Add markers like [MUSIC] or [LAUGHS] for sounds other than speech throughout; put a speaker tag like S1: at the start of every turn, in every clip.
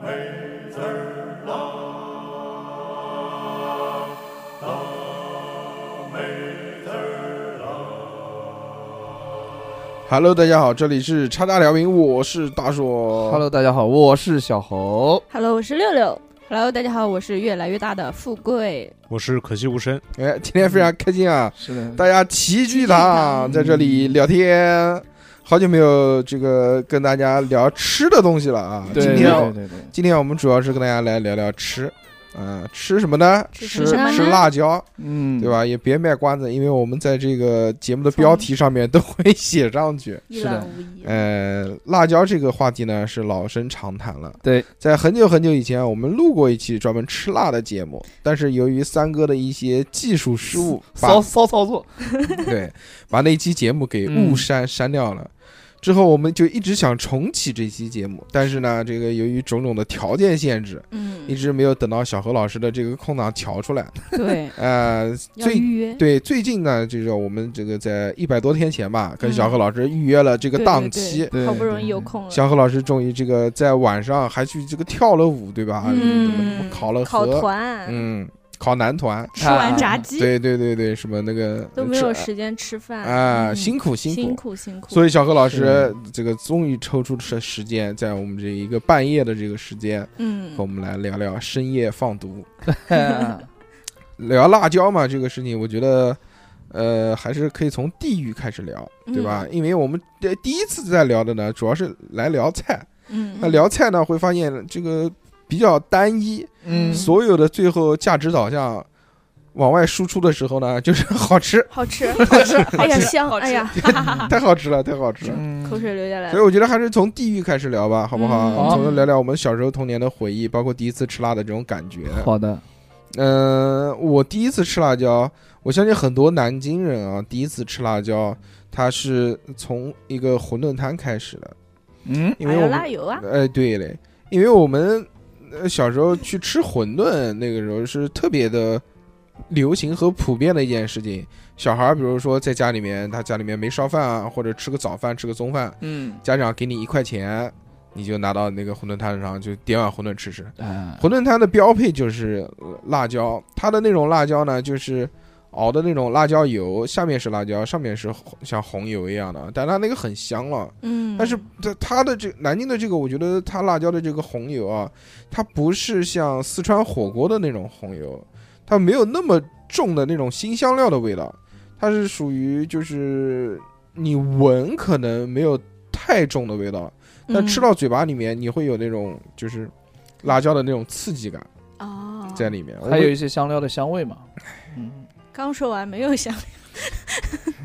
S1: 大梅子儿啦，大梅子儿啦，
S2: Hello，大家好，这里是叉叉聊评，我是大硕。
S3: Hello，大家好，我是小猴。
S4: Hello，我是六六。Hello，大家好，我是越来越大的富贵。
S5: 我是可惜无声，
S2: 哎，今天非常开心啊，
S3: 是的，
S2: 大家齐聚一
S4: 堂
S2: 堂，在这里聊天。好久没有这个跟大家聊吃的东西了啊！
S3: 对
S2: 今
S3: 对
S2: 天
S3: 对对对，
S2: 今天我们主要是跟大家来聊聊吃，啊、吃什么呢？
S4: 吃
S2: 吃
S4: 什么呢
S2: 吃辣椒，
S3: 嗯，
S2: 对？吧？也别卖关子，因为我们在这个节目的标题上面都会写上去。
S4: 一
S3: 是的
S4: 览无遗。
S2: 呃，辣椒这个话题呢是老生常谈了。
S3: 对，
S2: 在很久很久以前，我们录过一期专门吃辣的节目，但是由于三哥的一些技术失误，把
S3: 骚骚操作，
S2: 对把那期节目给误删、删掉了。之后我们就一直想重启这期节目，但是呢，这个由于种种的条件限制，一
S4: 嗯，
S2: 直没有等到小何老师的这个空档调出来。 [LAUGHS]
S4: 对， [LAUGHS]
S2: 呃，
S4: 要
S2: 最
S4: 预约。
S2: 对，最近呢，就是我们这个在一百多天前吧，跟
S4: 嗯
S2: 小何老师预约了这个
S4: 对
S2: 档
S4: 对
S2: 期。
S3: 对
S4: 好不容易有。空了。
S2: 小何老师终于这个在晚上还去这个跳了舞，对吧？啊
S4: 嗯，
S2: 烤了
S4: 烤
S2: 河
S4: 团，
S2: 嗯，考男团，
S4: 吃完炸鸡
S2: 对对对对，什么那个
S4: 都没有
S2: 吃
S4: 时间吃饭
S2: 啊，
S4: 嗯
S2: 辛苦辛
S4: 辛
S2: 苦。
S4: 苦辛苦。
S2: 所以小何老师
S3: 是
S2: 这个终于抽出时时间，在我们这一个半夜的这个时间，
S4: 嗯
S2: 和我，们来聊聊深夜放毒，
S3: [LAUGHS] 啊
S2: 聊辣椒嘛这个事情，我觉得。呃，还是可以从地域开始聊，
S4: 嗯
S2: 对吧？因为我们呃第一次在聊的呢，主要是来聊菜。
S4: 嗯，
S2: 那聊菜呢，会发现这个比较单一，
S3: 嗯，
S2: 所有的最后价值导向往外输出的时候呢，就是 [LAUGHS] 好吃，
S4: 好吃，好吃， [LAUGHS] 哎呀香，哎呀，
S2: 太好吃了，太好吃了。
S3: 嗯
S4: 口水流下来
S2: 所以
S4: 了。
S2: 我觉得还是从地域开始聊吧，好不
S4: 嗯
S2: 好？
S3: 好
S2: 从聊聊我们小时候童年的回忆，包括第一次吃辣的这种感觉。
S3: 好的，
S2: 嗯，我第一次吃辣椒，我相信很多南京人啊，第一次吃辣椒，他是从一个馄饨摊开始的，
S3: 嗯，
S2: 因
S4: 还
S2: 为
S4: 有
S2: 我
S4: 辣
S2: 们，
S4: 油啊，
S2: 哎，对嘞，因为我们呃小时候去吃馄饨，那个时候是特别的流行和普遍的一件事情。小孩儿，比如说在家里面，他家里面没烧饭啊，或者吃个早饭、吃个中饭，
S3: 嗯，
S2: 家长给你一块钱，你就拿到那个馄饨摊上就点碗馄饨吃吃。
S3: 啊，
S2: 馄饨摊的标配就是呃辣椒，它的那种辣椒呢，就是熬的那种辣椒油，下面是辣椒，上面是红像红油一样的，但它那个很香啊了。
S4: 嗯，
S2: 但是它它的这南京的这个，我觉得它辣椒的这个红油啊，它不是像四川火锅的那种红油，它没有那么重的那种新香料的味道，它是属于就是你闻可能没有太重的味道，但
S4: 嗯
S2: 吃到嘴巴里面你会有那种就是辣椒的那种刺激感
S4: 哦，
S2: 在里面。我
S3: 还有
S2: 们
S3: 一些香料的香味嘛。嗯，
S4: 刚说完没有香，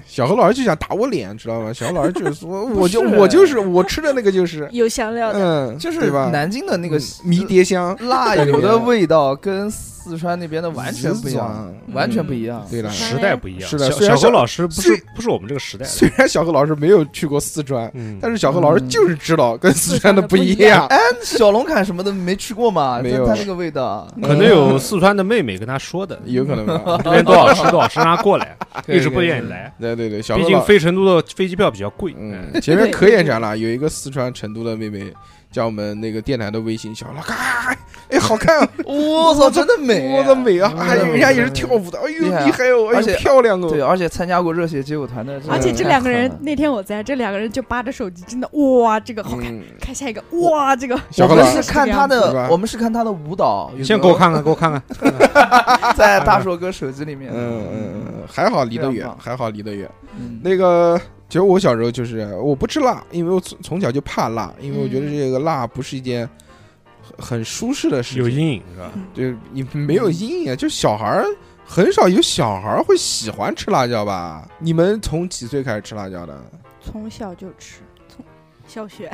S2: 小何老师就想打我脸，知道吗？小何老师就是说，我就
S3: 不是
S2: 我就是我吃的那个就是，
S4: 有香料的，
S2: 嗯，
S3: 就是
S2: 对吧？
S3: 南京的那个呃
S2: 嗯迷迭香。
S3: 辣油的味道跟四川那边的完全不一样，
S2: 嗯
S3: 完全不一样。
S2: 对了，
S4: 嗯
S5: 时代不一样。
S2: 是的虽
S5: 小
S2: 然
S5: 小
S2: 小
S5: 何老师不是
S2: 虽
S5: 不是我们这个时代的，
S2: 虽然小何老师没有去过四川，
S5: 嗯，
S2: 但是小何老师就是知道跟四川的不一样。
S3: 哎，小龙坎什么的没吃过嘛？
S2: 没有
S3: 但它那个味道，
S5: 可能有四川的妹妹跟他说的，
S2: 有可能
S3: [LAUGHS]
S2: 吧？
S5: 这边多少吃多少吃，让他过
S2: [LAUGHS]
S5: 来，一直不愿意。来。
S2: 对对对，小
S5: 毕
S2: 何
S5: 竟
S2: 老
S5: 飞成都的飞机票比较贵，嗯
S2: 嗯，前面可眼馋了，有一个四川成都的妹妹加我们那个电台的微信，小老看，哎，好看啊，
S3: [LAUGHS] 我操，真的美，
S2: 我的美啊！
S3: 嗯
S2: 哎，人家也是跳舞的，哎呦，
S3: 厉害啊
S2: 厉害哦，哎
S3: 而
S2: 呦，
S3: 且
S2: 漂亮
S3: 对，
S2: 哦。
S3: 而且参加过热血街舞团的，
S2: 嗯
S6: 而且这
S3: 太
S6: 两个人
S3: 狠了
S6: 那天我在，这两个人就扒着手机，真的哇，这个好看！
S2: 嗯，
S6: 看下一个，哇，这个
S2: 小
S3: 我
S2: 何
S3: 们
S2: 老师
S3: 是看他
S2: 是吧
S3: 的，我们是看他的舞蹈。
S2: 嗯
S3: 有
S5: 先
S3: 个
S5: 给我看看，给我看
S2: [LAUGHS]
S5: 看。
S3: 在大硕哥手机里面。
S2: 嗯嗯嗯，还好离得
S3: 非
S2: 远
S3: 常，棒
S2: 还好离得远。
S3: 嗯
S2: 那个，其实我小时候就是我不吃辣，因为我从从小就怕辣，因为我觉得
S4: 嗯
S2: 这个辣不是一件很很舒适的事情，
S5: 有阴影是吧？
S2: 对你没有阴
S3: 嗯
S2: 影，啊就小孩儿很少有小孩儿会喜欢吃辣椒吧？你们从几岁开始吃辣椒的？
S6: 从小就吃，
S4: 小学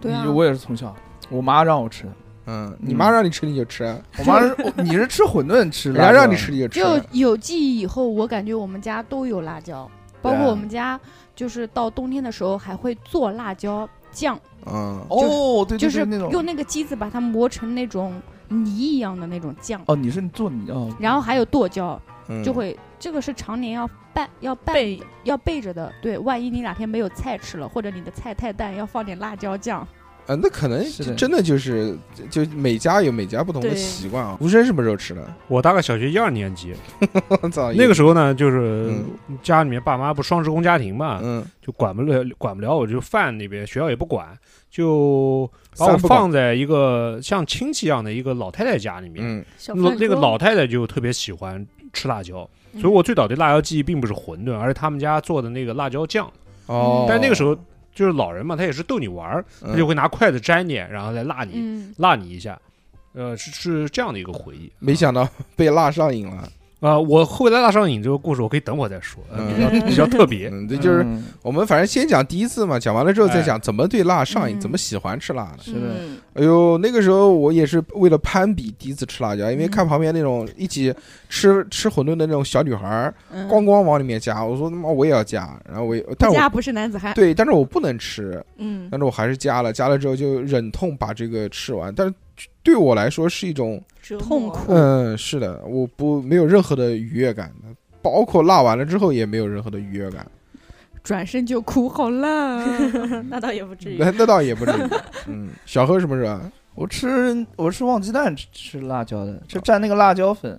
S6: 对啊
S3: 你我也是从小，我妈让我吃的。
S2: 嗯，你妈让你吃你就吃，[LAUGHS]
S3: 我妈 [LAUGHS] 是，我你是吃馄饨吃
S2: 人
S3: 辣
S2: 家
S3: 椒，
S2: 让你吃你就吃。
S6: [LAUGHS]
S2: 啊
S6: 就有记忆以后，我感觉我们家都有辣椒，包括我们家就是到冬天的时候还会做辣椒酱，
S2: 嗯，
S3: 哦，对，对
S6: 就是
S3: 对那种
S6: 用那个机子把它磨成那种泥一样的那种酱，
S3: 哦，你是做你哦，
S6: 然后还有剁椒，
S2: 嗯
S6: 就会这个是常年要拌要拌
S4: 被
S6: 要备着的。对，万一你哪天没有菜吃了，或者你的菜太淡，要放点辣椒酱。
S2: 啊，那可能
S3: 是
S2: 就
S3: 的
S2: 真的就是就每家有每家不同的
S4: 对
S2: 习惯
S3: 嗯
S2: 啊。吴声什么时候吃的？
S5: 我大概小学一二年级，
S2: 我操，
S5: 那个时候呢，就是
S2: 啊嗯
S5: 家里面爸妈不双职工家庭嘛，
S2: 嗯，
S5: 就管不了，管不了我，就饭那边学校也不管，就把我
S2: 三不管
S5: 放在一个像亲戚一样的一个老太太家里面。
S2: 嗯
S4: 小
S5: 老
S4: 饭
S5: 那个
S4: 桌
S5: 老太太就特别喜欢吃辣椒，
S4: 嗯
S5: 所以我最早对辣椒记忆并不是馄饨，而是他们家做的那个辣椒酱。
S2: 哦，
S5: 但那个时候就是老人嘛，他也是逗你玩儿，他
S2: 嗯
S5: 就会拿筷子沾你，然后再辣你，
S6: 嗯，
S5: 辣你一下。呃，是是这样的一个回忆
S2: 没想到被辣上瘾了。
S5: 啊、我后来辣上瘾这个故事，我可以等会儿再说，呃比较比
S4: [LAUGHS]
S5: 较特别。
S2: 嗯，这就是
S3: 嗯
S2: 我们反正先讲第一次嘛，讲完了之后再
S5: 哎
S2: 讲怎么对辣上瘾，
S6: 嗯
S2: 怎么喜欢吃辣的。
S3: 是的，
S4: 嗯
S2: 哎呦，那个时候我也是为了攀比第一次吃辣椒，因为
S6: 嗯
S2: 看旁边那种一起吃吃馄饨的那种小女孩儿，
S4: 嗯
S2: 咣咣往里面加，我说他妈我也要加，然后我也，但
S6: 不
S2: 我
S6: 加不是男子汉，
S2: 对，但是我不能吃，
S6: 嗯，
S2: 但是我还是加了，加了之后就忍痛把这个吃完，但是。对我来说是一种，
S4: 折磨啊
S6: 痛苦
S2: 嗯，是的，我不没有任何的愉悦感的，包括辣完了之后也没有任何的愉悦感，
S6: 转身就哭，好烂啊！
S4: [LAUGHS] 那倒也不至于。
S2: 那那倒也不至于。嗯，小何什么时候啊？
S3: 我吃我是忘鸡蛋吃吃辣椒的，就蘸那个辣椒粉。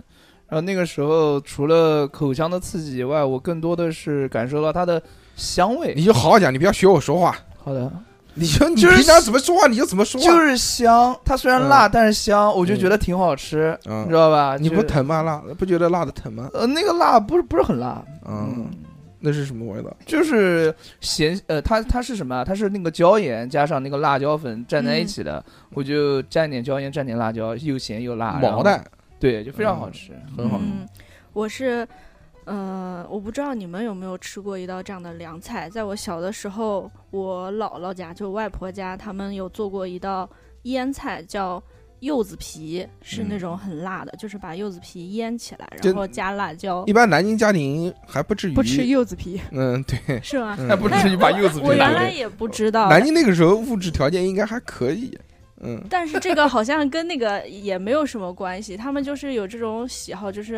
S3: 然后那个时候除了口腔的刺激以外，我更多的是感受到它的香味。
S2: 你就好好讲，你不要学我说
S3: [LAUGHS]
S2: 话，
S3: 好的，
S2: 你就你
S3: 就是
S2: 平常怎么说话你就怎么说话。
S3: 就是香，它虽然辣，但是香，我就觉得挺好吃，你
S2: 嗯，
S3: 知道吧？
S2: 你
S3: 就
S2: 不？疼吗？辣不觉得辣的疼吗？
S3: 呃，那个辣不是不是很辣，
S2: 嗯，
S3: 嗯，
S2: 那是什么味道？
S3: 就是咸，呃，它它是什么啊？它是那个椒盐加上那个辣椒粉蘸在一起的，我就蘸点椒盐，蘸点辣椒，又咸又辣，然后
S2: 毛，蛋
S3: 对，就非常好吃，
S2: 很好。
S4: 嗯，我是，呃，我不知道你们有没有吃过一道这样的凉菜。在我小的时候，我姥姥家就外婆家，他们有做过一道腌菜，叫柚子皮，是那
S2: 嗯
S4: 种很辣的，就是把柚子皮腌起来，
S2: 就
S4: 然后加辣椒
S3: 哦
S2: 一，般南京家庭还不至于
S6: 不吃柚子皮，
S2: 嗯，
S3: [LAUGHS]
S2: 对，
S4: 是吗？
S2: 嗯
S3: 那不至于把柚子
S4: 我
S3: 皮
S4: 原
S3: 拿
S4: 来
S3: 掉。
S4: 也不知道，
S2: 南京那个时候物质条件应该还可以。嗯，
S4: 但是这个好像跟那个也没有什么关系，他们就是有这种喜好，就是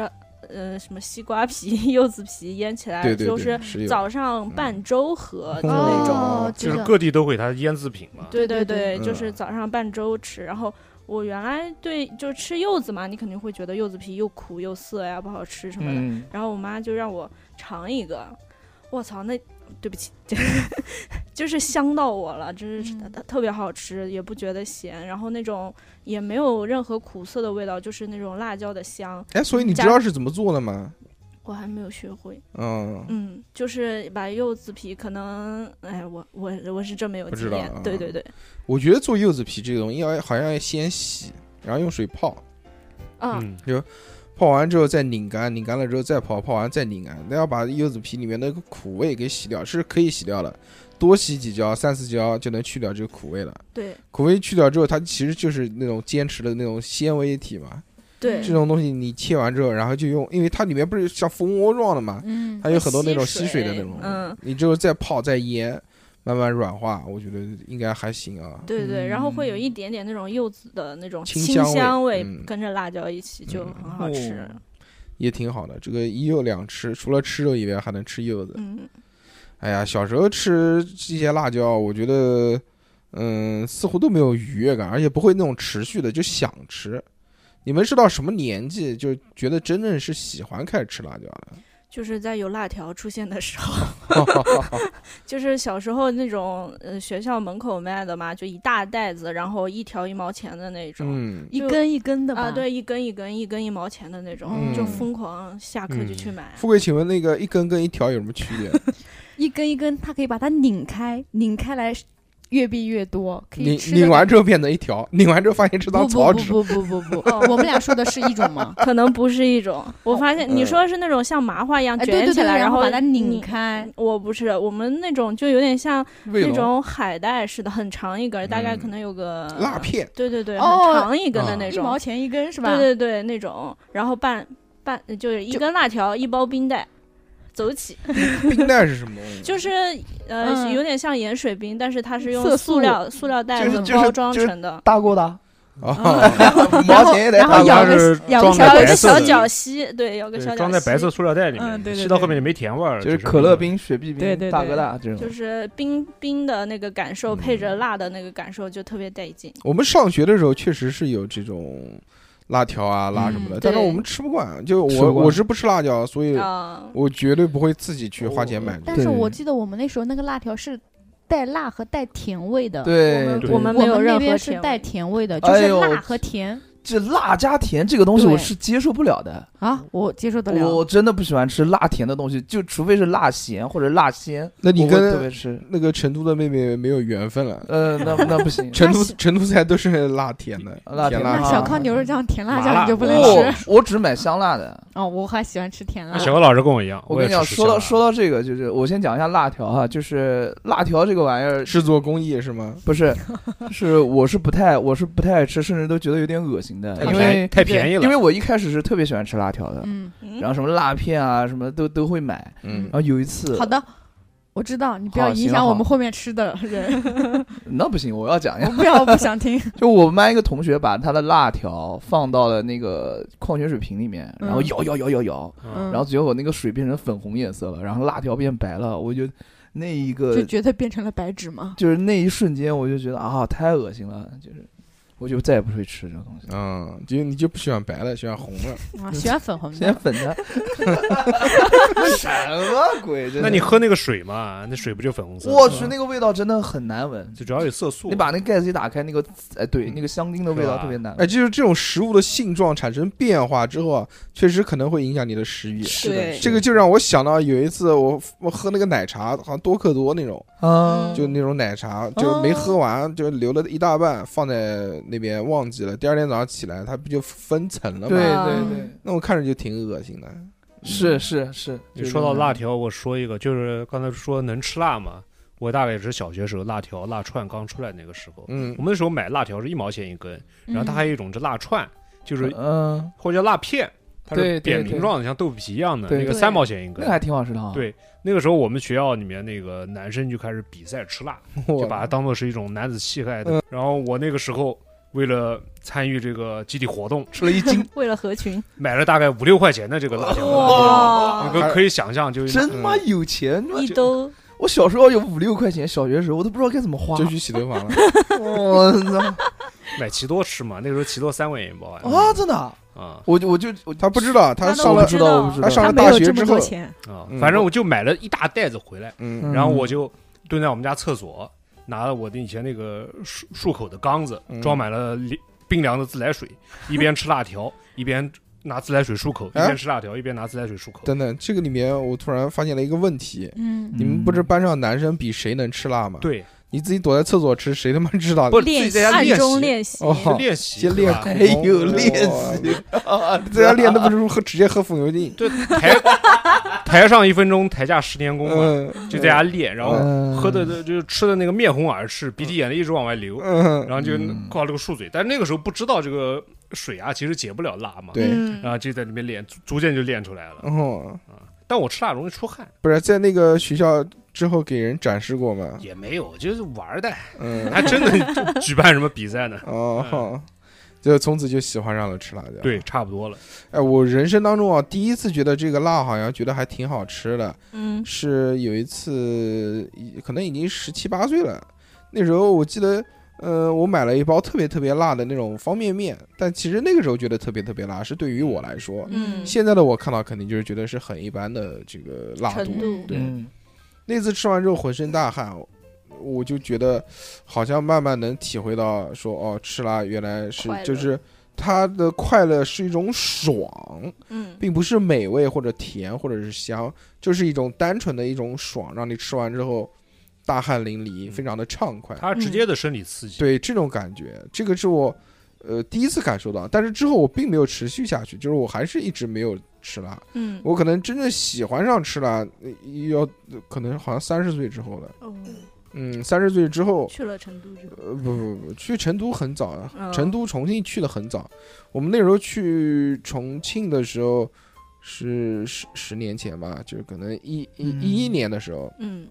S4: 呃什么西瓜皮、 [LAUGHS] 柚子皮腌起来，
S2: 对对
S4: 哎就
S2: 对，
S4: 是
S2: 是有
S4: 早上拌粥喝
S2: 嗯
S4: 就那种。
S2: 哦
S6: 这
S5: 就是
S6: 个
S5: 各地都会它的腌制品嘛，
S4: 对
S6: 对
S4: 对
S6: 对
S4: 对，
S2: 嗯
S4: 就是早上拌粥吃。然后我原来对就吃柚子嘛，你肯定会觉得柚子皮又苦又涩呀，不好吃什么的。
S3: 嗯，
S4: 然后我妈就让我尝一个，我操，那对不起， [LAUGHS] 就是香到我了，真是
S6: 嗯
S4: 特特别好吃，也不觉得咸，然后那种也没有任何苦涩的味道，就是那种辣椒的香，
S2: 哎，所以你知道是怎么做的吗？
S4: 我还没有学会。
S2: 嗯，
S4: 嗯，就是把柚子皮可能，哎，我我我是真没有
S2: 不
S4: 经
S2: 知道
S4: 验
S2: 啊，
S4: 对对对，
S2: 我觉得做柚子皮这个东西要好像要先洗，然后用水泡，
S4: 啊，
S5: 嗯，
S2: 泡完之后再拧干，拧干了之后再泡，泡完再拧干，那要把柚子皮里面那个苦味给洗掉，是可以洗掉的，多洗几跤，三四跤就能去掉这个苦味了。
S4: 对
S2: 苦味去掉之后，它其实就是那种坚持的那种纤维体嘛。
S4: 对，
S2: 这种东西你切完之后，然后就用，因为它里面不是像蜂窝状的嘛，
S6: 嗯，
S2: 它有很多那种吸
S4: 吸
S2: 水的那种，
S4: 嗯，
S2: 你之后再泡再腌，慢慢软化，我觉得应该还行啊。
S4: 对对，然后会有
S3: 嗯
S4: 一点点那种柚子的那种
S2: 清
S4: 清
S2: 香味
S4: 味，
S2: 嗯
S4: 跟着辣椒一起就
S2: 嗯
S4: 很好吃。
S2: 也挺好的。这个一柚两吃，除了吃肉以外，还能吃柚子。
S4: 嗯，
S2: 哎呀，小时候吃这些辣椒，我觉得，嗯，似乎都没有愉悦感，而且不会那种持续的就想吃。你们是到什么年纪就觉得真正是喜欢开始吃辣椒了？
S4: 就是在有辣条出现的时
S2: [LAUGHS]
S4: 候，[LAUGHS] 就是小时候那种呃学校门口卖的嘛，就一大袋子，然后一条一毛钱的那种。
S2: 嗯，
S6: 一
S4: 就
S6: 根一根的吧，
S4: 啊，，对，一根一根，一根一毛钱的那种，
S2: 嗯
S4: 就疯狂下课就去买。
S2: 富贵，请问那个一根跟一条有什么区别？
S6: 一根一根，它可以把它拧开，拧开来越变越多，可以
S2: 拧
S6: 吃的
S2: 拧完之后变成一条，拧完之后发现是
S6: 不
S2: 张
S6: 不
S2: 草
S6: 不
S2: 纸。
S6: 不不不不，
S4: 哦
S6: 我们俩说的是一种
S4: [LAUGHS]
S6: 吗？
S4: 可能不是
S2: [LAUGHS]
S4: 一种，我发
S2: 嗯
S4: 现你说是那种像麻花一样
S6: 哎，对
S4: 卷
S6: 对
S4: 起
S6: 对，
S4: 来，
S6: 然
S4: 后
S6: 把它拧开，
S4: 我不是，我们那种就有点像
S3: 味
S4: 那
S3: 浓
S4: 种海带似的，很长一根儿，大概
S2: 嗯
S4: 可能有个
S2: 辣，片，
S4: 对对对，
S6: 哦
S4: 很长一根的
S2: 啊
S4: 那
S6: 一
S4: 种，
S6: 毛钱一根是吧？
S4: 对对对，那种，然后拌拌就是一
S6: 就
S4: 根辣条，一包冰袋。走起，
S2: 冰袋是什么东啊西？
S4: 就是呃，
S6: 嗯
S4: 有点像盐水冰，但是它是
S6: 色
S4: 用
S6: 素
S4: 塑料塑料袋
S3: 就
S4: 子
S3: 是就是
S4: 包装
S3: 就是
S4: 成的。
S3: 大锅的，
S2: 啊，
S3: 五毛钱也得
S6: 然
S3: 打
S6: 后
S5: 它
S6: 咬
S5: 它
S6: 个
S5: 是
S6: 咬个
S5: 装
S6: 小
S5: 在
S4: 有一
S5: 白
S4: 个
S5: 色
S4: 小
S5: 的
S4: 脚吸，对，有个小
S5: 对，
S4: 脚
S5: 装在白色
S4: 吸，
S5: 塑料袋里
S7: 嗯对对
S5: 面，吸到
S7: 对
S5: 后面就没甜味儿，
S3: 就是
S5: 是
S3: 可乐冰、雪碧
S7: 对
S3: 冰、
S7: 对
S3: 大
S7: 对
S3: 哥大这种
S4: 就。是冰冰的那个感受，配着辣的那个感受就特别带劲。
S2: 我们上学的时候确实是有这种辣条啊、辣什么的，
S4: 嗯
S2: 但是
S4: 对
S2: 我们吃不惯，就
S3: 吃不
S2: 我
S3: 惯
S2: 我是不吃辣椒，所以
S4: 啊，
S2: 我绝对不会自己去花钱买。
S6: 但是
S3: 对
S6: 我记得我们那时候那个辣条是带辣和带甜味的，
S4: 我
S3: 对
S4: 们
S5: 对，
S4: 我
S6: 我
S4: 们没
S6: 们
S4: 有任
S6: 那
S4: 何
S6: 边是
S4: 甜
S6: 带
S4: 味，
S6: 甜味的，就
S3: 哎
S6: 是
S3: 呦
S6: 辣和甜
S3: 这辣加甜这个东西
S6: 对
S3: 我是接受不了的，
S6: 啊，我接受得了
S3: 我。真的不喜欢吃辣甜的东西，就除非是辣咸或者辣鲜，
S2: 那你
S3: 我会
S2: 跟
S3: 特别吃。
S2: 那个成都的妹妹没有缘分了，，
S3: 呃，那那不行
S2: 成都成都菜都是辣甜的，
S3: 辣
S2: 甜
S3: 甜
S2: 辣
S6: 那
S3: 的
S6: 小
S3: 啊
S6: 康牛肉酱甜辣
S5: 麻
S6: 酱
S5: 辣
S6: 你就不能
S3: 我
S6: 吃
S3: 我只买香辣的，
S6: 哦，我还喜欢吃甜辣
S5: 那。小高老师跟我一样，
S3: 我跟
S5: 也
S3: 你讲，
S5: 是吃
S3: 说到
S5: 香
S3: 说到这个，就是我先讲一下辣条哈，就是辣条这个玩意儿
S2: 制作工艺是吗？
S3: 不
S6: [LAUGHS]
S3: 是，是我是不太我是不太爱吃，甚至都觉得有点恶心的，
S5: 太
S3: 因
S5: 便宜
S3: 为
S5: 太便宜了，
S3: 因为我一开始是特别喜欢吃辣条的，
S6: 嗯，
S4: 嗯
S3: 然后什么辣片啊什么都都会买，
S2: 嗯
S3: 然，后有一次
S6: 好，的，我知道，你不要
S3: 好
S6: 影
S3: 行
S6: 响
S3: 好
S6: 我们后面吃的人，
S3: 那不行，我要讲一
S6: 我
S3: 下，
S6: 不要我不想听。
S3: 就我们班一个同学把他的辣条放到了那个矿泉水瓶里面，然后
S6: 嗯
S3: 摇摇摇摇摇，
S5: 嗯
S3: 然后结果那个水变成粉红颜色了，然后辣条变白了，我就那一个
S6: 就觉得变成了白纸嘛。
S3: 就是那一瞬间，我就觉得啊，太恶心了，就是我就再也不会吃这个东西。
S2: 嗯，就你就不喜欢白的，喜欢红的。
S6: 啊，喜欢粉红
S3: 现在
S6: 的，
S3: 粉的， [LAUGHS] 什么鬼？真的
S5: 那你喝那个水嘛，那水不就粉红色的吗？
S3: 我去，那个味道真的很难闻。
S5: 就主要有色素。
S3: 你把那盖子一打开，那个哎，对，那个香精的味
S5: 是
S3: 道
S5: 吧
S3: 特别难
S2: 哎，
S3: 闻。
S2: 就是这种食物的性状产生变化之后啊，确实可能会影响你的食欲。
S3: 是的
S4: 对
S3: 是的
S2: 这个就让我想到有一次我我喝那个奶茶，好像多可多那种，
S3: 啊，
S2: 就那种奶茶，就没喝完，就留了一大半放在那边忘记了。第二天早上起来，它不就分层了
S3: 对
S2: 吗？
S3: 对
S4: 嗯
S3: 对，
S2: 那我看着就挺恶心的。
S3: 是是是。
S5: 你
S3: 就
S5: 说到
S3: 是
S5: 辣条，我说一个，就是刚才说能吃辣嘛，我大概也是小学时候辣条、辣串刚出来那个时候，
S2: 嗯
S5: 我，们那时候买辣条是一毛钱一根，然后它还有一种是辣串，就是
S3: 嗯，
S5: 或者叫辣片，它
S3: 对
S5: 是
S3: 对
S5: 扁
S3: 对
S5: 平状的，像豆腐皮一样的，
S3: 对
S5: 那个
S4: 对
S5: 三毛钱一
S3: 那个还
S5: 根。
S3: 挺好吃的哈。啊
S5: 对那个时候我们学校里面那个男生就开始比赛吃辣，就
S2: 嗯我
S5: 把它当做是一种男子气概
S2: 嗯
S5: 的。然后我那个时候为了参与这个集体活动，
S3: 吃了一 [LAUGHS] 斤，
S4: 为了合群，
S5: 买了大概五六块钱的这个辣条，
S4: 哇
S5: 你，可可以想象，就是
S3: 真他妈有钱！妈
S4: 你都
S3: 我小时候有五六块钱，小学时候我都不知道该怎么花。
S2: 就去洗头房了。
S3: 我操！
S5: 买奇多吃嘛，那个时候奇多三块钱一包啊
S3: 啊，
S2: 哦
S3: 真的啊，
S5: 啊
S3: 我就我就我
S2: 他不知道，他
S4: 他都
S2: 上
S4: 不
S2: 了
S4: 知道
S3: 我不知道
S5: 哎
S2: 他上
S7: 他
S2: 了
S7: 没
S2: 大
S7: 有
S2: 学
S7: 这
S2: 之
S7: 么
S2: 后
S7: 多，钱，
S5: 啊
S2: 嗯，
S5: 反正我就买了一大袋子回来，
S2: 嗯
S5: 然后我就蹲在我们家厕所，拿了我的以前那个漱漱口的缸子
S2: 嗯，
S5: 装满了凉冰凉的自来水，一边吃辣条，一边拿自来水漱口，一
S2: 哎
S5: 边吃辣条，一边拿自来水漱口。
S2: 等等，这个里面我突然发现了一个问题。
S6: 嗯，
S2: 你们不是班上男生比谁能吃辣吗？，
S5: 对，
S2: 你自己躲在厕所吃，谁他妈知道？
S5: 不自
S4: 练
S5: 己
S4: 习，
S5: 在家
S4: 暗
S5: 练
S4: 中
S5: 习，
S4: 练习，
S2: 哦，
S5: 练习，
S2: 先练 [LAUGHS]
S5: 对吧
S2: 口
S3: 还有哎
S5: 哦
S3: 练习，
S2: 在家练的
S5: [LAUGHS]
S2: 不是喝直接喝风油精？
S5: 就台台上一分钟，台下十年功嘛，
S2: 嗯，
S5: 就在家练，然后
S3: 嗯
S5: 哦喝的就是吃的那个面红耳赤，鼻涕眼泪一直往外流，
S2: 嗯，
S5: 然后就
S3: 嗯
S5: 挂了个漱嘴，但是那个时候不知道这个水啊，其实解不了辣嘛，
S2: 对嗯
S4: 嗯
S5: 然后就在里面练，逐逐渐就练出来了。
S2: 然后
S5: 但我吃辣容易出汗，
S2: 不是在那个学校之后给人展示过吗？
S5: 也没有，就是玩儿的，
S2: 嗯，
S5: 还真的就举办什么比赛呢？
S2: 哦，好就从此就喜欢上了吃辣椒。
S5: 对，，差不多了。
S2: 哎，我人生当中啊，第一次觉得这个辣好像觉得还挺好吃的，
S4: 嗯，
S2: 是有一次，可能已经十七八岁了，那时候我记得，呃，我买了一包特别特别辣的那种方便面，但其实那个时候觉得特别特别辣，是对于我来说，
S4: 嗯
S2: 现在的我看到肯定就是觉得是很一般的这个辣度
S4: 程。度，
S2: 对
S3: 嗯
S2: 那次吃完之后浑身大汗，我就觉得好像慢慢能体会到说，哦，吃辣原来是
S4: 快乐
S2: 就是它的快乐是一种爽，
S4: 嗯
S2: 并不是美味或者甜或者是香，就是一种单纯的一种爽，让你吃完之后大汗淋漓，
S5: 嗯
S2: 非常的畅快。
S5: 它直接的生理刺激，
S2: 对这种感觉，这个是我呃第一次感受到，但是之后我并没有持续下去，就是我还是一直没有吃辣。
S4: 嗯，
S2: 我可能真正喜欢上吃辣，呃要呃可能好像三十岁之后了。
S4: 哦
S2: 嗯，三十岁之后，
S4: 去了成都之后，
S2: 呃，不不不，去成都很早啊，
S4: 嗯
S2: 成都重庆去的很早。我们那时候去重庆的时候是十十年前吧，就是可能一一
S3: 嗯
S2: 一一年的时候，
S4: 嗯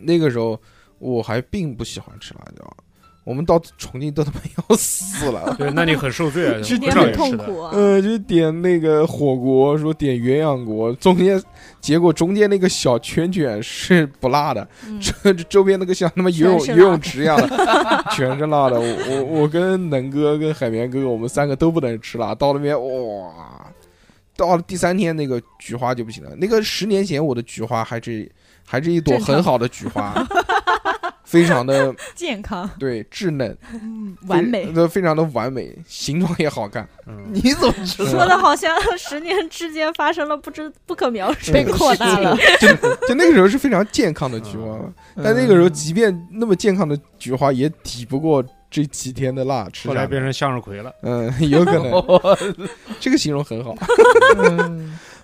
S2: 那个时候我还并不喜欢吃辣椒，啊我们到重庆都他妈要死
S5: [LAUGHS]
S2: 了。
S5: 对，那你很受罪啊，
S2: 是
S5: 不
S4: 也
S5: 让
S4: 很
S5: 你吃
S4: 痛
S5: 的。
S4: 苦啊。
S2: 呃，就点那个火锅，说点鸳鸯锅，中间结果中间那个小圈圈是不辣的，[LAUGHS]
S4: 嗯
S2: 周周边那个像他妈游泳
S4: 全是
S2: 游
S4: 辣
S2: 泳池一样的，
S6: [LAUGHS]
S2: 全是辣的。我我我跟能哥跟海绵哥，我们三个都不能吃辣。到那边哇，到了第三天那个菊花就不行了。那个十年前我的菊花还是还是一朵
S6: 正常
S2: 很好的菊花，非常的
S6: 健康，
S2: 对稚嫩，
S6: 嗯，完美。
S2: 非，非常的完美，形状也好看。
S5: 嗯，
S3: 你怎么知
S4: 说的好像 [LAUGHS] 十年之间发生了不知不可描述
S6: [LAUGHS] 被
S4: 的
S6: 扩
S4: 事
S6: 大
S4: 情
S6: 了，
S2: [LAUGHS] 就那个时候是非常健康的菊花，
S5: 嗯
S3: 嗯
S2: 但那个时候即便那么健康的菊花也抵不过这几天的辣吃
S5: 后来
S2: 下
S5: 变
S2: 来。
S5: 成向日葵了。
S2: 嗯，有可能这个形容很好。
S3: 嗯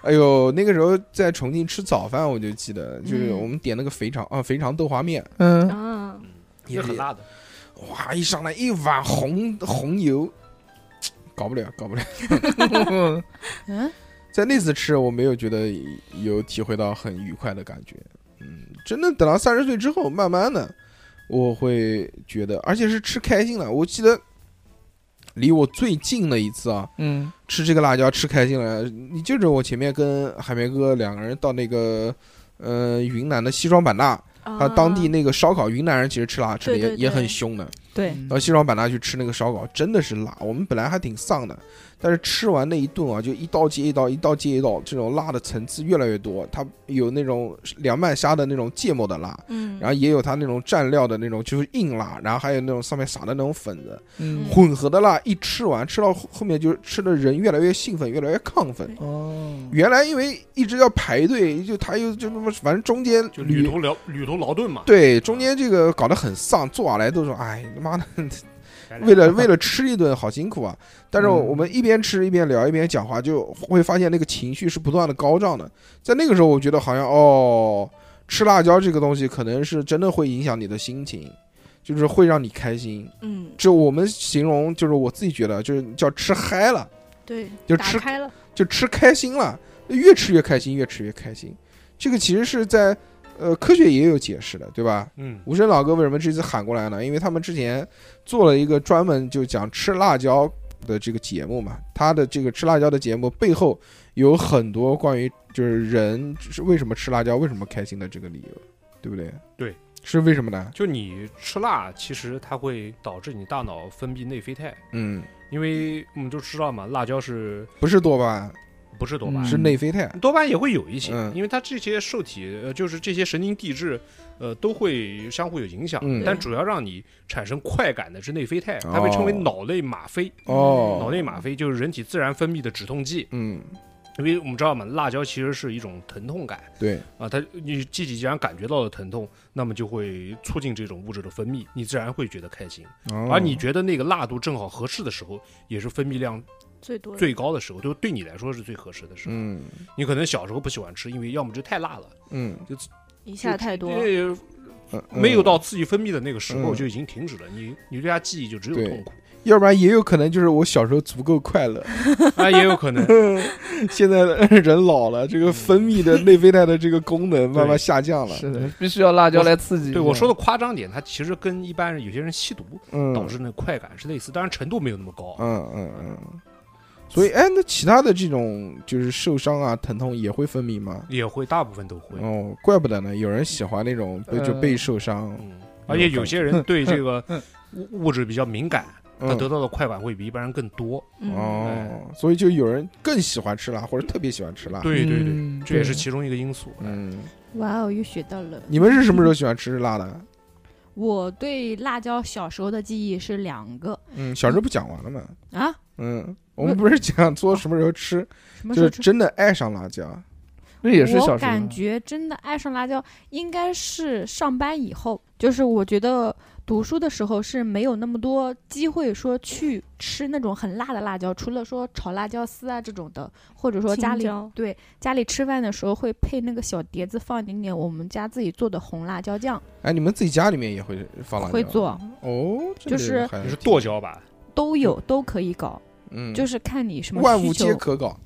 S2: 哎呦，那个时候在重庆吃早饭，我就记得，就是
S6: 嗯
S2: 我们点那个肥肠啊，肥肠豆花面，
S3: 嗯，
S4: 啊，
S5: 也很辣的，
S2: 哇，一上来一碗红红油，搞不了，搞不了。
S3: 嗯，
S6: 嗯，
S2: 在那次吃，我没有觉得有体会到很愉快的感觉。嗯，真的等到三十岁之后，慢慢的，我会觉得，而且是吃开心了。我记得离我最近的一次啊，
S3: 嗯，
S2: 吃这个辣椒吃开心了。你就是我前面跟海绵哥两个人到那个。呃，云南的西双版纳，他
S4: 啊
S2: 当地那个烧烤，云南人其实吃辣吃的也
S4: 对对对
S2: 也很凶的。
S6: 对，
S3: 嗯
S5: 哦
S2: 到西双版纳去吃那个烧烤，真的是辣。我们本来还挺丧的，但是吃完那一顿啊，就一道接一道，一道接一道，这种辣的层次越来越多。它有那种凉拌虾的那种芥末的辣，
S4: 嗯，
S2: 然后也有它那种蘸料的那种就是硬辣，然后还有那种上面撒的那种粉子，
S3: 嗯，
S2: 混合的辣。一吃完，吃到后后面就是吃的人越来越兴奋，越来越亢奋。
S3: 哦，
S2: 原来因为一直要排队，就他又就那么，反正中间
S5: 就旅途劳旅途劳顿嘛。
S2: 对中间这个搞得很丧，坐下来都说哎他 [LAUGHS] 妈的
S5: 对
S2: 为了为了吃一顿好辛苦啊！但是
S3: 嗯
S2: 我们一边吃一边聊一边讲话，就会发现那个情绪是不断的高涨的。在那个时候，我觉得好像哦，吃辣椒这个东西可能是真的会影响你的心情，就是会让你开心。
S4: 嗯，
S2: 这我们形容就是我自己觉得就是叫吃嗨了，
S4: 对，
S2: 就
S4: 打
S2: 吃
S4: 开了，
S2: 就吃开心了，越吃越开心，越吃越开心。这个其实是在呃科学也有解释的，对吧？
S5: 嗯，
S2: 吴声老哥为什么这次喊过来呢？因为他们之前做了一个专门就讲吃辣椒的这个节目嘛，他的这个吃辣椒的节目背后有很多关于就是人是为什么吃辣椒、为什么开心的这个理由，对不对？
S5: 对，
S2: 是为什么呢？
S5: 就你吃辣，其实它会导致你大脑分泌内啡肽，
S2: 嗯，
S5: 因为我们都知道嘛，辣椒是
S2: 不是多巴胺，
S5: 不是多巴胺？
S2: 是内啡肽。
S5: 多巴胺也会有一些，
S2: 嗯
S5: 因为它这些受体，呃，就是这些神经递质，呃，都会相互有影响。
S2: 嗯
S5: 但主要让你产生快感的是内啡肽，
S2: 哦
S5: 它被称为脑内吗啡。
S2: 哦，
S5: 脑内吗啡就是人体自然分泌的止痛剂，
S2: 嗯，
S5: 因为我们知道嘛，辣椒其实是一种疼痛感
S2: 对，
S5: 啊，它你自己既然感觉到了疼痛，那么就会促进这种物质的分泌，你自然会觉得开心。
S2: 哦
S5: 而你觉得那个辣度正好合适的时候，也是分泌量
S4: 最多的
S5: 最高的时候，就对你来说是最合适的时候。
S2: 嗯
S5: 你可能小时候不喜欢吃，因为要么就太辣了，
S2: 嗯，
S4: 一下太多，
S5: 对，
S2: 嗯
S5: 没有，到刺激分泌的那个时候
S2: 嗯
S5: 就已经停止了，你你对它记忆就只有
S2: 对
S5: 痛苦
S2: 要不然也有可能就是我小时候足够快
S5: [LAUGHS]
S2: 乐，
S5: 啊，也有
S2: [LAUGHS]
S5: 可能。
S2: 现在人老了，这个分泌
S5: [LAUGHS]
S2: 的内啡肽的这个功能慢慢下降了。
S3: 是的，必须要辣椒来刺激。
S5: 嗯
S3: 嗯
S5: 对我说，的夸张点，它其实跟一般人有些人吸毒
S2: 嗯，
S5: 导致那快感是类似，当然程度没有那么高。
S2: 嗯嗯嗯。所以，哎，那其他的这种就是受伤啊、疼痛也会分泌吗？
S5: 也会，大部分都会。
S2: 哦，怪不得呢，有人喜欢那种被就
S3: 呃
S2: 被受伤，
S5: 嗯，而且有些人对这个物物质比较敏感，他
S2: 嗯
S5: 得到的快感会比一般人更多。
S4: 嗯，
S2: 哦，所以就有人更喜欢吃辣，或者特别喜欢吃辣。，
S5: 对对对，
S3: 嗯
S5: 这也是其中一个因素。
S2: 嗯，
S6: 哇哦，又学到了。
S2: 你们是什么时候喜欢吃辣的？
S5: 嗯
S6: 我对辣椒小时候的记忆是两个
S2: 嗯，小时候不讲完了吗？
S6: 啊，
S2: 嗯，我们不是讲做什么时候吃，
S6: 什么时
S2: 就
S6: 候
S2: 是
S6: 吃？
S2: 真的爱上辣椒。
S3: 那也是小时
S6: 我
S3: 候
S6: 感觉真的爱上辣椒，应该是上班以后，就是我觉得读书的时候是没有那么多机会说去吃那种很辣的辣椒，除了说炒辣椒丝啊这种的，或者说家
S4: 青
S6: 里
S4: 椒
S6: 对家里吃饭的时候会配那个小碟子放一点点我们家自己做的红辣椒酱，
S2: 哎，你们自己家里面也会放辣椒？
S6: 会做
S2: 哦，这
S6: 就
S2: 个
S6: 是
S2: 还
S5: 你是
S2: 挺
S5: 剁，椒吧？
S6: 都有都可以搞，
S2: 嗯，
S6: 就是看你什么
S2: 万
S6: 需
S2: 物
S6: 求 [LAUGHS]
S2: 皆可搞。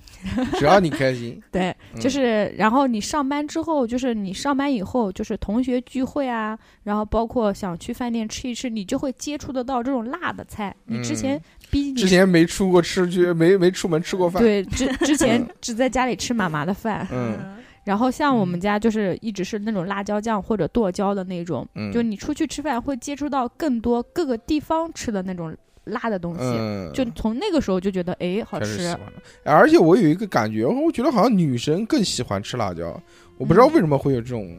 S2: 只要你开心，
S6: 对，
S2: 嗯
S6: 就是然后你上班之后，就是你上班以后，就是同学聚会啊，然后包括想去饭店吃一吃，你就会接触得到这种辣的菜。你之前
S2: 嗯
S6: 逼你
S2: 之前没出过吃去，没没出门吃过饭，
S6: 对之之前
S2: 嗯
S6: 只在家里吃妈妈的饭，
S2: 嗯
S6: [LAUGHS] 然后像我们家就是一直是那种辣椒酱或者剁椒的那种，
S2: 嗯，
S6: 就你出去吃饭会接触到更多各个地方吃的那种辣的东西，
S2: 嗯，
S6: 就从那个时候就觉得哎好
S2: 开始喜
S6: 吃
S2: 欢，了。哎而且我有一个感觉，我觉得好像女生更喜欢吃辣椒，我不知道
S6: 嗯
S2: 为什么会有这种，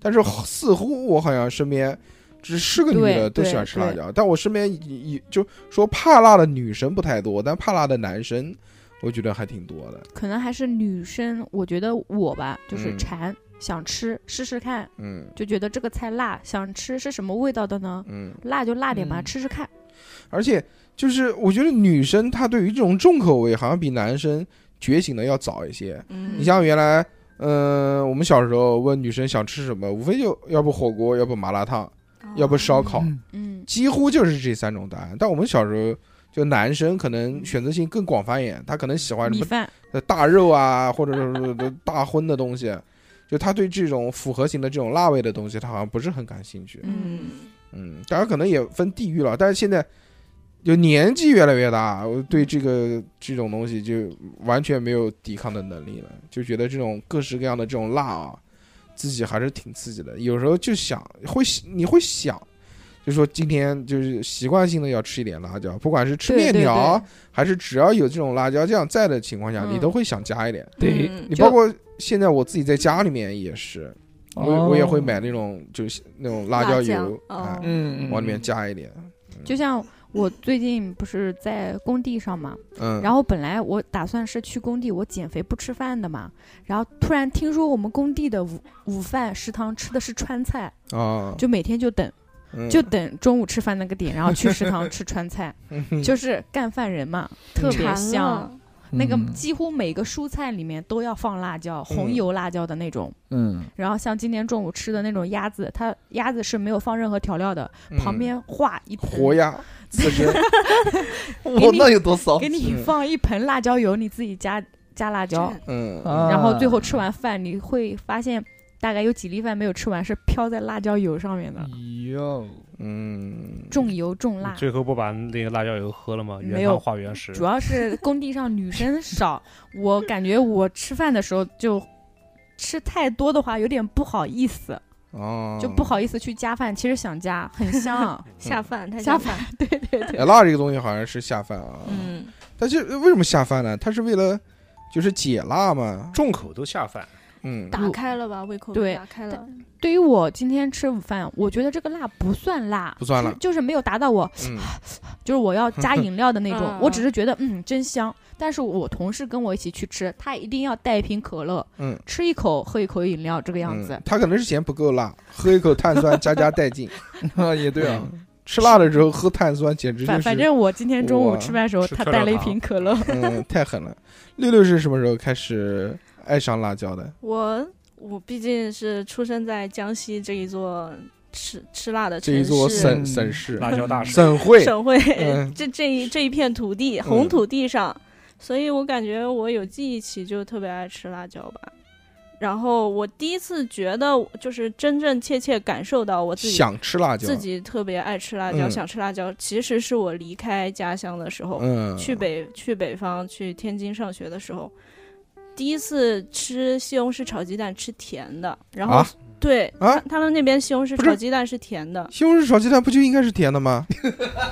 S2: 但是好似乎我好像身边。只是个女
S6: 对
S2: 的都喜
S6: 对
S2: 欢吃辣
S6: 对
S2: 椒，但我身边也就说怕辣的女生不太多，但怕辣的男生，我觉得还挺多的。
S6: 可能还是女生，我觉得我吧就是
S2: 嗯
S6: 馋、想吃试试看，
S2: 嗯
S6: 就觉得这个菜辣，想吃是什么味道的呢？
S2: 嗯，
S6: 辣就辣点吧，
S3: 嗯
S6: 吃吃看。
S2: 而且就是我觉得女生她对于这种重口味好像比男生觉醒的要早一些。
S4: 嗯，
S2: 你像原来，嗯，我们小时候问女生想吃什么，无非就要不火锅，要不麻辣烫，要不烧烤，
S3: 嗯
S6: 嗯
S2: 几乎就是这三种答案。但我们小时候。就男生可能选择性更广泛一点，他可能喜欢什
S6: 米
S2: 么
S6: 饭，
S2: 呃大肉啊，或者是大荤的东西，就他对这种复合型的这种辣味的东西，他好像不是很感兴趣。
S4: 嗯，
S2: 嗯，当然可能也分地域了，但是现在就年纪越来越大，我对这个这种东西就完全没有抵抗的能力了，就觉得这种各式各样的这种辣啊，自己还是挺刺激的。有时候就想会你会想，就说今天就是习惯性的要吃一点辣椒，不管是吃
S6: 对
S2: 面
S6: 对
S2: 条
S6: 对
S2: 还是只要有这种辣椒酱在的情况下，你
S6: 嗯
S2: 都会想加一点。
S3: 对
S4: 嗯
S2: 你
S6: 就
S2: 包括现在我自己在家里面也是，我我也会
S3: 哦
S2: 买那种就是那种
S4: 辣
S2: 椒
S4: 酱
S2: 油，
S4: 哦
S2: 哎
S3: 嗯，嗯
S2: 往里面，加一点。
S6: 就像我最近不是在工地上嘛，
S2: 嗯，
S6: 然后本来我打算是去工地，我减肥不吃饭的嘛，然后突然听说我们工地的午午饭食堂吃的是川菜，
S2: 后啊，
S6: 就每天就等
S2: 嗯
S6: 就等中午吃饭那个点，然后去食堂吃川
S2: [LAUGHS]
S6: 菜，
S2: 嗯
S6: 就是干饭人嘛，特别
S4: 馋
S6: 香。
S4: 了，
S6: 那个
S3: 嗯
S6: 几乎每个蔬菜里面都要放辣椒，红
S2: 嗯
S6: 油辣椒的那种。
S3: 嗯，
S6: 然后像今天中午吃的那种鸭子，它鸭子是没有放任何调料的，
S2: 嗯
S6: 旁边嗯画一盆
S2: 活鸭刺身，
S3: 我那有多骚
S6: [LAUGHS] 给你放一盆辣椒油，你自己加加辣椒，
S2: 嗯，
S3: 啊！
S6: 然后最后吃完饭，你会发现大概有几粒饭没有吃完是飘在辣椒油上
S3: 哎
S6: 面的，
S3: 哟，
S2: 嗯，
S6: 重油重辣。
S5: 最后不把那个辣椒油喝了吗？
S6: 没
S5: 原
S6: 有
S5: 汤化原食
S6: 主。要是工地上女生少，我感觉我吃饭的时候就吃太多的话有点不好意思，
S2: 哦，
S6: 就不。好意思去加饭。其实想加，很香。
S4: 下饭，他
S6: 下
S4: 饭，
S6: 对对对，
S2: 哎，辣这个东西好像是下饭啊，
S4: 嗯，
S2: 但是为什么下饭呢？它是为了就是解辣嘛，
S5: 重口都下饭，
S2: 嗯，
S4: 打开了吧，胃口
S6: 对
S4: 打开了，
S6: 对于我今天吃午饭，我觉得这个辣不算辣，
S2: 不算辣
S6: 就就是没有达到我
S2: 嗯
S6: 就是
S2: [LAUGHS]
S6: 我要加饮料的那种
S4: 嗯，
S6: 我只是觉得嗯真香。但是我同事跟我一起去吃，他一定要带一瓶可乐，
S2: 嗯
S6: 吃一口喝一口饮料这个样子
S2: 嗯。它可能是嫌不够辣，喝一口碳酸加加带
S6: [LAUGHS]
S2: 劲。
S3: [LAUGHS] 也对啊，
S2: 嗯， [LAUGHS] 吃辣的时候喝碳酸简直就
S6: 反
S2: 是
S6: 反正我今天中午
S2: 哇
S6: 吃饭的时候，
S5: 吃
S6: 他
S5: 特
S6: 带
S5: 热
S6: 了一
S5: 糖
S6: 瓶
S2: [LAUGHS]
S6: 可乐。
S2: 嗯太狠了。六六是什么时候开始爱上辣椒的？
S4: 我我毕竟是出生在江西这一座吃吃辣的
S2: 这
S4: 城市，
S2: 一座省
S3: 嗯
S2: 省市
S5: 辣椒大师。
S2: 省会，
S4: 省会，
S2: 嗯
S4: [LAUGHS] 这这一这一片土地，红土地上，所以我感觉我有记忆起就特别爱吃辣椒吧。然后我第一次觉得，就是真真切切感受到我自己
S2: 想吃辣椒，
S4: 自己特别爱吃辣椒，
S2: 嗯
S4: 想吃辣椒，其实是我离开家乡的时候，
S2: 嗯，
S4: 去北去北方去天津上学的时候，第一次吃西红柿炒鸡蛋吃甜的，然后、
S2: 啊
S4: 对、
S2: 啊
S4: 他他们那边西红柿
S2: 不是
S4: 炒鸡蛋是甜的，
S2: 西红柿炒鸡蛋不就应该是甜的吗？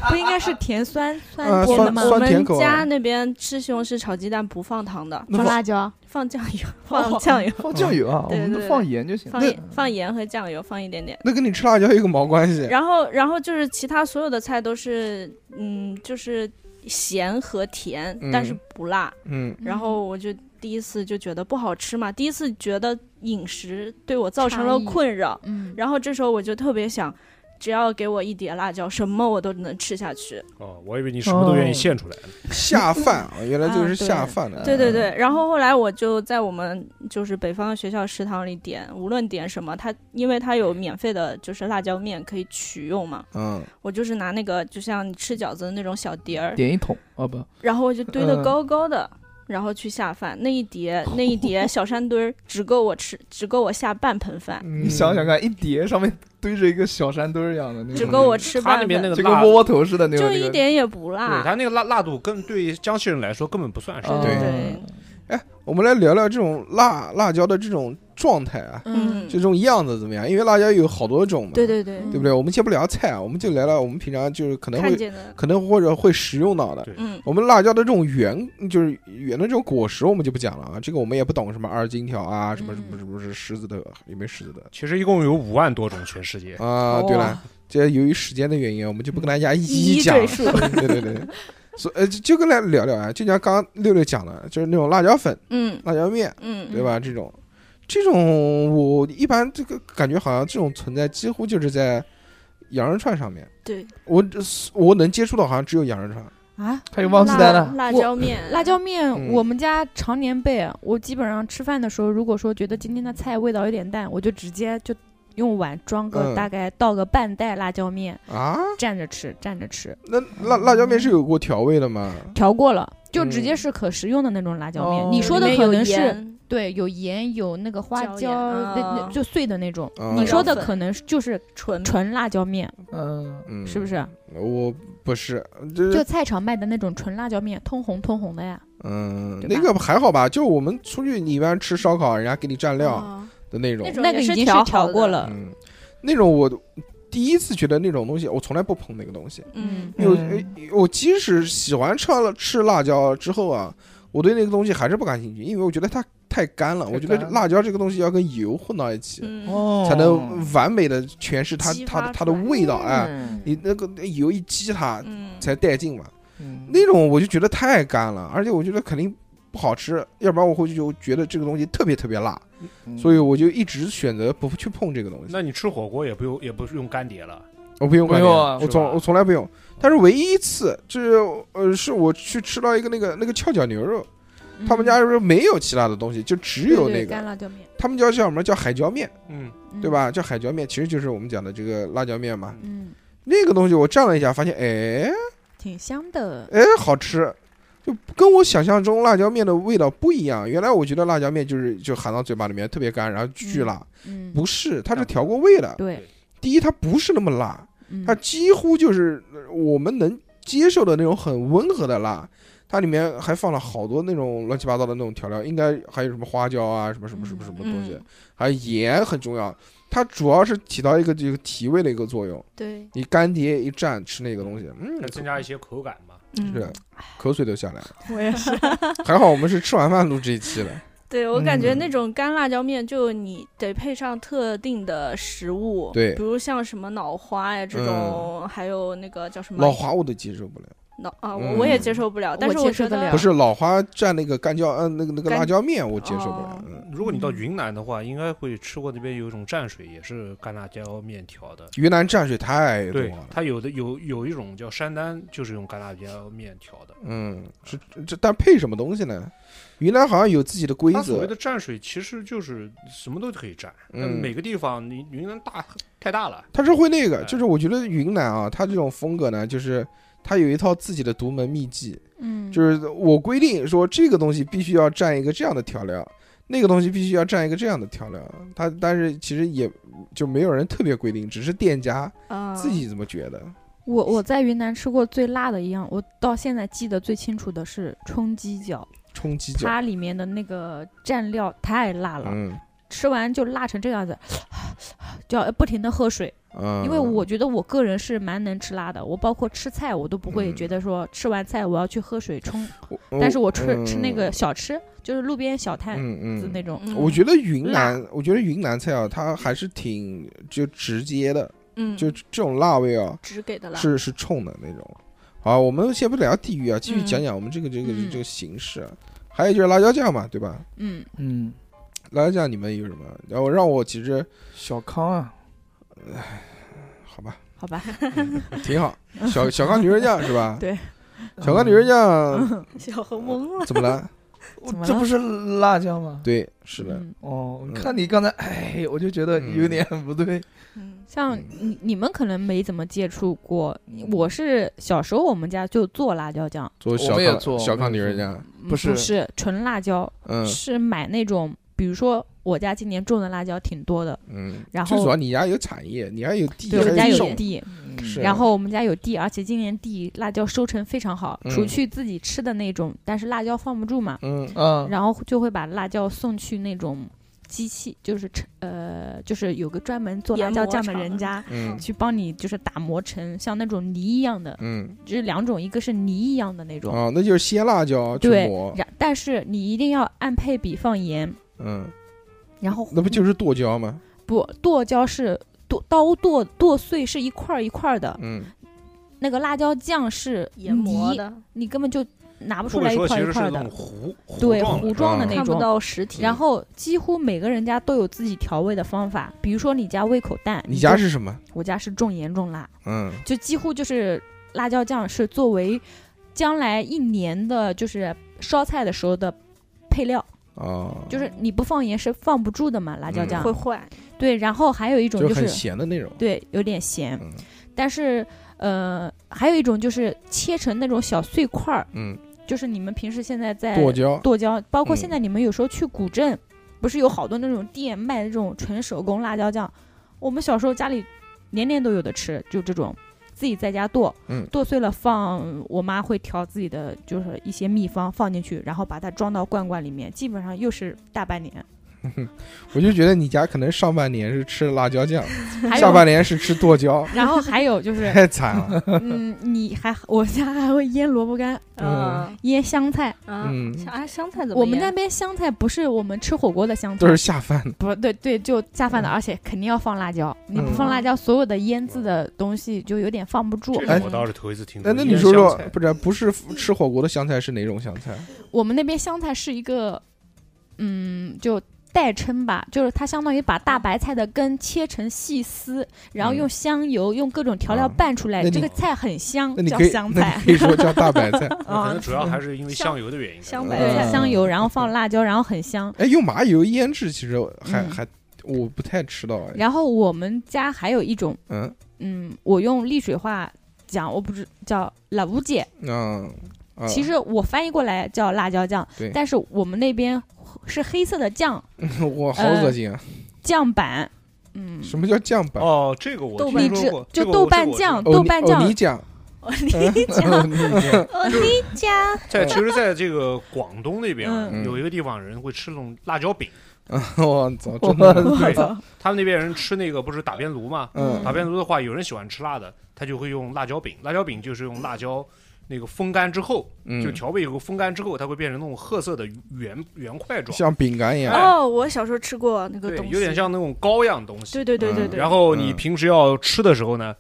S6: 不应该是甜酸
S2: 呃
S6: 酸甜的吗？
S2: 酸甜口啊
S4: 我们家那边吃西红柿炒鸡蛋不放糖的，
S2: 那放
S6: 椒，
S4: 放酱油，放酱
S2: [LAUGHS]
S4: 油，
S3: 放酱油啊，我
S4: 对
S3: 们
S4: 对
S3: 都
S4: 对
S3: 放盐就行了
S4: 放。盐放盐和酱油，放一点点。
S2: 那跟你吃辣椒有个毛关系？
S4: 然后，然后就是其他所有的菜都是，嗯，就是咸和甜，
S2: 嗯
S4: 但是不辣。
S2: 嗯，
S4: 然后我就第一次就觉得不好吃嘛，第一次觉得饮食对我造成了
S6: 差异
S4: 困扰。
S6: 嗯，
S4: 然后这时候我就特别想，只要给我一碟辣椒，什么我都能吃下去。
S5: 哦，我以为你什么都愿意献出来。
S6: 哦
S2: 下饭啊，原来这个是
S6: 啊对
S2: 下饭的。
S4: 嗯对对对，然后后来我就在我们就是北方的学校食堂里点，无论点什么，它因为它有免费的，就是辣椒面可以取用嘛，
S2: 嗯，
S4: 我就是拿那个就像你吃饺子的那种小碟儿，
S3: 点一桶啊不，
S4: 然后我就堆得
S3: 嗯
S4: 高高的，然后去下饭。那一碟那一碟小山堆儿只够我吃，只够我下半盆饭，
S3: 你
S2: 嗯你
S3: 想想，看，一碟上面堆着一个小山堆儿一样的那种，
S4: 只够我
S2: 嗯
S4: 吃
S5: 它
S4: 半
S5: 里面那
S4: 盆，
S3: 就
S5: 个
S3: 跟
S5: 辣，
S3: 窝窝头似的那种，
S4: 嗯就一点也不
S6: 啊
S5: 对
S4: 辣。
S5: 它那个辣辣度，跟对于江西人来说根本不算什
S3: 那个，
S6: 哦
S5: 么。
S2: 对
S4: 对，
S2: 我们来聊聊这种辣辣椒的这种状态啊，
S4: 嗯
S2: 就，这种样子怎么样？因为辣椒有好多种嘛，
S4: 对对对，
S2: 对不对？我们先不聊菜啊，我们就聊聊我们平常就是可能
S4: 看
S2: 会
S4: 见的，
S2: 可能或者会食用到的。
S5: 对
S4: 嗯
S2: 我们辣椒的这种原就是原的这种果实，我们就不讲了啊，这个我们也不懂什么二荆条啊，什么什么
S4: 嗯
S2: 什么是狮子的，有没有狮子的
S5: 其实一共有五万多种，全世界。
S2: 啊？对了，，这由于时间的原因，我们就不跟大家一一讲
S4: 一一赘述
S2: [LAUGHS] 对对对，所呃就就跟大家聊聊啊，就像刚刚六六讲的，就是那种辣椒粉、
S4: 嗯
S2: 辣椒面，
S4: 嗯，
S2: 对？吧？这种这种我一般这个感觉好像这种存在几乎就是在羊肉串上面，
S4: 对，
S2: 我我能接触到好像只有羊肉串。
S6: 啊，
S3: 还有忘记带
S6: 来
S4: 辣
S6: 了
S3: 呢，
S4: 辣
S6: 我
S4: 椒面，
S6: 辣椒面
S2: 嗯，
S6: 我们家常年备。啊我基本上吃饭的时候，如果说觉得今天的菜味道有点淡，我就直接就用碗装
S2: 嗯
S6: 个大概倒个半袋辣椒面，
S2: 啊，
S6: 蘸着吃，蘸着吃，
S2: 那辣辣椒面是有过调味的吗？
S6: 调过了。就直接
S2: 嗯
S6: 是可食用的那种辣椒
S3: 哦
S6: 面，你说
S4: 里
S6: 的
S4: 面
S6: 可
S4: 有
S6: 能是
S4: 盐
S6: 对有盐有那个花
S4: 椒盐
S6: 椒，那那
S4: 啊
S6: 就碎的那种。
S2: 啊
S6: 你说的
S4: 粉
S6: 可能是就是
S4: 纯
S6: 纯辣椒面，
S3: 嗯，
S2: 嗯，
S6: 是不？是？
S2: 我不是，这
S6: 就菜场卖的那种纯辣椒面，通红通红的呀。
S2: 嗯，
S6: 对
S2: 那
S6: 吧
S2: 个还好吧？就我们出去，你一般吃烧烤，人家给你蘸料
S4: 啊
S2: 的那种
S4: 那，种
S6: 那个
S4: 也
S6: 已
S4: 是
S6: 经
S4: 调
S6: 是
S4: 好
S6: 调
S4: 的
S6: 过了，
S2: 嗯，那种我第一次觉得那种东西，我从来不碰那个东西。
S4: 嗯
S2: 因为我
S3: 嗯
S2: 呃我即使喜欢吃了吃辣椒之后啊，我对那个东西还是不感兴趣，因为我觉得它太干了。
S3: 太
S2: 我觉得
S3: 干
S2: 辣椒这个东西要跟油混到一起，
S4: 嗯
S3: 哦
S2: 才能完美的诠释它
S4: 激发
S2: 它的它的
S4: 出来
S2: 味道。哎，
S3: 嗯
S2: 你那个那油一激它
S4: 嗯，
S2: 才带劲嘛。
S3: 嗯
S2: 那种我就觉得太干了，而且我觉得肯定不好吃，要不然我会就觉得这个东西特别特别辣，
S3: 嗯
S2: 所以我就一直选择不去碰这个东西。
S5: 那你吃火锅也不用，也不是用干碟了。
S2: 我哦不用
S3: 不
S2: 管
S3: 用
S2: 你
S3: 啊
S2: 我
S5: 是
S2: 从
S5: 吧
S2: 我从来不用。但是唯一一次，就是呃，是我去吃到一个那个那个翘脚牛肉，他们家
S6: 嗯
S2: 是不是没有其他的东西，就只有
S6: 对对
S2: 那
S6: 干
S2: 个，
S6: 辣椒面，
S2: 他们叫叫什么叫海椒面，
S5: 嗯，
S6: 嗯
S2: 对？吧？叫海椒面，其实就是我们讲的这个辣椒面嘛。
S6: 嗯，
S2: 那个东西我蘸了一下，发现哎
S6: 挺香的。
S2: 哎好吃，就跟我想象中辣椒面的味道不一样。原来我觉得辣椒面就是就含到嘴巴里面特别干，然后巨辣，
S6: 嗯，
S2: 不是，它是调过味的。
S6: 对，
S2: 第一，它不是那么辣，
S6: 嗯
S2: 它几乎就是呃我们能接受的那种很温和的辣，它里面还放了好多那种乱七八糟的那种调料，应该还有什么花椒啊，什么什么什么什么东西，
S4: 嗯
S2: 还有盐很重要。它主要是起到一个这个提味的一个作用。
S4: 对，
S2: 你干碟一蘸吃那个东西，嗯
S5: 再，增加一些口感嘛。
S2: 是啊
S4: 嗯
S2: 的，口水都下来了。
S4: 我也 [LAUGHS] 是。
S2: 还好我们是吃完饭录这一期
S4: [LAUGHS]
S2: 的，
S4: 对我感觉
S3: 嗯
S4: 那种干辣椒面，就你得配上特定的食物，
S2: 对嗯
S4: 比如像什么脑花呀这种，还有那个叫什么
S2: 老花我都接受不了。
S4: 脑啊，
S2: 嗯
S4: 我我也接受不了，但是
S6: 我接
S4: 觉
S6: 受得
S4: 得
S6: 了
S2: 不是老花蘸那个干椒，嗯、那个那个
S4: 干
S2: 辣椒面我接受不了
S4: 哦。
S2: 嗯，
S5: 如果你到云南的话，应该会吃过那边有一种蘸水，也是干辣椒面调的。
S2: 云南蘸水太多
S5: 对
S2: 了，。
S5: 它有的有有一种叫山丹，就是用干辣椒面调的。
S2: 嗯，是这，但配什么东西呢？云南好像有自己的规
S5: 它所谓
S2: 则
S5: 的，呃蘸水其实就是什么都可以蘸，
S2: 嗯
S5: 但每个地方你云南大太大了，
S2: 它是会那个，
S5: 哎
S2: 就是我觉得云南啊，它这种风格呢，就是它有一套自己的独门秘籍，
S6: 嗯，
S2: 就是我规定说这个东西必须要蘸一个这样的调料，那个东西必须要蘸一个这样的调料。它但是其实也就没有人特别规定，只是店家
S4: 啊
S2: 自己怎么觉得。
S6: 我我在云南吃过最辣的一样，我到现在记得最清楚的是冲鸡脚，
S2: 冲鸡脚，
S6: 它里面的那个蘸料太辣了，
S2: 嗯
S6: 吃完就辣成这样子， [SNIFFS] 就要不停的喝水。
S2: 嗯，
S6: 因为我觉得我个人是蛮能吃辣的，我包括吃菜我都不会
S2: 嗯
S6: 觉得说吃完菜我要去喝水冲，
S2: 我，
S6: 但是我吃吃那
S2: 嗯
S6: 个小吃，就是路边小摊
S2: 嗯
S6: 子
S2: 嗯
S6: 那种，
S2: 我觉得云南，我觉得云南菜啊，它还是挺就直接的，
S4: 嗯，
S2: 就这种辣味啊，
S4: 只给的辣，
S2: 是是冲的那种。好，我们先不聊地域啊，继续
S4: 嗯
S2: 讲讲我们这个这个
S4: 嗯
S2: 这个形式啊。还有就是辣椒酱嘛，对吧？
S6: 嗯，
S3: 嗯，
S2: 辣椒酱你们有什么？然后让我其实
S3: 小康啊，
S2: 好吧，
S6: 好吧，
S2: 挺好。小小康牛肉酱是吧？
S4: 对，
S2: 小康牛肉酱
S6: 嗯
S4: [LAUGHS] 小何懵了，
S2: 怎么了？ [LAUGHS]
S3: 我
S6: 怎么
S3: 这
S6: 了
S3: 不是辣椒吗？
S2: 对，是的，
S6: 嗯
S3: 哦，
S2: 嗯
S3: 看你刚才，哎，我就觉得有点不对。
S4: 嗯，
S6: 像
S2: 嗯
S6: 你你们可能没怎么接触过，我是小时候我们家就做辣椒酱，
S2: 做小
S3: 我们也
S2: 康
S3: 做
S2: 小康女
S3: 我
S2: 人
S3: 们也
S2: 家，
S6: 嗯
S3: 不是
S6: 是纯辣椒，
S2: 嗯
S6: 是买那种，比如说我家今年种的辣椒挺多的，
S2: 嗯，
S6: 然
S2: 最主
S6: 后
S2: 要你家有产业，你家有地，
S6: 对我
S2: 还
S6: 们家
S2: 种
S6: 有地，
S3: 嗯
S2: 是
S6: 然后我们家有地，而且今年地辣椒收成非常好，除
S2: 嗯
S6: 去自己吃的那种，但是辣椒放不住嘛，
S2: 嗯
S3: 嗯，
S6: 然后就会把辣椒送去那种机器，就是成呃，就是有个专门做辣
S4: 研
S6: 椒
S4: 磨
S6: 酱的
S4: 厂
S6: 人
S4: 的
S6: 家。
S2: 嗯
S6: 去帮你就是打磨成像那种泥一样的，
S2: 嗯，
S6: 就是两种，一个是泥一样的那种，
S2: 哦，那就是鲜辣椒去
S6: 对
S2: 磨，，
S6: 然但是你一定要按配比放盐，
S2: 嗯，
S6: 然后
S2: 那不就是剁椒吗？
S6: 不剁椒是剁刀剁剁碎是一块儿一块儿的，
S2: 嗯，
S6: 那个辣椒酱是
S4: 研磨
S6: 泥，
S4: 的，
S6: 你根本就拿不出
S5: 或者
S6: 来一
S5: 说其
S6: 块儿
S5: 实
S6: 一
S5: 是
S6: 块儿
S5: 那种
S6: 的，
S5: 糊
S6: 对
S5: 状的
S6: 糊状的
S2: 嗯
S6: 那
S4: 看不
S6: 种。
S4: 到实体。
S6: 然后几乎每个人家都有自己调味的方法，比如说你家胃口淡，
S2: 你
S6: 就
S2: 家是什么？
S6: 我家是重盐重辣，
S2: 嗯
S6: 就几乎就是辣椒酱是作为将来一年的就是烧菜的时候的配料，
S2: 哦，
S6: 就是你不放盐是放不住的嘛，辣椒
S2: 嗯
S6: 酱、
S4: 会坏，
S6: 对，然后还有一种
S2: 就
S6: 就是是
S2: 很咸的那种，
S6: 对有点咸，
S2: 嗯
S6: 但是呃还有一种就是切成那种小碎块儿，
S2: 嗯，
S6: 就是你们平时现在在
S2: 剁椒，
S6: 呃剁椒，包
S2: 嗯
S6: 括现在你们有时候去古镇，不是有好多那种店卖的这种纯手工辣椒酱，我们小时候家里年年都有的吃，就这种自己在家剁，
S2: 嗯
S6: 剁碎了放，我妈会调自己的就是一些秘方放进去，然后把它装到罐罐里面，基本上又是大半年，
S2: 我就觉得你家可能上半年是吃辣椒酱，
S6: 还
S2: 下
S6: 有
S2: 半。年是吃剁椒，
S6: 然后还有就是，
S2: [LAUGHS] 太惨了。
S6: 嗯，你还我家还会腌萝卜干、
S2: 嗯
S4: 嗯
S6: 腌香菜。
S4: 啊，
S2: 嗯，
S4: 香啊香菜怎么腌？
S6: 我们那边香菜不是我们吃火锅的香菜，
S2: 都是嗯下饭的。
S6: 不对，对，就下饭的，而且肯定要放辣椒。
S2: 嗯
S6: 你不
S4: 嗯
S6: 放辣椒，所有的腌制的东西就有点放不住
S5: 这。
S2: 哎
S5: 个我倒是头一次听说
S2: 那
S5: 腌
S2: 那
S5: 香
S2: 你
S5: 菜。
S2: 说说，不是不是吃火锅的香菜是哪种香菜？
S6: 我们那边香菜是一个，嗯，就代称吧，就是它相当于把大白菜的根切成细丝，然后
S2: 嗯
S6: 用香油、用各种调料
S2: 啊
S6: 拌出来，
S2: 那你
S6: 这个菜很香
S2: 那，你
S6: 叫
S2: 可以，
S6: 香
S2: 那
S6: 菜
S2: 你可以说叫大白
S6: [LAUGHS]
S2: 菜。
S5: 那可能主要还
S6: 是
S5: 是因为
S6: 啊香
S5: 香油的原因。
S4: 香
S5: 可能
S2: 嗯
S4: 白菜
S6: 对香油，然后放辣椒，然后很香。
S2: 哎，用麻油腌制其实还
S6: 嗯
S2: 还我不太吃到哎。
S6: 然后我们家还有一种，
S2: 嗯
S6: 嗯，我用丽水话讲，我不知叫老五姐，
S2: 嗯，啊
S6: 其实我翻译过来叫辣椒酱
S2: 对，
S6: 但是我们那边是黑色的酱
S2: [LAUGHS] 我好恶心啊！
S6: 酱板，嗯，
S2: 什么叫酱板？
S5: 哦，这个我
S4: 豆
S5: 听
S6: 你
S4: 瓣
S5: 说
S6: 只
S5: 过，
S6: 就
S5: 这个
S6: 豆
S5: 我
S6: 瓣
S5: 这个我
S6: 酱，
S5: 听
S6: 豆瓣
S2: 哦
S6: 酱
S2: 你，讲， [LAUGHS]
S4: 我理解，
S2: 哦你讲，
S4: 我理解。
S5: 在其实，在这个广东那边啊
S2: 嗯
S5: 有一个地方人会吃那种辣椒饼，
S2: 我操，真的，
S5: 对
S3: 操，
S5: 他们那边人吃那个不是打边炉嘛？
S2: 嗯
S5: 打边炉的话，有人喜欢吃辣的，他就会用辣椒饼。辣椒饼就是用辣椒那个风干之后，就
S2: 嗯，
S5: 调味以后风干之后，它会变成那种褐色的圆圆块状，
S2: 像饼干一
S5: 哎
S2: 样。
S4: 哦，我小时候吃过那个
S5: 对
S4: 东，西，
S5: 有点。像那种糕样东西。
S4: 对对对对
S2: 嗯
S4: 对。
S5: 然后你平时要吃的时候呢，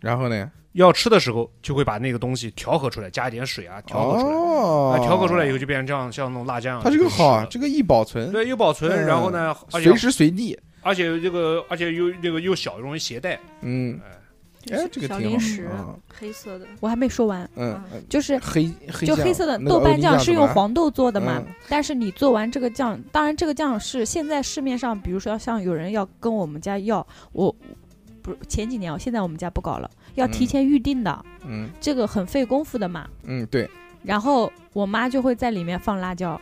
S2: 然后呢？
S5: 要吃的时候就会把那个东西调和出来，加一点水啊，调和出来。
S2: 哦
S5: 啊，，调和出来以后就变成这样，像那种辣酱啊。
S2: 它这
S5: 就
S2: 个
S5: 可以吃
S2: 好啊
S5: 了，
S2: 这个易保存，
S5: 对，又保存，
S2: 嗯
S5: 然后呢，而且
S2: 随时随地。
S5: 而且这个而且又那个又小，容易携带。
S2: 嗯，
S4: 就是
S2: 哎，这个
S4: 小
S2: 挺
S4: 零
S2: 好
S4: 食，
S2: 啊。
S4: 黑色的，
S6: 我还没说完，
S2: 嗯，嗯
S6: 就是
S2: 黑黑
S6: 啊就
S2: 酱
S6: 黑色的
S2: 那个
S6: 豆
S2: 欧
S6: 瓣
S2: 尼
S6: 酱
S2: 酱
S6: 是
S2: 怎
S6: 用
S2: 么
S6: 黄豆做的嘛
S2: 嗯，
S6: 但是你做完这个酱，当然这个酱是现在市面上，比如说像有人要跟我们家要，我不是前几年哦，现在我们家不搞了，要提
S2: 嗯
S6: 前预定的，
S2: 嗯
S6: 这个很费功夫的嘛。
S2: 嗯，对，
S6: 然后我妈就会在里面放辣椒，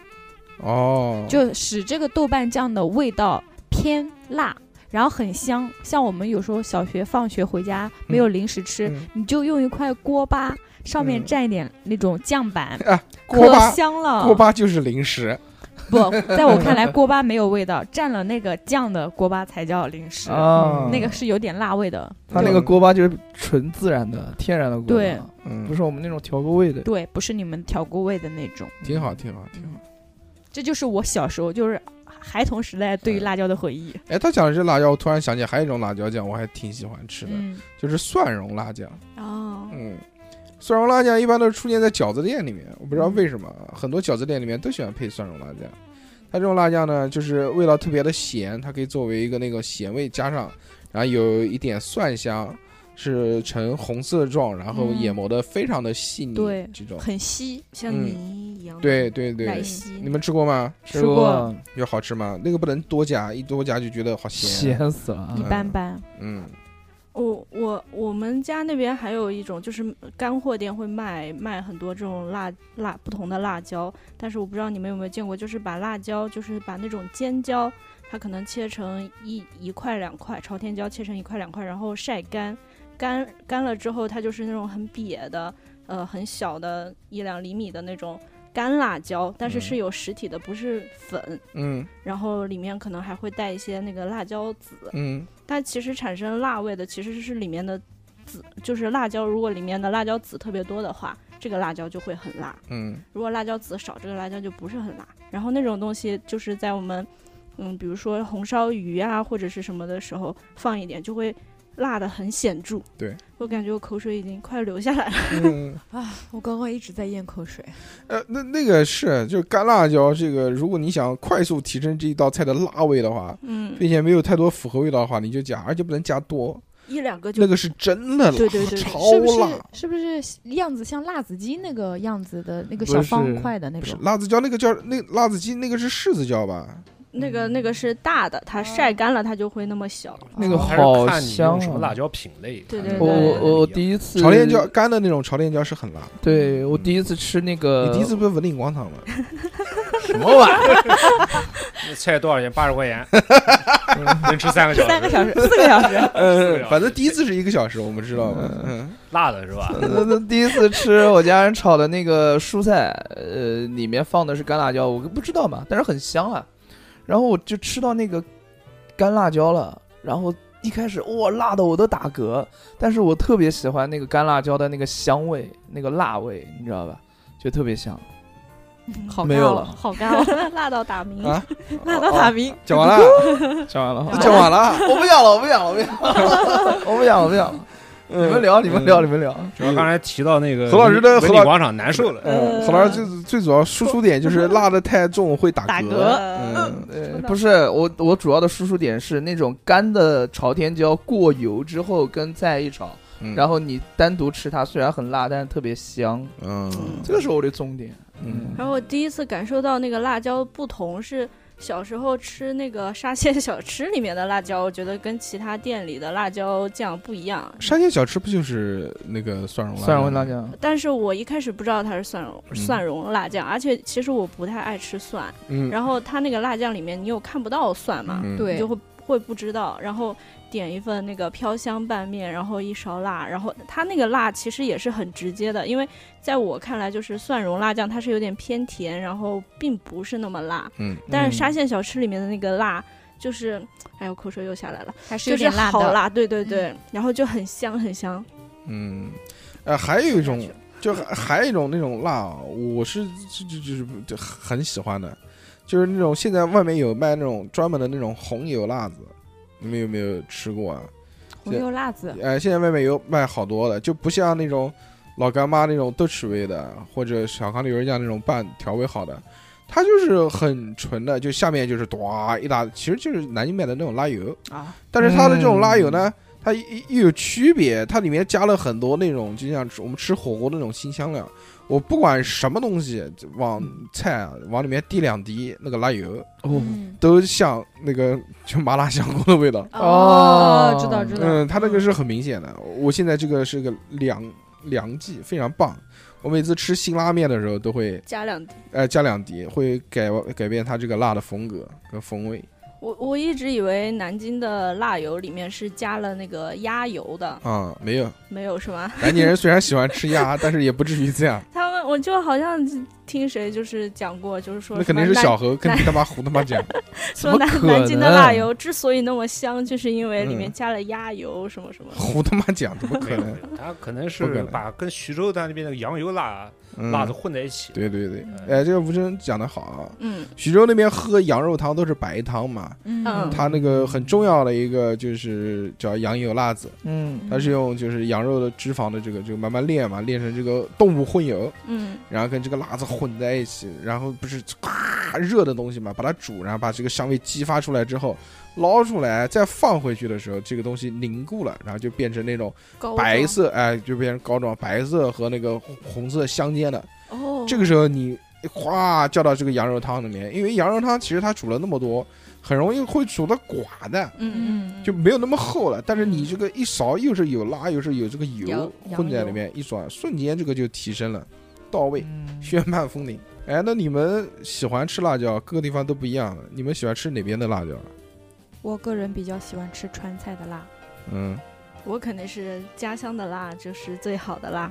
S2: 哦，
S6: 就使这个豆瓣酱的味道偏辣，然后很香。像我们有时候小学放学回家没有零食吃，
S2: 嗯
S6: 你就用一块锅巴，上面
S2: 嗯
S6: 蘸一点那种酱板，
S2: [LAUGHS] 啊，锅
S6: 可
S2: 巴
S6: 香了。
S2: 锅巴就是零食， [LAUGHS]
S6: 不，在我看来锅巴没有味道，蘸了那个酱的锅巴才叫零食，
S3: [LAUGHS]
S2: 哦
S3: 啊
S6: 那个是有点辣味的。
S3: 它那个锅巴就是纯自然的、天然的锅巴，
S6: 对
S2: 嗯
S3: 不，是我们那种调过味的。
S6: 对，不是你们调过味的那种。
S2: 挺好，挺好，挺好。
S6: 这就是我小时候就是孩童时代对于辣椒的回忆。
S2: 哎，他讲的这辣椒，我突然想起还有一种辣椒酱，我还挺喜欢吃的，
S6: 嗯，
S2: 就是蒜蓉辣酱。
S4: 哦，
S2: 嗯，蒜蓉辣酱一般都是出现在饺子店里面，我不知道为什么，很多饺子店里面都喜欢配蒜蓉辣酱。它这种辣酱呢，就是味道特别的咸，它可以作为一个那个咸味加上，然后有一点蒜香，是呈红色状，然后
S6: 嗯
S2: 研磨的非常的细腻，
S6: 对
S2: 这种
S6: 很稀。
S4: 像
S2: 嗯
S4: 泥一样的。
S2: 对对对
S4: 奶，昔，
S2: 你们吃过吗？
S6: 吃过，
S2: 有好吃吗？那个不能多加，一多加就觉得好咸。
S3: 咸死了啊
S6: 一！般般。
S2: 嗯，
S4: 我哦我我们家那边还有一种，就是干货店会卖卖很多这种辣辣不同的辣椒，但是我不知道你们有没有见过，就是把辣椒，就是把那种尖椒，它可能切成一一块两块，朝天椒切成一块两块，然后晒干，干干了之后，它就是那种很瘪的，呃，很小的一两厘米的那种干辣椒，但是
S2: 嗯
S4: 是有实体的，不是粉，
S2: 嗯
S4: 然后里面可能还会带一些那个辣椒籽。
S2: 嗯
S4: 它其实产生辣味的其实是里面的籽，就是辣椒。如果里面的辣椒籽特别多的话，这个辣椒就会很辣；
S2: 嗯
S4: 如果辣椒籽少，这个辣椒就不是很辣。然后那种东西就是在我们，嗯，比如说红烧鱼啊或者是什么的时候放一点，就会辣的很显著。
S2: 对，
S4: 我感觉我口水已经快流下来了。
S2: 嗯，
S6: 啊，我刚刚一直在咽口水。
S2: 呃，那那个是就是干辣椒，这个如果你想快速提升这一道菜的辣味的话，
S4: 嗯，
S2: 并且没有太多复合味道的话，你就加，而且不能加多，
S4: 一两个就
S2: 那个是真的辣，
S4: 对对对对
S2: 超
S6: 是不
S2: 辣
S6: 是。是不是样子像辣子鸡那个样子的那个
S3: 不
S6: 小
S3: 是
S6: 方块的那
S2: 不是
S6: 种？
S2: 辣子椒，那个叫那辣子鸡，那个是柿子椒吧？
S4: 那嗯个那个是大的，它晒干了它就会那么小。
S3: 那个
S6: 哦
S5: 啊还
S3: 好
S5: 是看你用什么
S3: 香啊
S5: 辣椒品类。
S4: 对
S5: 它
S4: 对
S5: 那
S3: 我
S5: 个
S4: 对
S5: 不
S3: 我我
S5: 一样
S3: 第一次
S2: 朝天椒，干的那种朝天椒是很辣。
S3: 对我第一次吃那个，
S2: 你第一次不是文鼎广场吗？
S3: 什么玩意儿？
S5: [LAUGHS] 那菜多少钱？八十块钱，能吃三个小
S6: 三个
S5: 时，
S6: 小时，四个小时。
S5: 嗯
S2: 呃反正第一次是一个小时，我们知道嘛。嗯
S5: 辣的是吧？
S3: 那第一次吃我家人炒的那个蔬菜，呃，里面放的是干辣椒，我不知道嘛，但是很香啊。然后我就吃到那个干辣椒了，然后一开始哇、辣的我都打嗝，但是我特别喜欢那个干辣椒的那个香味，那个辣味，你知道吧？就特别香。
S6: [LAUGHS] 好
S3: 没
S6: 干
S3: 有
S6: 哦
S3: 了
S6: 好干 [LAUGHS] 哦，
S4: [LAUGHS] 辣到打鸣。
S2: 啊，
S6: 辣到打鸣。
S2: 讲完了，
S3: [LAUGHS] [LAUGHS] 讲完了，
S2: [LAUGHS] 讲完了。
S3: 我不讲了，我不讲了，我不讲了，我不讲了，我不讲了。 [LAUGHS]
S2: 你
S3: 你们聊，你们聊，你们聊。
S5: 主要刚才提到那个
S2: 何老师的
S5: 文
S2: 何
S5: 鼎
S2: 老
S5: 广场难受了，
S2: 嗯，
S6: 呃
S2: 何老师最最主要输出点就是辣的太重会打
S6: 打
S2: 嗝。
S6: 嗝
S2: 嗯，
S3: 呃，不是我，我主要的输出点是那种干的朝天椒过油之后跟菜一炒，
S2: 嗯
S3: 然后你单独吃它，虽然很辣，但是特别香，
S2: 嗯
S3: 这个是我的重点。
S2: 嗯
S3: 嗯，
S4: 然后我第一次感受到那个辣椒不同是小时候吃那个沙县小吃里面的辣椒，我觉得跟其他店里的辣椒酱不一样。
S2: 沙县小吃不就是那个蒜蓉辣？
S3: 蒜蓉辣。椒，
S4: 但是我一开始不知道它是蒜蓉、
S2: 嗯
S4: 蒜蓉辣酱，而且其实我不太爱吃蒜。
S2: 嗯，
S4: 然后它那个辣酱里面你有看不到蒜嘛，
S2: 嗯，
S4: 你
S6: 对
S4: 就，会会不知道。然后点一份那个飘香拌面，然后一勺辣，然后它那个辣其实也是很直接的，因为在我看来就是蒜蓉辣酱它是有点偏甜，然后并不是那么辣。
S2: 嗯，
S4: 但是沙县小吃里面的那个辣，就是，哎，我口水又下来了，
S6: 还是
S4: 就
S6: 有
S4: 是
S6: 点辣
S4: 好
S6: 的。
S4: 辣，嗯对对对，然后就很香很香。
S2: 嗯，呃，还有一种，就还还有一种那种辣啊，我是就就就是就很喜欢的，就是那种现在外面有卖那种专门的那种红油辣子，你们有没有吃过啊？
S6: 红油辣子，
S2: 呃，现在外面有卖好多的，就不像那种老干妈那种豆豉味的，或者小康刘人家那种拌调味好的，它就是很纯的，就下面就是哇一大，其实就是南京卖的那种拉油
S4: 啊。
S2: 但是它的这种拉油呢，它又又有区别，它里面加了很多那种，就像吃我们吃火锅的那种新香料。我不管什么东西就往菜啊往里面滴两滴那个拉油，
S3: 哦，
S6: 嗯
S2: 都像那个就麻辣香锅的味道。
S3: 哦
S6: 知道知道。
S2: 嗯，它那个是很明显的。我现在这个是个良良剂，非常棒。我每次吃辛拉面的时候都会，
S4: 加两滴，
S2: 呃，加两滴，会改改变它这个辣的风格跟风味
S4: 我我一直以为南京的辣油里面是加了那个鸭油的，
S2: 啊、没有，
S4: 没有是吗？ [LAUGHS]
S2: 南京人虽然喜欢吃鸭，但是也不至于这样。
S4: 他们我就好像听谁就是讲过，就是说
S2: 那
S4: 什
S2: 肯定
S4: 么
S2: 是
S4: 南
S2: 小何跟
S4: 那
S2: 你他妈胡他妈讲。 [LAUGHS]
S3: 怎
S4: 说
S3: 么
S4: 南
S3: 可
S4: 南京的辣
S3: 能？
S4: 油之所以那么香，就是因为里面
S2: 嗯
S4: 加了鸭油什么什么。
S2: 胡他妈讲，怎么
S5: 没
S2: 可
S5: 有
S2: 能？
S5: 没有他可能
S2: 不可
S5: 是
S2: 能
S5: 把跟徐州他那边那个羊油辣
S2: 嗯
S5: 辣子混在一起。
S2: 对对对，
S5: 嗯
S2: 哎，这个吴声讲的好啊。
S4: 嗯
S2: 徐州那边喝羊肉汤都是白汤嘛，
S4: 嗯
S2: 它那个很重要的一个就是叫羊油辣子，
S3: 嗯，
S2: 它是用就是羊肉的脂肪的这个这个慢慢炼嘛，炼成这个动物混油，
S4: 嗯
S2: 然后跟这个辣子混在一起，然后不是咔热的东西嘛，把它煮，然后把这个香味激发出来之后，捞出来再放回去的时候，这个东西凝固了，然后就变成那种
S4: 高
S2: 白
S4: 档
S2: 色，哎，就变成膏状，白色和那个红色相间的。
S4: 哦，
S2: 这个时候你哗浇到这个羊肉汤里面，因为羊肉汤其实它煮了那么多，很容易会煮的寡淡，
S4: 嗯嗯，
S2: 就没有那么厚了。但是你这个一勺又是有辣，又是有这个油
S4: 油
S2: 混在
S4: 羊油
S2: 里面，一转瞬间这个就提升了，到位，
S3: 嗯
S2: 宣 [LAUGHS] 判风铃。哎，那你们喜欢吃辣椒，各个地方都不一样，你们喜欢吃哪边的辣椒？
S6: 我个人比较喜欢吃川菜的辣，
S2: 嗯，
S4: 我肯定是家乡的辣，就是最好的辣。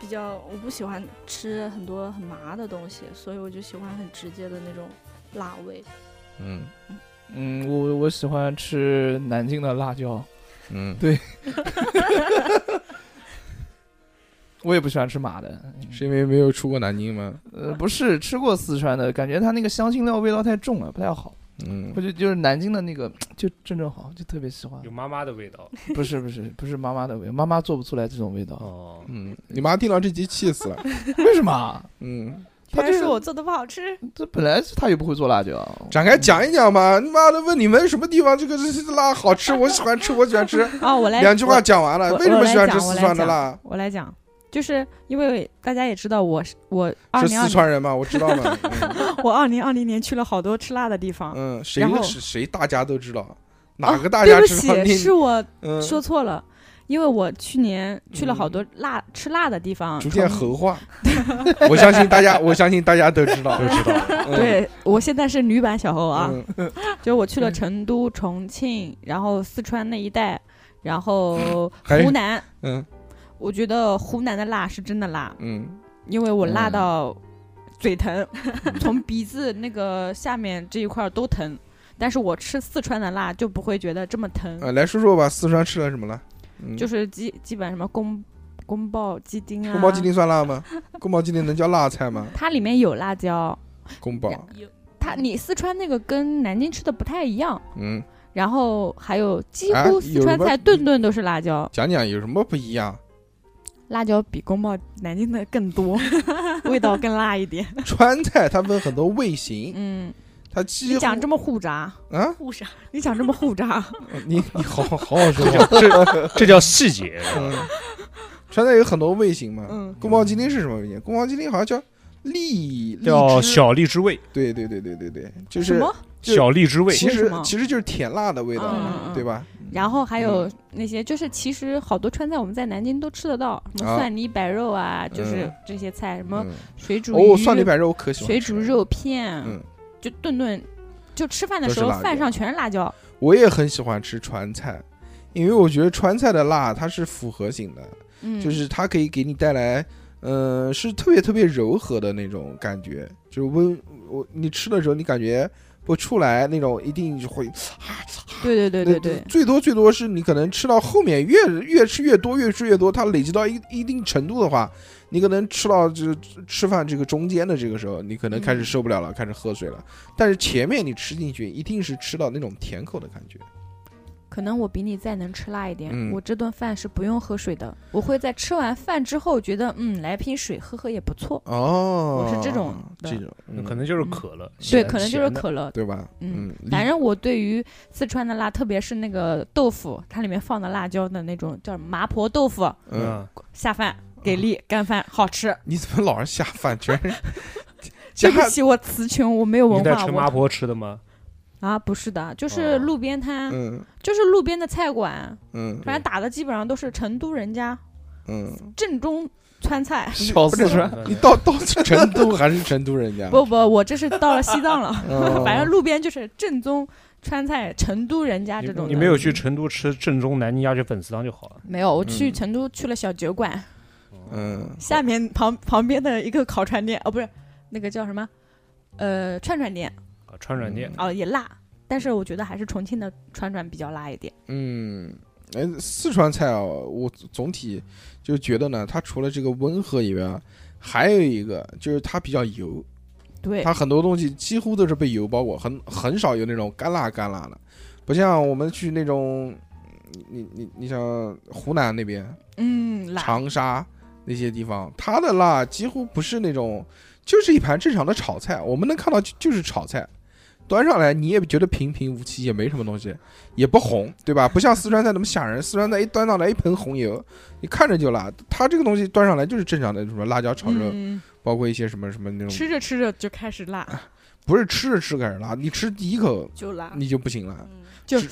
S4: 比较我不喜欢吃很多很麻的东西，所以我就喜欢很直接的那种辣味。
S2: 嗯
S3: 嗯，我我喜欢吃南京的辣椒，
S2: 嗯，
S3: 我也不喜欢吃麻的。
S2: 是因为没有出过南京吗？
S3: 呃，不是吃过四川的，感觉它那个香辛料味道太重了，不太好。
S2: 嗯
S3: 我，就就是南京的那个，就正正好，就特别喜欢
S5: 有。妈妈的味道
S3: 不是不是不是妈妈的味，妈妈做不出来这种味道。
S5: 哦。
S2: 嗯，你妈听到这集气死了。
S3: 为什么？
S2: 嗯，
S3: 他
S6: 全
S3: 这
S6: 是
S3: 个
S6: 我做的不好吃。
S3: 这本来他又不会做辣椒。
S2: 展开讲一讲吧。你妈的，问你们什么地方这个这这辣好吃？我喜欢吃，我喜欢吃。
S6: 啊， [LAUGHS] 我来
S2: 两句话
S6: 我
S2: 讲完了，
S6: 我
S2: 为什么喜欢吃
S6: 我
S2: 四
S6: 来讲
S2: 川的辣？
S6: 我来讲，就是因为大家也知道我是我二
S2: 是
S6: 零二
S2: 四川人吗？我知道吗？嗯
S6: 我二零二零年去了好多吃辣的地方。
S2: 嗯，谁
S6: 啊然后
S2: 谁谁大家都知道，哪
S6: 哦
S2: 个大
S6: 对
S2: 家
S6: 不
S2: 知道？
S6: 起，
S2: 你
S6: 是我
S2: 嗯，
S6: 说错了，因为我去年去了好多辣吃辣的地方
S2: 逐。渐猴
S6: [LAUGHS]
S2: 化。我相信大家，我相信大家都知道，都知道。
S6: [LAUGHS] 对，我现在是女版小猴啊，
S2: 嗯，
S6: 就是我去了成都、重庆，然后四川那一带，然后
S2: [LAUGHS] 还
S6: 湖南。
S2: 嗯
S6: 我觉得湖南的辣是真的辣，
S2: 嗯
S6: 因为我辣
S2: 嗯
S6: 到嘴疼， [LAUGHS] 从鼻子那个下面这一块儿都疼。但是我吃四川的辣就不会觉得这么疼，
S2: 啊，来说说吧，四川吃了什么辣？嗯
S6: 就，是基基本什么宫宫保鸡丁啊，
S2: 宫保鸡丁算辣吗？宫保鸡丁能叫辣菜
S6: [LAUGHS]
S2: 吗？
S6: 它里面有辣椒，
S2: 宫保，
S6: 它你四川那个跟南京吃的不太一样。
S2: 嗯，
S6: 然后还有几
S2: 啊
S6: 乎四
S2: 有
S6: 川
S2: 什么
S6: 菜顿顿都是辣椒，
S2: 讲讲有什么不一样？
S6: 辣椒比宫保南京的更 [LAUGHS] 多，味道更辣一点。
S2: 川菜它分很多味型，
S6: [LAUGHS] 嗯，
S2: 它几
S6: 你
S2: 乎
S6: 讲这么互杂，
S2: 啊，
S4: 护啥？
S6: 你讲这么
S2: [LAUGHS]
S6: 互杂， [LAUGHS]
S2: 你你好好好好说
S5: 这
S2: 话
S5: 叫。这这叫细节，
S2: 嗯，川菜有很多味型嘛。
S6: 嗯
S2: 宫保鸡丁是什么味型？宫保鸡丁好像叫荔荔
S5: 叫
S2: 枝
S5: 小荔枝味，
S2: 对对对对对对，就
S6: 什
S2: 是
S6: 么？
S2: 就
S5: 小荔枝味。
S2: 其
S6: 为
S2: 实
S6: 什么
S2: 其实就是甜辣的味道
S6: 嗯嗯
S2: 嘛，
S6: 嗯
S2: 对吧？
S6: 然后还
S2: 嗯
S6: 有那些，就是其实好多川菜我们在南京都吃得到，什
S2: 啊
S6: 么蒜泥白肉啊，就是
S2: 嗯
S6: 这些菜，什么
S2: 嗯，
S6: 水煮
S2: 哦，
S6: 鱼
S2: 蒜泥白肉我可喜欢
S6: 水
S2: 吃
S6: 煮
S2: 了。
S6: 肉片
S2: 嗯，
S6: 就顿顿就吃饭的
S2: 都
S6: 时
S2: 是
S6: 候
S2: 辣椒
S6: 饭上全是辣椒。
S2: 我也很喜欢吃川菜，因为我觉得川菜的辣它是复合型的，
S6: 嗯，
S2: 就是它可以给你带来，嗯、是特别特别柔和的那种感觉，就是温我你吃的时候你感觉不出来那种，一定就会
S6: 对对对对
S2: 那
S6: 对，
S2: 最多最多是你可能吃到后面越越吃越多，越吃越多，它累积到一一定程度的话，你可能吃到这吃饭这个中间的这个时候，你可能开始
S6: 嗯
S2: 受不了了，开始喝水了。但是前面你吃进去，一定是吃到那种甜口的感觉。
S6: 可能我比你再能吃辣一点，
S2: 嗯
S6: 我这顿饭是不用喝水的，我会在吃完饭之后觉得，嗯，来瓶水喝喝也不错。
S2: 哦，
S6: 我是这种的
S2: 这种，嗯
S5: 可能就是渴了，
S6: 对，
S5: 咸
S6: 可能就是。渴了。
S2: 对吧？
S6: 嗯
S2: 理
S6: 反正我对于四川的辣，特别是那个豆腐，它里面放的辣椒的那种叫麻婆豆腐，
S5: 咸的
S2: 嗯，
S5: 嗯，
S6: 下饭给力，干饭好吃。
S2: 你怎么老是下饭？全是家
S6: 对不起，我词穷，我没有
S5: 你
S6: 文
S5: 在
S6: 化。
S5: 陈麻
S6: 我
S5: 婆吃的吗？
S6: 啊，不是的，就是
S5: 哦
S6: 路边摊，
S2: 嗯
S6: 就是路边的菜馆，
S2: 嗯
S6: 反正打的基本上都是成都人家
S2: 嗯，
S6: 正宗川菜。
S3: 小四川
S2: 你到到成都还是成都人家？
S6: 不不，我这是到了西藏了，
S2: 哦，
S6: [LAUGHS] 反正路边就是正宗川菜，成都人家这种的
S5: 你没有去成都吃正宗南京鸭血粉丝汤就好了。
S6: 没有，我去
S2: 嗯哦
S6: 成都去了小酒馆，
S2: 嗯。
S6: 下面旁旁边的一个烤串店，哦，不是那个叫什么，呃，串串店，
S5: 啊，川软店，
S6: 哦，也辣，但是我觉得还是重庆的串串比较辣一点。
S2: 嗯，哎，四川菜啊，我总体就觉得呢，它除了这个温和以外啊，还有一个就是它比较油，
S6: 对，
S2: 它很多东西几乎都是被油包裹，很很少有那种干辣干辣的，不像我们去那种，你你你像湖南那边
S6: 嗯，辣，
S2: 长沙那些地方，它的辣几乎不是那种，就是一盘正常的炒菜，我们能看到就就是炒菜，端上来你也觉得平平无奇，也没什么东西，也不红，对吧？不像四川菜那么吓人，四川菜一端上来一盆红油，你看着就辣，它这个东西端上来就是正常的什么辣椒炒肉，
S6: 嗯，
S2: 包括一些什么什么那种，
S7: 吃着吃着就开始辣，
S2: 不是吃着吃开始拉，你吃第一口
S4: 就
S7: 啊
S4: 辣。
S2: 你就不行了，
S4: 嗯，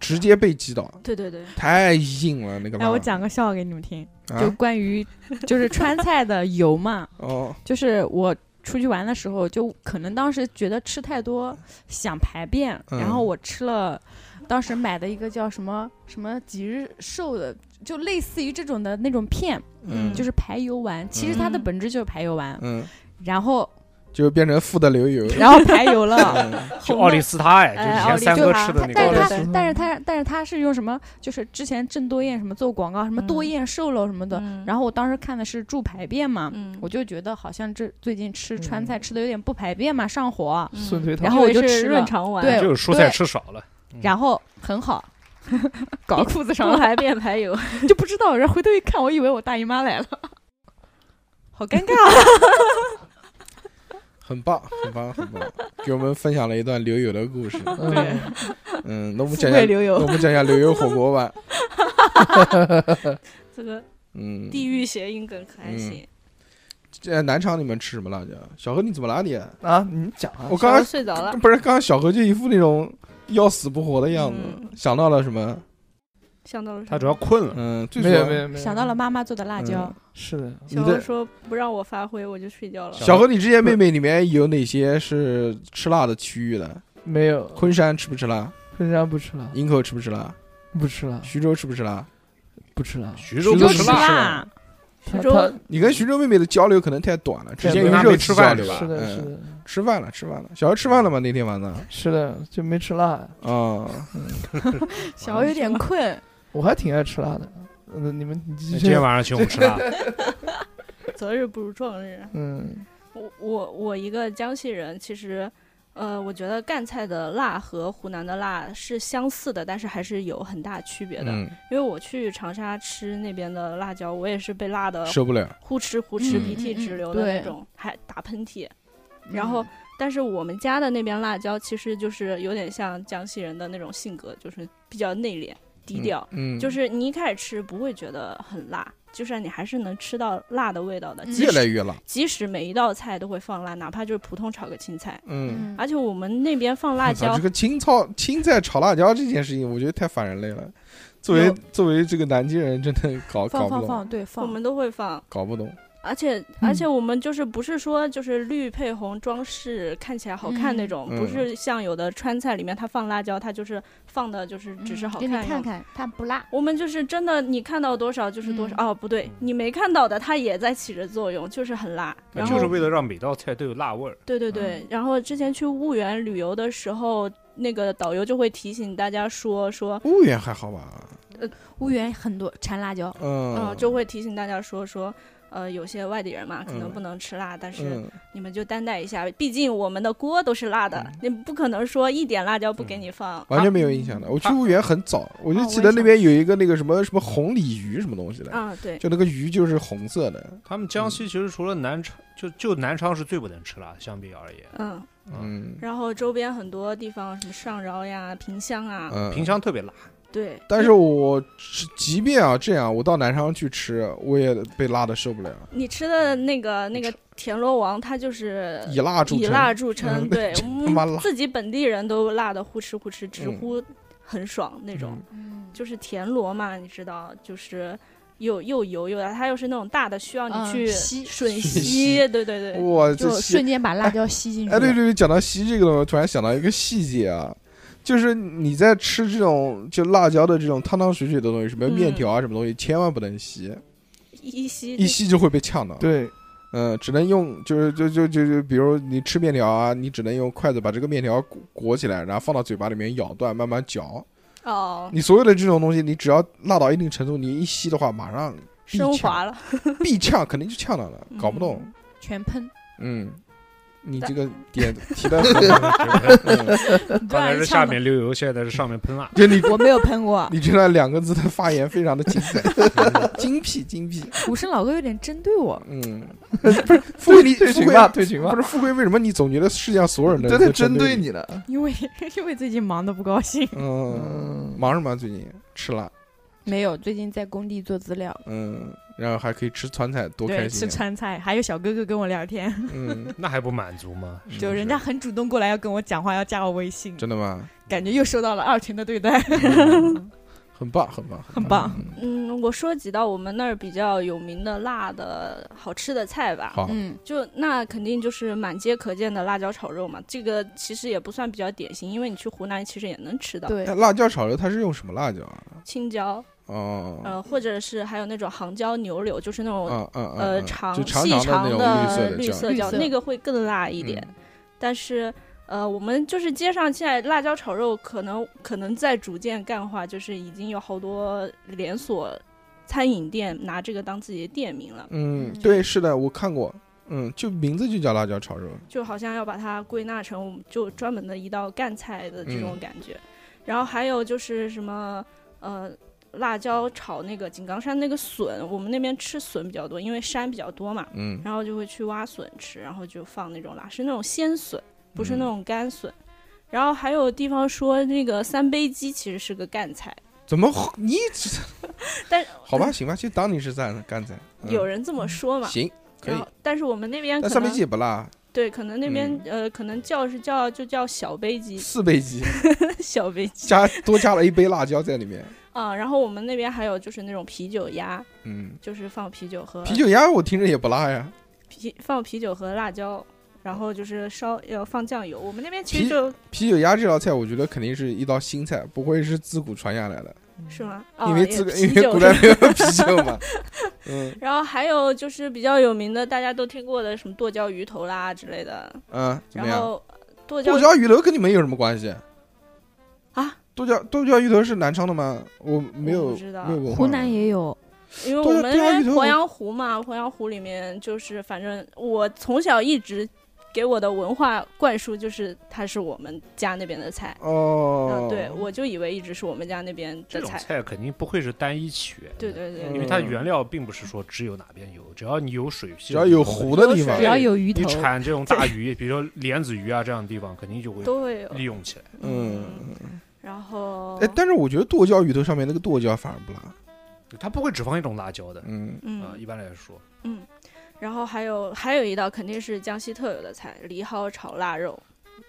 S2: 直接被击倒，
S4: 对对对，
S2: 太硬了那个辣。
S6: 哎
S7: 哎来，我讲个笑话给你们听，就
S2: 啊
S7: 关于就是川菜的油嘛，
S2: 哦，
S7: 就是我出去玩的时候，就可能当时觉得吃太多想排便，
S2: 嗯
S7: 然后我吃了当时买的一个叫什么什么几日瘦的，就类似于这种的那种片，
S2: 嗯，
S7: 就是排油丸。其实它的
S4: 嗯
S7: 本质就是排油丸，
S2: 嗯，
S7: [LAUGHS] 然后
S2: 就变成负的
S7: [LAUGHS]
S2: 流油。
S7: 然后排油
S4: [LAUGHS]
S7: 了。
S2: 嗯
S5: 就奥利司他哎，就是以前三哥吃的那
S7: 但是
S5: 个，
S7: 它
S3: 对对，
S7: 但是它，但是它是用什么？就是之前郑多燕什么做广告，什么多
S4: 嗯
S7: 燕瘦了什么的。
S4: 嗯
S7: 然后我当时看的是助排便嘛，
S4: 嗯，
S7: 我就觉得好像这最近吃川菜吃的有点不排便嘛，上火。
S4: 嗯
S3: 顺腿
S7: 然
S3: 汤
S7: 后我就
S4: 以为是
S7: 吃了
S4: 润
S5: [LAUGHS]
S4: 肠丸，
S7: 对
S5: 就是蔬菜吃少了，
S7: 然后很好， [LAUGHS] 搞裤子上
S4: 不
S7: 了
S4: 排便排油，
S7: 就不知道，然后回头一看，我以为我大姨妈来了，好尴尬。啊
S2: 很棒，很棒，很棒，给我们分享了一段流油的故事。
S3: 对，
S2: 嗯，那我们
S7: 富
S2: 讲一下
S7: 贵，流
S2: 那
S7: 油，
S2: 我们讲一下流油火锅吧。
S4: 这个 [LAUGHS]
S2: 嗯，
S4: 地域谐音梗可还
S2: 嗯
S4: 行。
S2: 在南昌你们吃什么辣椒？小何你怎么了你？
S3: 啊，你讲啊
S2: 我，刚
S4: 小时候
S2: 刚
S4: 睡着了，
S2: 不是刚刚小何就一副那种要死不活的样子，
S4: 嗯
S2: 想到了什么？
S4: 想到了什
S5: 他
S4: 么
S5: 主要困了，
S2: 嗯，最
S3: 没
S2: 主
S3: 有
S2: 要
S3: 没有没有，
S7: 想到了妈妈做的辣椒，
S3: 是的，
S2: 你
S4: 小
S2: 的
S4: 何说不让我发挥，我就睡觉了。
S2: 小何，你之前妹妹里面有哪些是吃辣的区域的？
S3: 没有，
S2: 昆山吃不吃辣？
S3: 昆山不吃了，
S2: 营口吃不吃辣？
S3: 不吃了，
S2: 徐州吃不吃辣？
S3: 不吃了。
S5: 徐州
S2: 徐
S5: 不
S2: 州
S7: 就
S5: 吃
S2: 吃
S5: 辣，
S7: 辣，
S3: 他
S4: 州
S3: 他
S2: 你跟徐州妹妹的交流可能太短了，直接用
S5: 对
S2: 肉
S5: 没
S2: 体
S5: 吃
S2: 交
S5: 饭
S2: 流吧。
S5: 是
S3: 是的，是
S2: 嗯，
S3: 的，
S2: 吃饭了，吃饭了。小何吃饭了吗？那天晚上？
S3: 是的，就没吃辣。
S2: 啊，
S7: 小欧有点困，
S3: 我还挺爱吃辣的。嗯，你们你继
S5: 今
S3: 续
S5: 天。晚上请我们吃辣，
S4: 择日不如撞日。
S3: 嗯，
S4: 我我我一个江西人，其实，呃，我觉得赣菜的辣和湖南的辣是相似的，但是还是有很大区别的。
S2: 嗯，
S4: 因为我去长沙吃那边的辣椒，我也是被辣的
S2: 受不了。
S4: 呼哧呼哧、
S2: 嗯
S4: 鼻涕直流的
S7: 嗯嗯对
S4: 那种，还打喷嚏。然后，但是我们家的那边辣椒其实就是有点像江西人的那种性格，就是比较内敛、低调。
S2: 嗯，
S4: 就是是你一开始吃不会觉得很辣，就是你还是能吃到辣的味道的。
S7: 嗯
S4: 即
S2: 越来
S4: 使
S2: 越辣。
S4: 即使每一道菜都会放辣，哪怕就是普通炒个青菜，
S2: 嗯，
S7: 啊
S4: 而且我们那边放辣
S2: 我操 [LAUGHS]
S4: 椒
S2: 这，个青炒青菜炒辣椒这件事情，我觉得太反人类了。作为
S4: 有
S2: 作为这个南京人，真的搞
S7: 放
S2: 搞不
S7: 放
S2: 懂，
S7: 放，对
S4: 我
S7: 放，
S4: 们都会放，
S2: 搞不懂。
S4: 而
S6: 嗯
S4: 且而且我们就是不是说就是绿配红装饰看起来好看那种，
S2: 嗯
S4: 不是像有的川菜里面它放辣椒，它就是放的就是
S7: 嗯
S4: 只是好
S6: 嗯给你
S4: 看用
S6: 看。看，它不辣。
S4: 我们就是真的，你看到多少就是多少。
S6: 嗯
S4: 哦，不对，你没看到的，它也在起着作用，就是很辣。然后
S5: 就是为了让每道菜都有辣味儿。
S4: 对对
S6: 嗯
S4: 对，然后之前去婺源旅游的时候，那个导游就会提醒大家说说，
S2: 婺源还好吧？
S6: 无缘很多馋辣椒，
S4: 嗯、
S2: 嗯，
S4: 就会提醒大家说说，呃，有些外地人嘛，可能
S2: 嗯
S4: 不能吃辣，但是
S2: 嗯，
S4: 你们就担待一下，毕竟我们的锅都是辣的，你不可能说一点辣椒不给
S2: 嗯
S4: 你放。
S2: 完全没有印象
S4: 嗯
S2: 的。我去婺源很早，
S4: 啊
S2: 我就记得那边有一个那个什么什么红鲤鱼什么东西的，
S4: 啊，对，
S2: 就那个鱼就是红色的。
S5: 他们江西其实除了南昌，就就南昌是最不能吃辣，的，相比而言，
S4: 嗯，
S2: 嗯
S4: 然后周边很多地方，什么上饶呀、萍乡啊，
S2: 嗯，
S5: 萍乡特
S2: [LAUGHS]
S5: 别辣，
S4: 对，
S2: 但是我吃即便啊这样，我到南昌去吃，我也被辣的受不了，
S4: 你吃的那个那个田螺王，它就是
S2: 以辣著
S4: 呃以
S2: 称。
S4: 辣著称，
S2: 嗯 [LAUGHS]
S4: 对，
S2: 他妈
S4: 嗯
S2: 辣
S4: 自己本地人都辣的呼哧呼哧直
S2: 嗯
S4: 呼，很爽那种。
S6: 嗯，
S4: 就是田螺嘛，你知道，就是又又油又辣，它又是那种大的，需要你
S6: 嗯
S4: 去
S6: 吸
S4: 吮
S2: 吸
S4: 吸，对对对，
S2: 哇，这
S6: 就
S2: 西
S6: 瞬间把辣椒吸进去。
S2: 哎，对对对，讲到吸这个东西，我突然想到一个细节啊，就是你在吃这种就辣椒的这种汤汤水水的东西，什么面条啊，什么东西，千万不能吸，
S4: 一吸
S2: 一吸就会被呛到。，
S3: 对，
S2: 嗯，只能用就是就就就就比如你吃面条啊，你只能用筷子把这个面条裹裹起来，然后放到嘴巴里面咬断，慢慢嚼。
S4: 哦，
S2: 你所有的这种东西，你只要辣到一定程度，你一吸的话，马上必
S4: 升
S2: 呛，
S4: 华了，
S2: 必呛，肯定就呛到了，搞不懂。
S7: 全喷，
S2: 嗯，你
S4: 但
S2: 这个点提的很。嗯
S5: 刚才是下面流油，现在是上面喷辣。
S2: 就你
S7: [LAUGHS] 我没有喷
S2: [LAUGHS]
S7: 过。
S2: 你这段两个字的发言非常的精彩，精辟精辟。
S7: 武生老哥有点针对我，
S2: 嗯，不是富贵你
S3: 退
S2: 富
S3: 群
S2: 贵
S3: 吧，退群吧
S2: 不，是富贵，为什么你总觉得世界上所有人都
S3: 都
S2: 在
S3: 在针对？你了。
S7: [LAUGHS] 因为因为最近忙得不高兴，
S2: 嗯，
S3: 嗯，
S2: 忙什么啊？最近吃辣，
S7: 没有，最近在工地做资料，
S2: 嗯，然后还可以吃川菜，多开
S7: 对，
S2: 心
S7: 吃
S2: 啊！
S7: 川菜，还有小哥哥跟我聊天，
S2: 嗯，
S5: 那还不满足吗？
S2: 是
S7: 就
S2: 不
S7: 人
S2: 嗯是
S7: 家很主动过来要跟我讲话，要加我微信，
S2: 真
S7: [LAUGHS]
S2: 的吗？嗯
S7: 感觉又受到了二群的对待，
S2: 很棒，很棒，
S7: 很棒。
S2: 嗯
S4: 嗯，我说几道我们那儿比较有名的辣的好吃的菜吧。
S2: 好，
S7: [LAUGHS] 嗯，
S4: 就那肯定就是满街可见的辣椒炒肉嘛，这个其实也不算比较典型，因为你去湖南其实也能吃到
S7: 对
S2: 那，辣椒炒肉它是用什么辣椒啊？
S4: 青椒，
S2: 哦，
S4: 呃，或者是还有那种杭椒牛柳，就是那种、
S2: 嗯嗯
S4: 呃
S2: 嗯，
S4: 长
S2: 就长
S4: 细
S2: 长那
S4: 长
S2: 种绿色
S4: 的
S2: 的嗯酱，
S4: 色椒，
S7: 绿色
S4: 那个会更辣一点。但是呃，我们就是街上现在辣椒炒肉可能可能在逐渐干化，就是已经有好多连锁餐饮店拿这个当自己的店名了，
S2: 嗯，
S7: 嗯
S2: 对，是的，我看过，嗯，就名字就叫辣椒炒肉，
S4: 就好像要把它归纳成我们就专门的一道干菜的这种
S2: 嗯
S4: 感觉。然后还有就是什么呃。辣椒炒那个井冈山那个笋，我们那边吃笋比较多，因为山比较多嘛。
S2: 嗯，
S4: 然后就会去挖笋吃，然后就放那种辣，是那种鲜笋，不
S2: 嗯
S4: 是那种干笋。然后还有地方说那个三杯鸡其实是个干菜，
S2: 怎么你
S4: 但
S2: 好吧，行吧，就当你是干干菜，嗯
S4: 有人这么说嘛？
S2: 行可以
S4: 然，后，但是我们那边
S2: 但
S4: 可
S2: 三杯
S4: 能
S2: 鸡也不嗯辣，
S4: 对，可能那边、呃，可能叫是叫就叫小杯鸡， [LAUGHS]
S2: 四杯鸡 [LAUGHS]
S4: 小杯鸡
S2: 加多加了一杯辣椒在里面，
S4: 啊。然后我们那边还有就是那种啤酒鸭，
S2: 嗯，
S4: 就是放啤酒和
S2: 啤酒鸭我听着也不辣呀，
S4: 啤放啤酒和辣椒，然后就是烧要放酱油。我们那边其
S2: 啤
S4: 实就
S2: 啤酒鸭这道菜我觉得肯定是一道新菜，不会是自古传下来的，
S4: 是吗？啊
S2: 因为
S4: 也 [LAUGHS]
S2: 自
S4: 啤
S2: 因为
S4: 酒
S2: 古
S4: 是
S2: 代
S4: 吧
S2: 没有啤酒嘛， [LAUGHS] 嗯
S4: 然后还有就是比较有名的，大家都听过的什么剁椒鱼头啦之类的。
S2: 嗯，怎么
S4: 然
S2: 样？
S4: 后剁椒
S2: 剁椒鱼头跟你们有什么关系？
S4: 啊，
S2: 剁椒剁椒鱼头是南昌的吗？我没有
S4: 我不知道
S2: 没有文化。
S6: 湖南也有，
S4: 因为
S2: 剁椒
S4: 我们
S2: 剁椒
S4: 那
S2: 鱼头
S4: 边鄱阳湖嘛，鄱阳湖里面就是反正我从小一直给我的文化灌输就是它是我们家那边的菜。
S2: 哦
S4: 嗯，，对，我就以为一直是我们家那边
S5: 这
S4: 的
S5: 种
S4: 菜。
S5: 菜肯定不会是单一起源的，
S4: 对对
S2: 嗯
S4: 对
S5: 因
S4: 对，
S5: 为它原料并不是说只有哪边有，只要你有水，只
S2: 只要有湖的地方
S6: 只，要有鱼
S5: 你
S6: 头，
S5: 产这种大鱼，比如说莲子鱼啊这样的地方，肯定就会
S4: 都会有。
S5: 利用起来。
S2: 嗯，
S4: 然后
S2: 哎，，但是我觉得剁椒鱼头上面那个剁椒反而不辣，
S5: 它不会只放一种辣椒的
S2: 嗯，
S5: 啊，
S4: 嗯
S5: 一般来说，
S4: 嗯，然后还有还有一道肯定是江西特有的菜，藜蒿炒腊肉。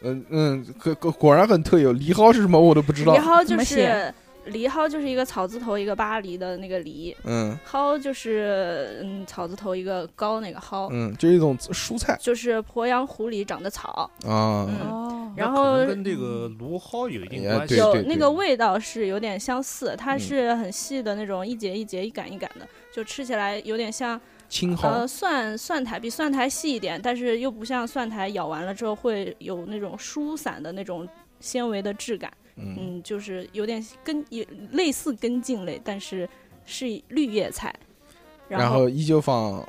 S2: 嗯嗯，果果果然很特有，藜蒿是什么我都不知道
S4: 藜，蒿
S7: 怎
S4: 就
S7: 么
S4: 是
S7: 写
S4: 藜蒿就是一个草字头一个巴黎的那个黎，
S2: 嗯
S4: 蒿就是嗯草字头一个高那个蒿，
S2: 嗯，就是一种蔬菜
S4: 就是鄱阳湖里长的草。
S2: 啊，
S4: 嗯
S7: 哦
S4: 然
S5: 那可能
S4: 后
S5: 跟这个芦蒿有一定
S2: 哎
S5: 关系
S2: 对。
S4: 有
S2: 对
S4: 那个味道是有点相似，它
S2: 嗯
S4: 是很细的那种，一节一节、一杆一杆的，就吃起来有点像
S2: 青蒿
S4: 呃，蒜蒜苔，比蒜苔细一点，但是又不像蒜苔咬完了之后会有那种疏散的那种纤维的质感。
S2: 嗯
S4: 嗯，就是有点根也类似根茎类，但是是绿叶菜，
S2: 然
S4: 后
S2: 后依旧放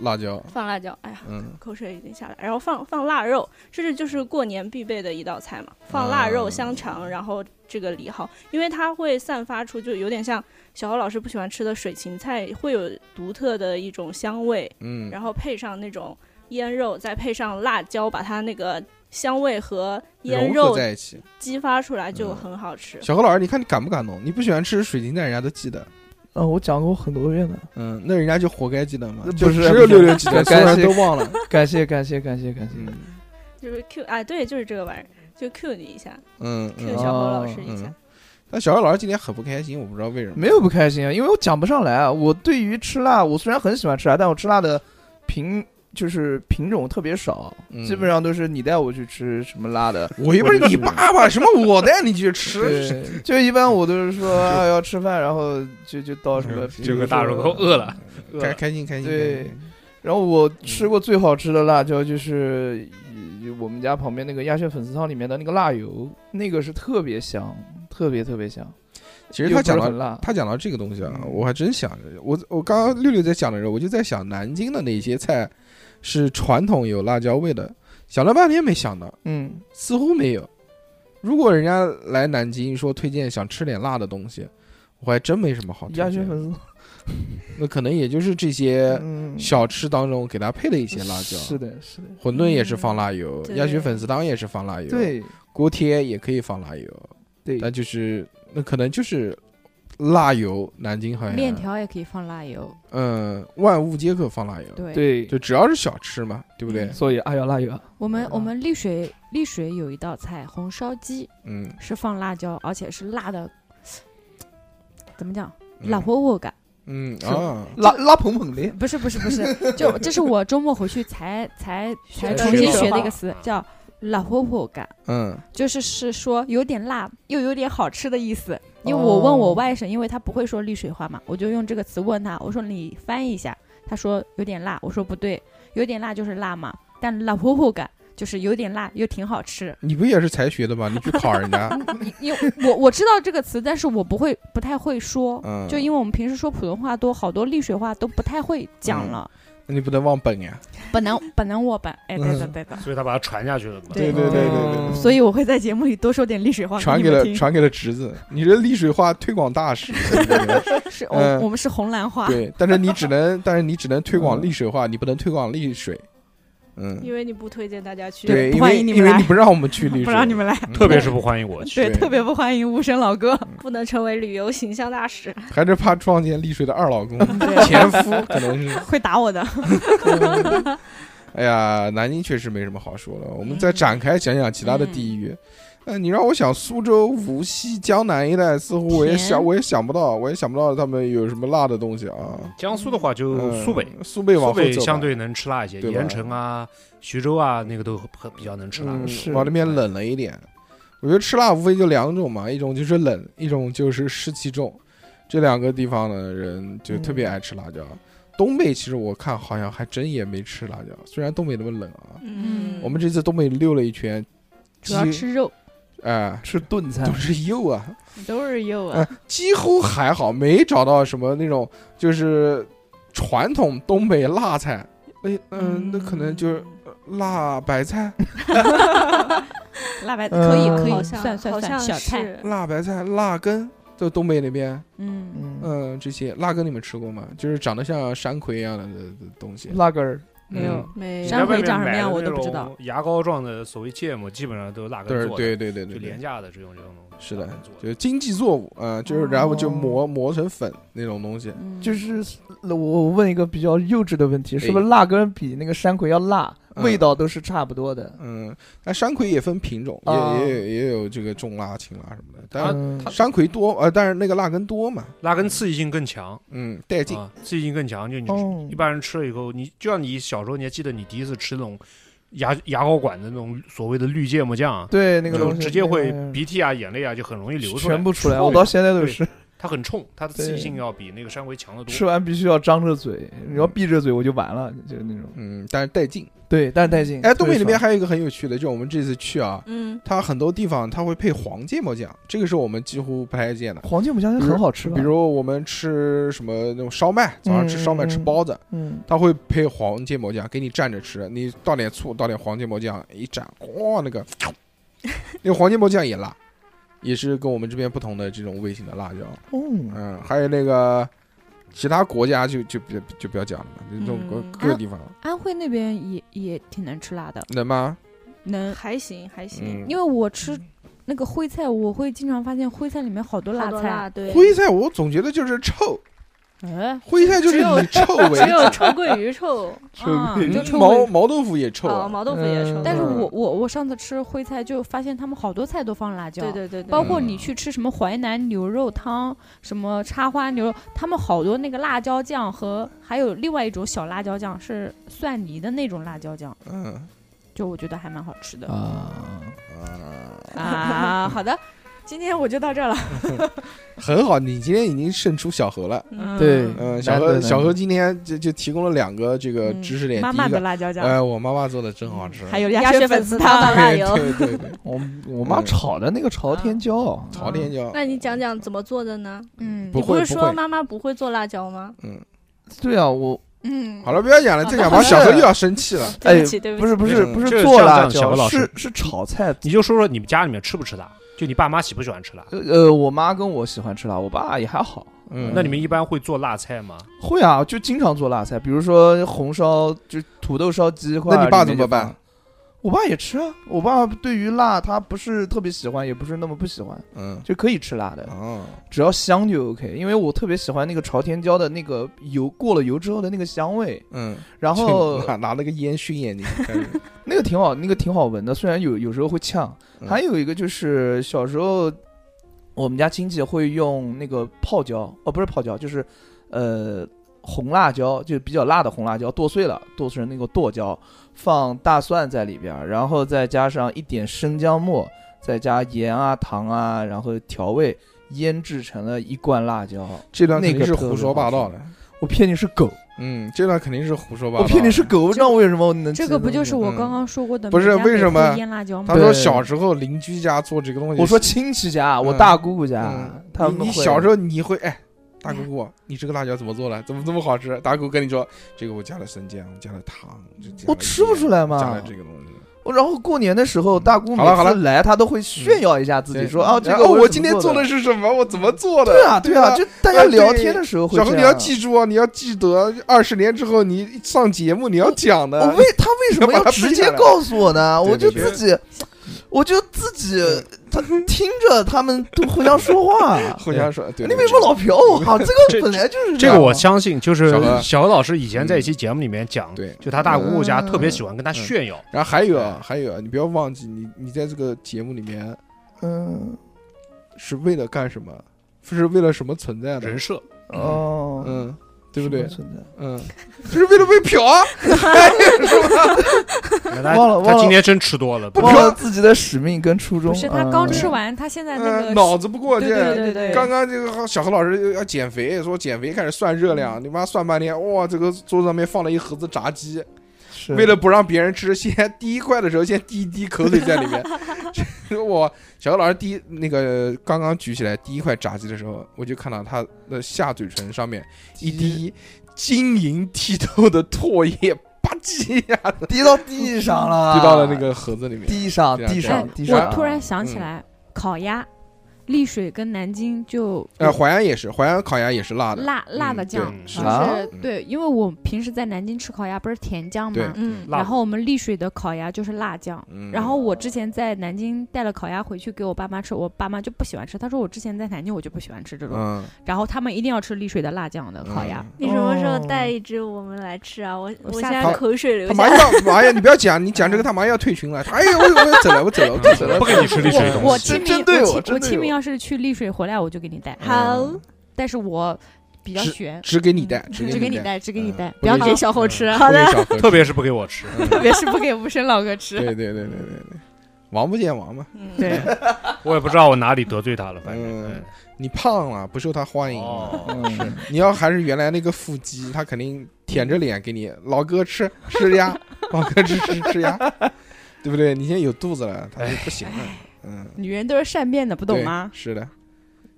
S2: 辣椒，
S4: 放辣椒，哎呀，
S2: 嗯，
S4: 口水已经下来，然后放放腊肉，这是就是过年必备的一道菜嘛，放腊肉、
S2: 嗯
S4: 香肠，然后这个藜蒿，因为它会散发出就有点像小何老师不喜欢吃的水芹菜，会有独特的一种香味，
S2: 嗯，
S4: 然后配上那种腌肉，再配上辣椒，把它那个香味和腌
S2: 融
S4: 肉
S2: 合在一起。
S4: 激发出来就
S2: 嗯
S4: 很好吃。
S2: 小何老师，你看你敢不敢弄？你不喜欢吃水芹菜，人家都记得。
S3: 嗯，我讲过很多遍了，
S2: 嗯，那人家就活该记得嘛，
S3: 不
S2: 就是只有
S3: 不是
S2: 六六记得，
S3: 该
S2: 所有人
S3: 是
S2: 都忘了。
S3: 感谢感谢感谢感谢。
S2: 嗯
S4: 就是 Q 哎，对，就是这个玩意儿，就 Q 你一下
S2: 嗯
S4: ，Q
S2: 嗯
S4: 小何老师一下
S2: 嗯。。但小何老师今天很不开心，我不知道为什么。
S3: 没有不开心啊，因为我讲不上来啊。我对于吃辣，我虽然很喜欢吃辣，但我吃辣的品就是品种特别少，
S2: 嗯
S3: 基本上都是你带我去吃什么
S2: [LAUGHS]
S3: 辣的。
S2: 我又不是你爸爸，什么我带你去吃？
S3: 对，就一般我都是说啊要吃饭，然后就就到什么
S2: 嗯，
S3: 比如
S5: 这个大
S3: 说
S5: 肉口饿了，饿
S2: 开
S5: 了
S2: 开心开心。
S3: [LAUGHS] 对
S2: 开心，
S3: 然后我
S2: 嗯
S3: 吃过最好吃的辣椒就是呃我们家旁边那个鸭血粉丝汤里面的那个辣油，那个是特别香，特别特别香。
S2: 其实他讲
S3: 又不
S2: 到
S3: 是很辣，
S2: 他讲到这个东西啊，
S3: 嗯
S2: 我还真想着，我我刚刚六六在讲的时候，我就在想南京的哪些菜是传统有辣椒味的，想了半天没想到，
S3: 嗯，
S2: 似乎没有。如果人家来南京说推荐想吃点辣的东西，我还真没什么好推
S3: 鸭血
S2: 荐的。
S3: 粉丝汤
S2: 那可能也就是这些
S3: 嗯
S2: 小吃当中给他配了一些辣椒，
S3: 是的，是的，
S2: 馄饨也是放辣油，
S4: 对
S2: 鸭血粉丝汤也是放辣油，，
S3: 对
S2: 锅贴也可以放辣油，
S3: 对
S2: 但就是那可能就是辣油，南京好像
S6: 面，条也可以放辣油，
S2: 嗯，万物皆可放辣油，
S6: 对，
S3: 对，
S2: 就只要是小吃嘛，对不对？
S3: 所以阿瑶辣油，
S6: 我们
S3: 嗯
S6: 我们丽水丽水有一道菜红烧鸡
S2: 嗯，
S6: 是放辣椒，而且是辣的，怎么讲，
S2: 嗯
S6: 辣婆婆感。
S2: 嗯
S3: 是
S2: 啊，
S3: 辣辣蓬蓬的，
S6: 不是不是不是， [LAUGHS] 就这是我周末回去才才才
S3: 学的
S6: 重
S3: 一
S6: 新
S3: 个
S6: 学的一
S3: 话
S6: 个词，叫辣婆婆感，
S2: 嗯
S6: 就是是说有点辣又有点好吃的意思。因为我问
S2: 哦
S6: 我外甥，因为他不会说丽水话嘛，我就用这个词问他，我说你翻译一下，他说有点辣，我说不对，有点辣就是辣嘛，但辣婆婆感就是有点辣又挺好吃。
S2: 你不也是才学的吗？你去考人
S6: [LAUGHS]
S2: 家，
S6: 因为我我知道这个词，但是我不会不太会说，
S2: 嗯，
S6: 就因为我们平时说普通话多，好多丽水话都不太会讲
S2: 嗯
S6: 了，
S2: 那你不能忘本呀。
S6: 本来本来我本哎对的
S2: 嗯
S6: 对的。
S5: 所以他把它传下去了嘛。
S6: 对
S2: 对对对
S3: 哦
S2: 对，
S6: 所以我会在节目里多说点丽水话
S2: 传给
S6: 给你们
S2: 了
S6: 听。
S2: 传给了侄子，你这丽水话推广大
S6: [LAUGHS]
S2: 使，
S6: 是，我、
S2: 嗯
S6: 我们是红兰花，
S2: 对，但是你只能但是你只能推广
S3: 嗯
S2: 丽水话，你不能推广丽水，嗯，
S4: 因为你不推荐大家去，
S2: 对，
S6: 不
S2: 因
S6: 欢
S2: 为
S6: 迎你
S2: 因
S6: 们
S2: 为
S6: 来
S2: 你不让我们
S6: [LAUGHS]
S2: 去丽水，
S6: 不让你们来。
S2: 嗯，
S6: [LAUGHS]
S5: 特别是不欢迎我去，
S6: 对，
S2: 对
S6: 特别不欢迎无声老哥。
S4: 不能成为旅游形象大使。
S2: 还是怕撞见丽水的二老公
S6: 对，
S2: [LAUGHS] 前
S6: [LAUGHS]
S2: 夫，可能是。
S6: 会打我的。
S2: 哎呀，南京确实没什么好说的，我们再展开讲讲其他的地域。呃，你让我想苏州、无锡、江南一带，似乎我也
S6: 甜
S2: 想，我也想不到，我也想不到他们有什么辣的东西啊。
S5: 江苏的话就
S2: 嗯
S5: 呃苏北，
S2: 苏北往
S5: 苏
S2: 后
S5: 北
S2: 走吧，
S5: 相对能吃辣一些，
S2: 对吧
S5: 盐城啊、徐州啊那个都很比较能吃辣。
S2: 嗯
S3: 是
S2: 往那边冷了一点。我觉得吃辣无非就两种嘛，一种就是冷，一种就是湿气重。这两个地方的人就特别爱吃辣椒。东北其实我看好像还真也没吃辣椒，虽然东北那么冷啊。
S4: 嗯，
S2: 我们这次东北溜了一圈，
S6: 主要
S2: 几
S6: 吃肉，
S2: 哎、
S3: 吃炖菜
S2: 都是肉啊，
S6: 都是肉
S2: 哎。几乎还好，没找到什么那种就是传统东北辣菜。那、嗯，那可能就是呃辣白菜、
S6: [LAUGHS] 辣白
S2: 嗯
S6: 可以可
S4: 好
S6: 以，
S4: 像
S6: 算算
S4: 好像
S6: 算小菜。
S4: 是
S2: 辣白菜、辣根，就东北那边。
S6: 嗯，
S3: 嗯，
S2: 嗯，这些辣根你们吃过吗？就是长得像山葵一样的的的东西。
S3: 辣根儿，
S6: 没
S2: 嗯
S6: 有，
S4: 没
S5: 你
S6: 山
S5: 在
S4: 有。
S6: 葵
S5: 外面
S6: 长什
S5: 买
S6: 么样
S5: 的
S6: 我都
S5: 那
S6: 不知
S5: 种
S6: 道
S5: 牙膏状的所谓芥末，基本上都是辣根
S2: 对
S5: 做的，
S2: 对对对
S5: 就
S2: 对
S5: 廉
S2: 对，
S5: 价的这种这种东西。
S2: 是
S5: 辣
S2: 的
S5: 根做，
S2: 就是经济作物啊，就是然后就
S3: 哦
S2: 磨磨成粉那种东西。
S6: 嗯
S3: 就是我我问一个比较幼稚的问题，
S2: 哎
S3: 是不是辣根比那个山葵要辣，
S2: 嗯
S3: 味道都是差不多的？
S2: 嗯，那山葵也分品种，
S3: 啊
S2: 也也有也有这个重辣、轻辣什么的，但
S3: 嗯
S2: 是山葵多，呃，但是那个辣根多嘛，
S5: 辣根刺激性更强
S2: 嗯，带劲。
S5: 啊，刺激性更强。就你
S3: 哦
S5: 一般人吃了以后，你就像你小时候你还记得你第一次吃那种牙牙膏管的那种所谓的绿芥末酱啊，
S3: 对那个
S5: 就
S3: 东西
S5: 直接会
S3: 那个
S5: 鼻涕啊、眼泪啊就很容易流出来，
S3: 全部出来，
S5: 冲
S3: 我
S5: 呀
S3: 到现在都是
S5: 它很冲，它的
S3: 对
S5: 刺激性要比那个山葵强得
S3: [LAUGHS] 吃
S5: 多。
S3: 完必须要张着嘴，你要闭着嘴我就完了，就那种。
S2: 嗯，但是带劲。
S3: 对，但是带劲。
S2: 哎，东北那边
S3: 还
S2: 还有一个很有趣的，就我们这次去啊，
S4: 嗯，
S2: 它很多地方它会配黄芥末酱，这个是我们几乎不太见的。
S3: 黄芥末酱很好吃吧，
S2: 比如我们吃什么那种烧麦，早上吃烧麦
S3: 嗯
S2: 吃包子，
S3: 嗯，
S2: 它会配黄芥末酱给你蘸着吃，你倒点醋，倒点黄芥末酱一蘸，哇，那个那个黄芥末酱也辣，也是跟我们这边不同的这种味型的辣椒。
S3: 嗯，
S2: 嗯，还有那个其他国家就就别就不要讲了嘛，就这种
S4: 嗯
S2: 各各个地方
S6: 安徽那边也也挺能吃辣的，
S2: 能吗？
S6: 能，
S4: 嗯还行还行，
S2: 嗯
S6: 因，为我吃那个徽菜，我会经常发现徽菜里面好多
S4: 好
S6: 辣
S4: 多
S6: 菜
S4: 辣，对，
S2: 徽菜我总觉得就是臭，
S6: 哎，
S2: 徽菜就是以臭为
S4: 只有臭鳜鱼臭，
S6: 啊，就
S2: 主，
S6: 臭
S2: 毛
S6: 味
S2: 毛豆腐也 [LAUGHS] 臭
S4: 哦，
S2: 啊，
S4: 毛豆腐也臭
S3: 嗯，
S6: 但是
S2: 嗯
S6: 我我我上次吃徽菜就发现他们好多菜都放辣椒，
S4: 对对对对，
S6: 包括
S2: 嗯
S6: 你去吃什么淮南牛肉汤、什么插花牛肉，他们好多那个辣椒酱和还有另外一种小辣椒酱是蒜泥的那种辣椒酱，
S2: 嗯
S6: 就我觉得还蛮好吃的
S3: 啊，
S2: 啊，
S6: 啊。好的，今天我就到这儿了。
S2: 很好，你今天已经胜出小何了。
S4: 嗯
S3: 对
S2: 嗯，
S3: 难
S2: 小
S3: 得
S2: 何
S3: 难
S2: 小
S3: 得
S2: 何今天就就提供了两个这个
S6: 嗯
S2: 知识点，
S6: 妈
S2: 第
S6: 妈
S2: 一
S6: 的
S2: 个，
S6: 辣椒酱，
S2: 哎，我妈妈做的真好吃，
S6: 嗯还有
S4: 鸭
S6: 鸭
S4: 血
S6: 血
S4: 粉
S6: 粉丝
S4: 丝汤的
S6: 汤。
S4: 辣油。
S2: [LAUGHS] 对对对，
S3: 我我妈
S2: 嗯
S3: 炒的那个朝天椒，
S2: 朝天椒，
S4: [LAUGHS] 那你讲讲怎么做的呢？
S6: 嗯
S2: 不
S4: 你
S2: 会
S4: 是
S2: 不
S4: 说
S2: 会
S4: 妈妈不会做辣椒吗？
S3: 对啊，我
S6: 嗯，
S2: 好了，不要讲了，再讲吧，小何又要生气
S3: [LAUGHS]
S2: 了。
S4: 对不起，对
S3: 哎不
S4: 起，
S3: 是不
S2: 没
S3: 是
S2: 事
S3: 不
S5: 这
S3: 是
S5: 个
S3: 做
S5: 像
S3: 辣
S5: 像小
S3: 椒
S5: 何，老
S3: 是
S5: 师
S3: 是炒菜。
S5: 你就说说你们家里面吃不吃辣？就你爸妈喜不喜欢吃辣？
S3: 呃呃，我妈跟我喜欢吃辣，我爸也还好。
S2: 嗯，
S5: 那你们一般会做辣菜吗？
S3: 会啊，就经常做辣菜，比如说红烧，就土豆烧鸡块。
S2: 那你爸怎
S3: 里面
S2: 么
S3: 就放
S2: 办？？
S3: 我爸也吃啊，我爸对于辣他不是特别喜欢，也不是那么不喜欢，
S2: 嗯，
S3: 就可以吃辣的，
S2: 哦，
S3: 只要香就 OK。因为我特别喜欢那个朝天椒的那个油过了油之后的那个香味，
S2: 嗯，
S3: 然
S2: [LAUGHS]
S3: 后
S2: 拿拿了个烟熏眼睛，开
S3: [LAUGHS]
S2: 始
S3: 那个挺好，那个挺好闻的，虽然有有时候会呛。
S2: 嗯
S3: 还有一个就是小时候，我们家亲戚会用那个泡椒，哦，不是泡椒，就是呃红辣椒，就比较辣的红辣椒，剁碎了，剁成那个剁椒，放大蒜在里边儿，然后再加上一点生姜末，再加盐啊、糖啊，然后调味，腌制成了一罐辣椒。
S2: 这段肯
S3: 那
S2: 定
S3: 个
S2: 是
S3: 特别
S2: 胡说八
S3: 好吃
S2: 道的，
S3: 我骗你是狗，
S2: 嗯，这段肯定是胡说八道
S3: 我
S2: 的。
S3: 骗你是狗，
S6: 这
S3: 那我为什么能
S6: 这
S3: 吃
S6: 个
S3: 呢
S6: 不就是我
S2: 嗯
S6: 刚刚说过的
S2: 不是
S6: 梅家
S2: 为
S6: 北
S2: 什
S6: 后
S2: 么
S6: 腌辣椒吗
S2: 他？说
S3: 对
S2: 小时候邻居家做这个东西，
S3: 我说亲戚家，我
S2: 嗯
S3: 大姑姑家，
S2: 嗯
S3: 他
S2: 你
S3: 们
S2: 你
S3: 会
S2: 小时候你会哎，大姑姑，你这个辣椒怎么做了？怎么这么好吃？大姑跟你说，这个我加了生姜，我加了糖，就加了
S3: 我吃不出来嘛
S2: 盐加了这个东西。
S3: 我然后过年的时候，大姑
S2: 好了好
S3: 每
S2: 了
S3: 次来，她都会炫耀一下自己，
S2: 对嗯
S3: 说啊，这
S2: 然
S3: 个
S2: 后我
S3: 我
S2: 今天
S3: 做
S2: 做的。是什么？我怎么做的？
S3: 对啊，对
S2: 吧
S3: 啊，就大家聊天的时候
S2: 哎
S3: 会
S2: 小何，
S3: 这样。
S2: 你要记住啊，你要记得，二十年之后你上节目你要讲的。
S3: 我为他为什么要直接告诉我呢？
S2: 对
S3: 我就
S2: 对对嗯
S3: 自己，我就自己，他听着他们都互相说
S2: [LAUGHS]
S3: 话，
S2: 互相说，对，
S3: 你
S2: 对
S3: 为什么？老瞟我
S2: [LAUGHS]
S3: 啊？这
S5: 这
S3: 个本来就是
S5: 这
S3: 样
S5: 个我相信，就是
S2: 小何
S5: 小何嗯老师以前在一期节目里面讲，
S2: 对
S5: 就他大姑姑家
S3: 嗯
S5: 特别喜欢跟他
S2: 嗯
S5: 炫耀，
S2: 然后还有啊，还有啊，你不要忘记，你你在这个节目里面
S3: 嗯
S2: 是为了干什么？是为了什么存
S3: 嗯
S2: 在的
S3: [LAUGHS]
S5: 人？设
S3: 哦，
S2: 嗯，对不对
S3: 什么？存在
S2: 嗯，就是为了被嫖
S3: [LAUGHS]
S2: 啊，还有什么？
S5: 他
S3: 忘了忘
S5: 他
S3: 了
S5: 今天真吃多了，
S3: 忘了自己的使命跟初衷。
S6: 不是他刚
S3: 嗯
S6: 吃完，他现在那
S2: 呃
S6: 个
S2: 脑子不过
S6: 对对
S2: 劲。
S6: 对对，
S2: 刚刚这个小何老师要减肥，说减肥开始算热
S3: 嗯
S2: 量，你妈算半天，哇，这个桌子上面放了一盒子炸鸡，
S3: 是
S2: 为了不让别人吃，先第一块的时候先滴一滴口水在里面。这我小何老师第一那个刚刚举起来第一块炸鸡的时候，我就看到他的下嘴唇上面一滴晶莹剔透的唾液，吧唧呀、
S3: 滴到地上了，
S2: 滴到了那个盒子里面。
S3: 地上
S2: 对啊
S3: 地
S2: 对啊
S3: 上
S6: 哎
S3: 地上。
S6: 我突然想起
S2: 嗯
S6: 来，烤鸭，丽水跟南京就
S2: 呃，淮安也是，淮安烤鸭也是辣的，
S6: 辣辣
S2: 嗯
S6: 的
S2: 对嗯
S6: 酱，
S5: 是
S6: 就
S3: 啊
S6: 是对，因为我平时在南京吃烤鸭不是甜酱
S2: 对
S6: 嘛，
S4: 嗯，
S5: 辣
S6: 然后我们丽水的烤鸭就是辣酱。
S2: 嗯
S6: 然后我之前在南京带了烤鸭回去给我爸妈吃，我爸妈就不喜欢吃。他说我之前在南京我就不喜欢吃这种，
S2: 嗯，
S6: 然后他们一定要吃丽水的辣酱的烤鸭。
S4: 你什么时候带一只我们来吃啊？我
S6: 我
S4: 我
S6: 下
S4: 现在
S2: 哦次
S4: 口水流
S2: 他
S4: 下
S2: 妈
S4: 来。
S2: 要妈呀！你不要讲，你讲这个他妈要退群了。哎呦，我我要走了，我走了，我走了，
S5: 嗯 [LAUGHS] 不给你吃丽水
S2: 嗯
S5: 东
S6: 我我
S5: 西。
S6: 清
S3: 真
S2: 哦
S3: 真
S6: 明
S3: 对我
S6: 我清
S3: 真对
S6: 清明
S3: 我
S6: 要是去丽水回来我就给你带，
S4: 好，
S6: 但是我比较悬，
S2: 只嗯给你带，只
S6: [LAUGHS] 只
S2: 给
S6: 给你
S2: 带，
S6: 带，只给你带，
S2: 嗯
S6: 不要
S2: 不
S6: 给
S2: 给
S6: 小猴吃，
S2: 不给小何吃
S5: 特别是不给我吃，
S2: 嗯
S6: 特别是不给无声老哥
S2: 对
S6: 吃。
S2: 对对对对对，王不见王嘛，
S4: 嗯，
S6: 对，
S5: 我也不知道我哪里得罪他了，反正
S2: 嗯你胖了不受他欢迎了。
S5: 哦，
S3: 嗯
S2: 你要还是原来那个腹肌，他肯定舔着脸给你老哥吃
S7: [LAUGHS]
S2: 吃呀，老哥吃吃吃呀，对不对？你现在有肚子了，他就不行了。嗯，
S7: 女人都是善变哎的，不懂啊
S2: 对
S7: 吗？
S2: 是的，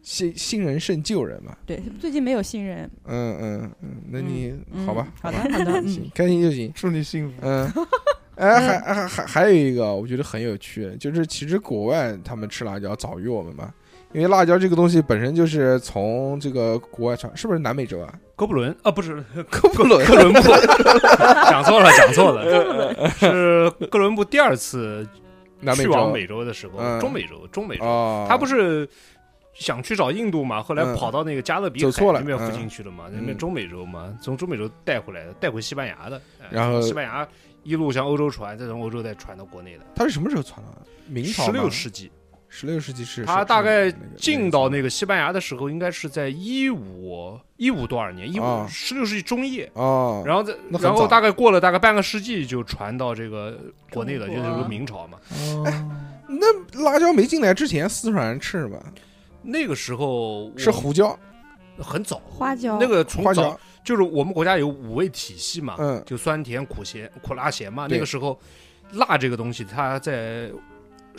S2: 信信人胜旧人嘛。
S7: 对，最近没有新人。
S2: 嗯嗯嗯，那你
S7: 嗯
S2: 好吧，
S7: 好的，
S2: 吧
S7: 好
S2: [LAUGHS]
S7: 的，嗯
S2: 行，开心就行。
S3: 祝你幸福。
S5: [LAUGHS]
S2: 嗯，哎，
S5: 嗯
S2: 还还还还有一个，我觉得很有趣，就是其实国外他们吃辣椒早于我们嘛，因为辣椒这个东西本身就是从这个国外传，是不是南美洲啊？
S5: 哥布伦啊，不是
S2: 哥布伦
S5: 哥伦布， [LAUGHS] 讲错了，讲错了，是哥伦布第二次
S2: 南美
S5: 去
S2: 洲
S5: 往美洲的时候
S2: 嗯，
S5: 中美洲，中美洲，
S2: 哦，
S5: 他不是想去找印度嘛，后来
S2: 嗯
S5: 跑到那个加勒比
S2: 走
S5: 海
S2: 错了
S5: 那边附
S2: 嗯
S5: 近去了嘛，那
S2: 嗯
S5: 边中美洲嘛，从中美洲带回来的，带回西班牙的，哎
S2: 然后
S5: 从西班牙一路向欧洲传，再从欧洲再传到国内的。
S2: 他是什么时候传的？啊明朝
S5: 十六
S2: 世
S5: 世纪，
S2: 十六世纪是
S5: 他大概进到那
S2: 个
S5: 个西班牙的时候，应该是在一五一五多少年，一
S2: 啊
S5: 五十六世纪中叶。
S2: 哦，
S5: 然后在
S2: 那，很
S5: 然后
S2: 早
S5: 大概过了大概半个世纪，就传到这个国内了，就
S4: 中
S5: 是
S4: 国
S5: 说明朝嘛。
S2: 那辣椒没进来之前，四川人吃什么？
S5: 那个时候
S2: 吃
S5: 我
S2: 胡椒、
S5: 很早，
S7: 花椒
S5: 那个从
S2: 花
S5: 早
S2: 椒，
S5: 就是我们国家有五味体系嘛，
S2: 嗯
S5: 就酸甜苦咸苦辣咸嘛。
S2: 对
S5: 那个时候，辣这个东西，它在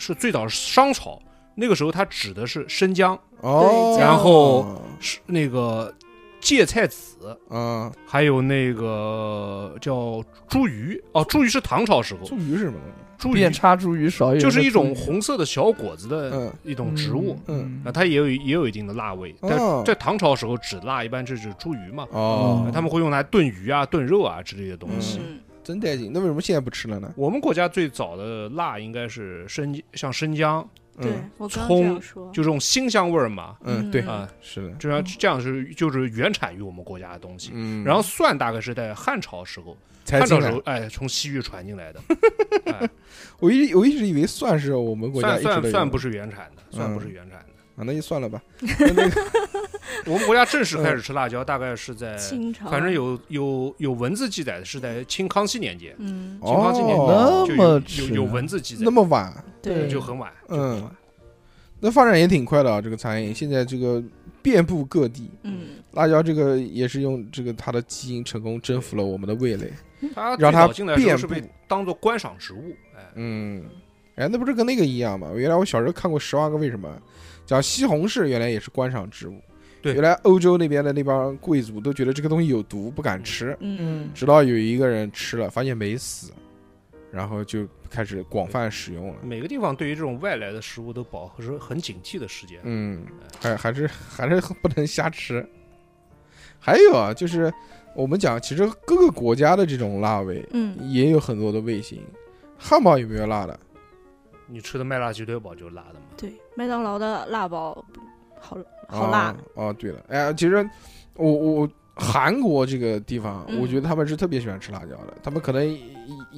S5: 是最早是商朝，那个时候它指的是生姜、
S2: 哦，
S5: 然后是那个芥菜籽，
S2: 嗯，
S5: 还有那个叫茱萸哦，茱萸是唐朝时候，
S2: 醋鱼是什么东西？
S5: 茱
S3: 变
S5: 萸
S3: 叉茱萸少有，
S5: 就是一种红色的小果子的
S2: 嗯，
S5: 一种植物。
S2: 嗯
S5: 啊，它也有也有一定的辣味，但
S2: 哦
S5: 在唐朝时候指辣一般就是指茱萸嘛，
S2: 哦
S5: 他们会用来炖鱼啊、炖肉啊之类的东西。
S4: 嗯，
S2: 真带劲。那为什么现在不吃了呢？
S5: 我们国家最早的辣应该是生像生姜，
S4: 对
S2: 嗯，
S4: 我刚刚这
S5: 葱
S4: 样说，
S5: 就这种新香味儿嘛，
S2: 嗯，对，
S5: 啊，
S2: 是的，
S5: 这样这样是就是原产于我们国家的东西。
S2: 嗯，
S5: 然后蒜大概是在汉朝时候，
S2: 才
S5: 汉
S2: 进
S5: 朝时
S2: 来
S5: 候，哎，从西域传进来的，哎
S2: 我一我一直以为蒜是我们国家
S5: 蒜
S2: 一直
S5: 蒜
S2: 的
S5: 蒜不
S2: 是
S5: 是原产的，蒜不
S2: 嗯
S5: 是原产的。
S2: 啊，那就算了吧。那那个
S5: 我们国家正式
S2: 嗯
S5: 开始吃辣椒，大概是在，
S4: 清朝，
S2: 哦
S5: 反正，有有有文字记载的是在清康熙年间，
S4: 嗯，
S5: 清康熙年
S2: 哦，
S5: 间
S3: 那
S5: 就
S3: 么
S5: 有
S3: 迟
S5: 有有文字记载
S2: 那，么晚，
S4: 对，
S5: 就很晚，就很晚
S2: 嗯，那发展也挺快的啊。这个餐饮现在这个遍布各地，
S4: 嗯，
S2: 辣椒这个也是用这个它的基因成功征服了我们的味蕾。
S5: 它
S2: 嗯让
S5: 最
S2: 它
S5: 早进来的时候是
S2: 遍
S5: 被当做观赏植物，哎，
S2: 嗯，哎，那不是跟那个一样吗？原来我小时候看过《十万个为什么》，讲西红柿原来也是观赏植物。
S5: 对
S2: 原来欧洲那边的那帮贵族都觉得这个东西有毒，不敢吃，
S4: 嗯，
S2: 直到有一个人吃了，发现没死，然后就开始广泛使用了。
S5: 每个地方对于这种外来的食物都保持很警惕的时间。
S2: 嗯，还还是还是不能瞎吃。还有啊，就是我们讲，其实各个国家的这种辣味
S4: 嗯，
S2: 也有很多的味型。汉堡有没有辣的？
S5: 你吃的麦辣鸡腿堡就是辣的嘛？
S4: 对，麦当劳的辣包，好好
S2: 哦
S4: 辣，
S2: 哦。对了，哎，其实我我韩国这个地方，
S4: 嗯
S2: 我觉得他们是特别喜欢吃辣椒的，他们可能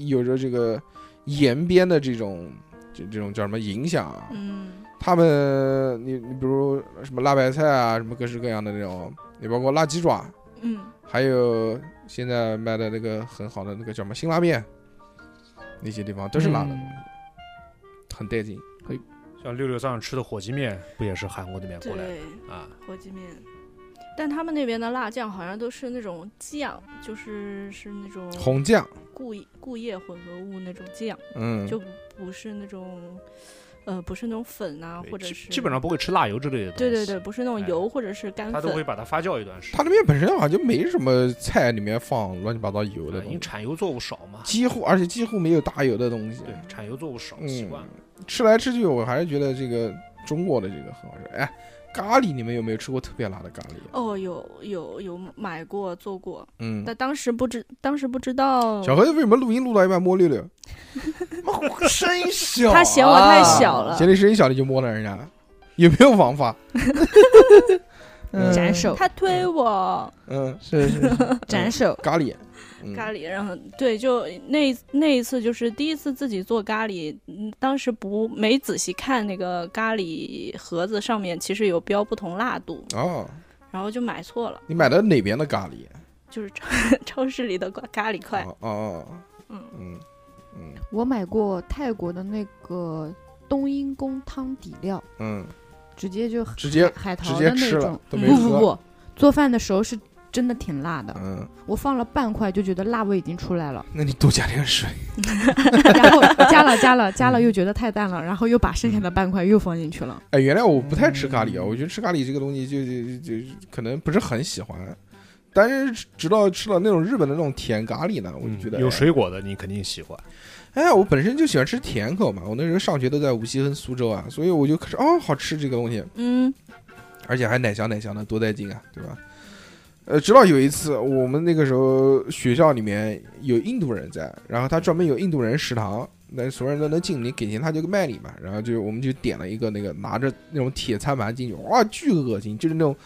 S2: 有着这个延边的这种这这种叫什么影响啊。
S4: 嗯，
S2: 他们你你比如什么辣白菜啊，什么各式各样的那种，你包括辣鸡爪，
S4: 嗯，
S2: 还有现在卖的那个很好的那个叫什么辛拉面，那些地方都是辣的，
S3: 嗯
S2: 很带劲。
S5: 像六六上吃的火鸡面不也是韩国那边过来的
S4: 对，
S5: 啊？
S4: 火鸡面。但他们那边的辣酱好像都是那种酱，就是是那种
S2: 红酱，
S4: 固固液混合物那种酱，
S2: 嗯，
S4: 就不是那种，呃，不是那种粉啊，
S5: 对
S4: 或者
S5: 基
S4: 是
S5: 基本上不会吃辣油之类的东西。
S4: 对对对，，不是那种
S5: 哎
S4: 油或者是干
S5: 它都会
S4: 粉，
S5: 把它发酵一段时间。
S2: 它那边本身好像就没什么菜里面放乱七八糟油的
S5: 哎对因为
S2: 东西，
S5: 产油作物少嘛，
S2: 几乎而且几乎没有大油的东西。
S5: 对，产油作物少，
S2: 嗯
S5: 习惯了。
S2: 吃来吃去，我还是觉得这个中国的这个很好吃。哎，咖喱你们有没有吃过特别辣的咖喱啊？
S4: 哦，有有有买过做过，
S2: 嗯，
S4: 但当时不知当时不知道，
S2: 小何为什么录音录到一半摸六
S4: [LAUGHS]
S2: 六？
S3: 声音小
S4: 他嫌我太小了
S2: 啊哦嫌你声音小你就摸了人家，有没有王法？
S3: 嗯
S7: 斩首，
S4: 他推我
S2: 嗯，
S3: 是是是，
S7: 斩首，
S2: 咖喱，嗯
S4: 咖喱，然后对，就那那一次就是第一次自己做咖喱，嗯当时不没仔细看那个咖喱盒子上面其实有标不同辣度，
S2: 哦，
S4: 然后就买错了，
S2: 你买的哪边的咖喱？
S4: 就是超 [LAUGHS] 超市里的咖咖喱块，
S2: 哦哦，
S4: 嗯
S2: 嗯嗯
S6: 我买过泰国的那个冬阴功汤底料，
S2: 嗯，
S6: 直接就
S2: 直接
S6: 海
S2: 直
S6: 淘
S2: 接
S6: 的那
S2: 吃
S6: 种
S2: 了。都没
S4: 嗯
S6: 不不
S2: 喝。
S6: 不，做饭的时候是真的挺辣的，
S2: 嗯，
S6: 我放了半块就觉得辣味已经出来了， [LAUGHS]
S2: 那你多加点水。
S6: 然后加了加了
S2: 嗯
S6: 加了又觉得太淡了，然后又把剩下的半块又放进去了。
S2: 哎，原来我不太吃咖喱啊，我觉得吃咖喱这个东西就就就就可能不是很喜欢，但是直到吃了那种日本的那种甜咖喱呢，我就觉得、
S5: 嗯有。水果的你肯定喜欢，
S2: 哎，我本身就喜欢吃甜口嘛，我那时候上学都在无锡跟苏州啊，所以我就开始哦，好吃这个东西，
S4: 嗯
S2: 而且还奶香奶香的，多带劲啊，对吧？呃，直到有一次，我们那个时候学校里面有印度人在，然后他专门有印度人食堂，那所有人都能进，你给钱他就卖你嘛。然后就我们就点了一个那个拿着那种铁餐盘进去，哇，巨恶心，就是那种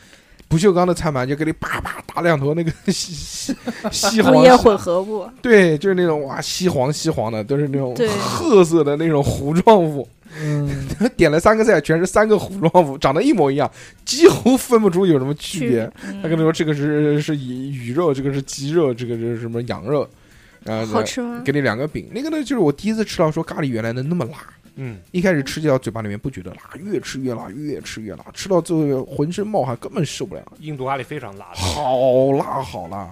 S2: 不锈钢的餐盘，就给你啪啪打两头那个 [LAUGHS] 西西
S4: [LAUGHS]
S2: 西
S4: 乳
S2: 黄
S4: 液混合物，
S2: 对，就是那种哇西黄西黄的，都是那种
S4: 对
S2: [LAUGHS] 褐色的那种糊状物。
S3: 嗯，
S2: [LAUGHS] 点了三个菜，全是三个糊状物，长得一模一样，几乎分不出有什么区别。
S4: 嗯
S2: 他跟你说这个是是鱼鱼肉，这个是鸡肉，这个是什么羊肉，然后
S4: 好
S2: 呢
S4: 吃吗？
S2: 给你两个饼。那个呢，就是我第一次吃到说咖喱原来能那么辣，
S5: 嗯，
S2: 一开始吃到嘴巴里面不觉得辣，越吃越辣，越吃越辣，吃到最后浑身冒汗，根本受不了，
S5: 印度咖喱非常辣
S2: 啊
S5: 的，
S2: 好辣好辣，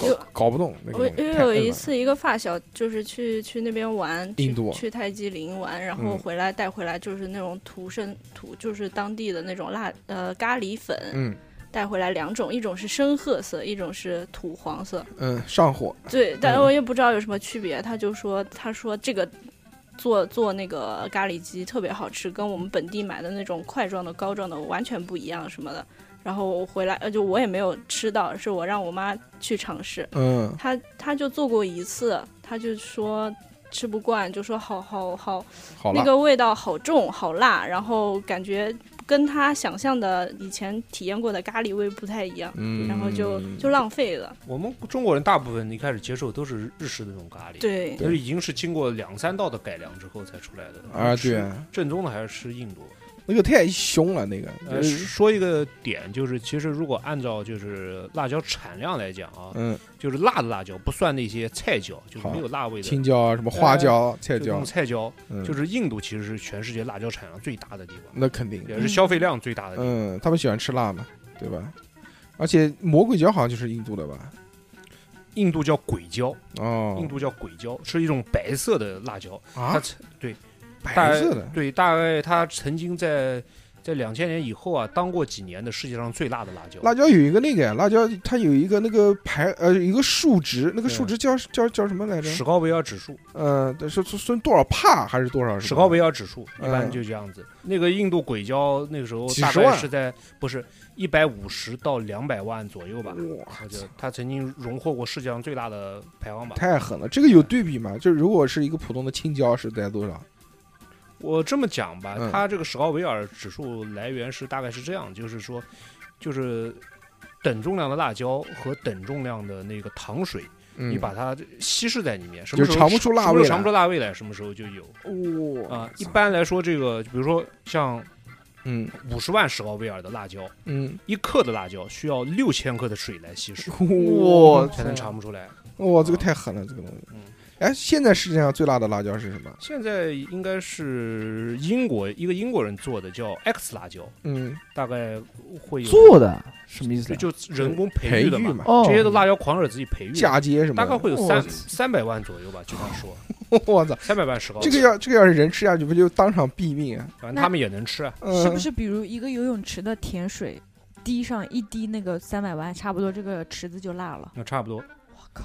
S2: 搞
S4: 有
S2: 搞不动那
S4: 我
S2: 个
S4: 因
S2: 东西。
S4: 为
S2: 太
S4: 有
S2: 摁
S4: 一
S2: 了
S4: 次一个发小就是去去那边玩，去
S2: 印度
S4: 去泰姬陵玩，然后
S2: 嗯
S4: 回来带回来就是那种土生土，就是当地的那种辣呃咖喱粉，
S2: 嗯
S4: 带回来两种，一种是深褐色，一种是土黄色。
S2: 嗯上火，
S4: 对，但我也不知道有什么区别。他就说他说这个做做那个咖喱鸡特别好吃，跟我们本地买的那种块状的膏状的完全不一样什么的。然后我回来，呃，就我也没有吃到，是我让我妈去尝试，
S2: 嗯，
S4: 她她就做过一次，她就说吃不惯，就说好好好
S2: 好了，
S4: 那个味道好重、好辣，然后感觉跟他想象的以前体验过的咖喱味不太一样，
S2: 嗯，
S4: 然后就就浪费了。
S5: 我们中国人大部分一开始接受都是日式的那种咖喱，，
S4: 对
S5: 但是已经是经过两三道的改良之后才出来的
S2: 啊，
S5: 吃
S2: 对，
S5: 正宗的还是吃印度。
S2: 那个太凶了，那个，
S5: 呃，
S2: 就是
S5: 说一个点，就是其实如果按照就是辣椒产量来讲啊，
S2: 嗯，
S5: 就是辣的辣椒，不算那些菜椒，就是
S2: 好
S5: 没有辣味的呃
S2: 青椒啊，什么花椒、菜
S5: 就那
S2: 椒
S5: 种，菜椒，
S2: 嗯，
S5: 就是印度其实是全世界辣椒产量最大的地方，
S2: 那肯定，
S5: 也是消费量最大的地方。
S2: 嗯，他们喜欢吃辣嘛，对吧？而且魔鬼椒好像就是印度的吧？嗯
S5: 印度叫鬼椒，
S2: 哦
S5: 印，度叫鬼椒，是一种白色的辣椒，它
S2: 啊，
S5: 曾对大
S2: 白
S5: 概
S2: 色的，
S5: 对，大概它曾经在在两千年以后啊，当过几年的世界上最辣的辣椒。
S2: 辣椒有一个那个呀，辣椒它有一个那个排呃有一个数值，那个数
S5: 嗯
S2: 值叫叫叫什么来着？
S5: 史高维尔指数，
S2: 呃，是是是多少帕还是多少？
S5: 史高维尔指数一般
S2: 嗯
S5: 就这样子。那个印度鬼椒那个时候
S2: 几
S5: 大
S2: 十
S5: 概
S2: 万
S5: 是在不是一百五十到两百万左右吧，
S2: 哇，
S5: 它就它曾经荣获过世界上最大的排行榜。
S2: 太狠了！这个有对比吗？就如果是一个普通的青椒是在多少？
S5: 我这么讲吧
S2: 嗯，
S5: 它这个史高维尔指数来源是大概是这样，就是说，就是等重量的辣椒和等重量的那个糖水，
S2: 嗯，
S5: 你把它稀释在里面，什
S2: 就
S5: 么时候
S2: 尝不出辣味
S5: 什么时候尝不
S2: 来。
S5: 出辣味来，什么时候就有
S3: 哦
S2: 哇
S5: 啊。一般来说，这个比如说像
S2: 嗯
S5: 五十万史高威尔的辣椒，
S2: 嗯，
S5: 一克的辣椒需要六千克的水来稀释，
S2: 哇
S5: 才能尝不出来。
S2: 哇，这个太狠了，这个东西
S5: 嗯。
S2: 哎，现在世界上最辣的辣椒是什么？
S5: 现在应该是英国一个英国人做的叫 X 辣椒，
S2: 嗯，
S5: 大概会有
S3: 做的什么意思
S5: 就
S3: 啊？
S5: 就人工培
S2: 培
S5: 育
S2: 育
S5: 的嘛。
S2: 嘛，
S3: 哦，
S5: 这些的辣椒狂热自己培育的，
S2: 嫁接什么
S5: 大概
S2: 的。
S5: 会有
S3: 我
S5: 三三百万左右吧，据他说，
S2: [LAUGHS] 我操，
S5: 三百万石膏。
S2: 这个要这个要是人吃下去，不就当场毙命啊？
S5: 反正他们也能吃啊。
S2: 嗯
S7: 是不是比如一个游泳池的甜水，滴上一滴那个三百万，差不多这个池子就辣了。
S5: 那差不多，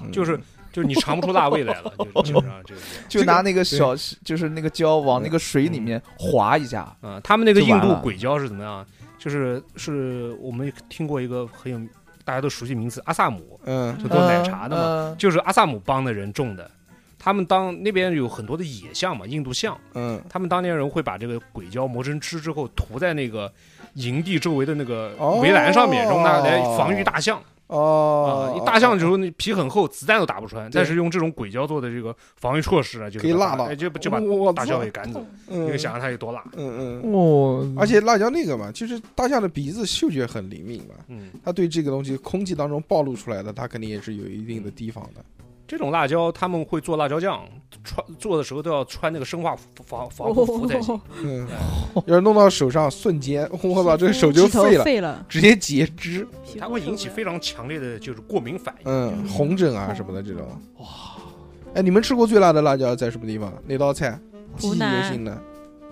S2: 嗯
S5: 就是就是你尝不出辣味来了，就基本上就是这样。
S3: 就
S2: 这个
S3: 拿那个小，就是那个椒往那个水里面划一下，
S5: 啊，他们那个
S3: 就
S5: 印
S3: 完
S5: 度
S3: 了
S5: 鬼椒是怎么样？就是是我们听过一个很有大家都熟悉名词阿萨姆，
S2: 嗯
S5: 就做奶茶的嘛，
S3: 嘛。
S5: 就是阿萨姆帮的人种的。他们当那边有很多的野象嘛，印度象，
S2: 嗯，
S5: 他们当年人会把这个鬼椒磨成汁之后，涂在那个营地周围的那个围栏上面，然后拿来防御大象。啊
S2: 哦，，
S5: 一大象的时候那皮很厚，子弹都打不穿，但是用这种鬼椒做的这个防御措施啊，就
S2: 可以辣到
S5: 哎就就把
S2: 我
S5: 大象给赶走。
S2: 嗯
S5: 你可以想象它有多辣。
S2: 嗯嗯，
S3: 哦，
S2: 而且辣椒那个嘛，就是大象的鼻子嗅觉很灵敏嘛，
S5: 嗯，
S2: 它对这个东西空气当中暴露出来的，它肯定也是有一定
S5: 嗯
S2: 的提防的。
S5: 这种辣椒他们会做辣椒酱，穿做的时候都要穿那个生化服防防护服
S6: 哦
S5: 才
S7: 哦
S5: 行。
S2: 嗯，要是弄到手上，瞬间我操，这个手就废了，
S7: 废了。
S2: 直接截肢。
S4: 皮
S5: 它
S4: 肤
S5: 会引
S4: 受
S5: 起
S4: 不了
S5: 非常强烈的就是过敏
S7: 哎
S5: 反应。
S2: 嗯，红疹啊什么的这种。哇，哎，你们吃过最辣的辣椒在什么地方？哪道菜？记
S7: 湖
S2: 忆犹
S7: 南
S2: 新的。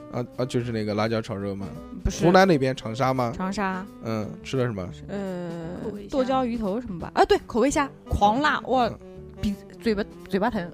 S2: 啊啊，就是那个辣椒炒肉嘛。
S7: 不是
S2: 湖南那边长沙吗？
S7: 长沙，
S2: 嗯，吃了什么？
S7: 呃
S4: 口味虾，
S7: 剁椒鱼头什么吧？啊，对，口味虾，狂辣，哇
S2: 嗯，
S7: 鼻嘴巴嘴巴疼。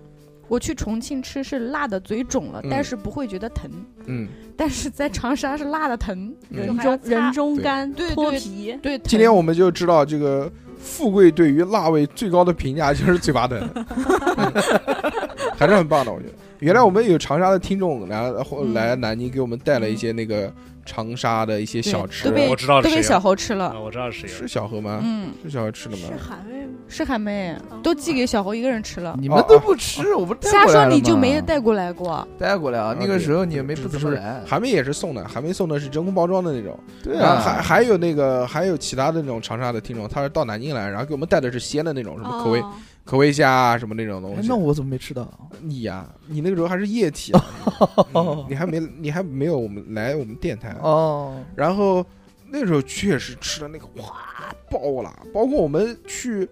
S7: 我去重庆吃是辣的嘴肿了，
S2: 嗯
S7: 但是不会觉得疼，
S2: 嗯，
S7: 但是在长沙是辣的疼，
S2: 嗯
S7: 人
S4: 人
S7: 中
S4: 中人
S7: 人中
S4: 中
S2: 对
S4: 干
S7: 对
S4: 脱
S7: 对
S4: 皮，
S7: 对。疼
S2: 今天我们就知道这个富贵对于辣味最高的评价 [LAUGHS] 就是嘴巴疼，嗯
S7: [LAUGHS]
S2: 还是很棒的，我觉得。原来我们有长沙的听众来或
S7: 嗯
S2: 来南京给我们带了一些那个长沙的一些
S7: 对
S2: 小吃啊
S7: 都，被
S5: 我知道
S7: 都
S5: 是
S7: 被
S5: 谁
S7: 小
S5: 了，
S7: 猴吃了
S5: 啊，，我知道是谁
S2: 是
S5: 了。
S2: 小何吗？
S7: 嗯，
S2: 是小何吃了吗
S4: 是？韩味吗？
S7: 是还没，
S4: 哦
S7: 都寄给小猴一个人吃
S2: 嗯
S7: 了。
S3: 你们都不吃，我不带
S7: 瞎
S3: 过来
S7: 说
S3: 了
S7: 你就
S3: 吗
S7: 没带过来过，
S3: 哦带过来啊
S2: 啊？
S3: 那个
S2: 对
S3: 时候你也没
S2: 对
S3: 不怎
S2: 是
S3: 么
S2: 不是
S3: 来，
S2: 韩梅也是送的，韩梅送的是真空包装的那种。
S3: 对
S2: 然
S3: 啊，
S2: 后还还有那个还有其他的那种长沙的听众，他是到南京来，然后给我们带的是鲜的那种什嗯么口味、
S4: 哦
S2: 口味虾啊什么那种东
S3: 哎
S2: 西。
S3: 那我怎么没吃到？
S2: 你呀、你那个时候还是液体、
S3: [LAUGHS]
S2: 啊嗯你还没你还没有我们来我们电台。
S3: 哦，
S2: 然后那时候确实吃的那个哇爆了，包括我们去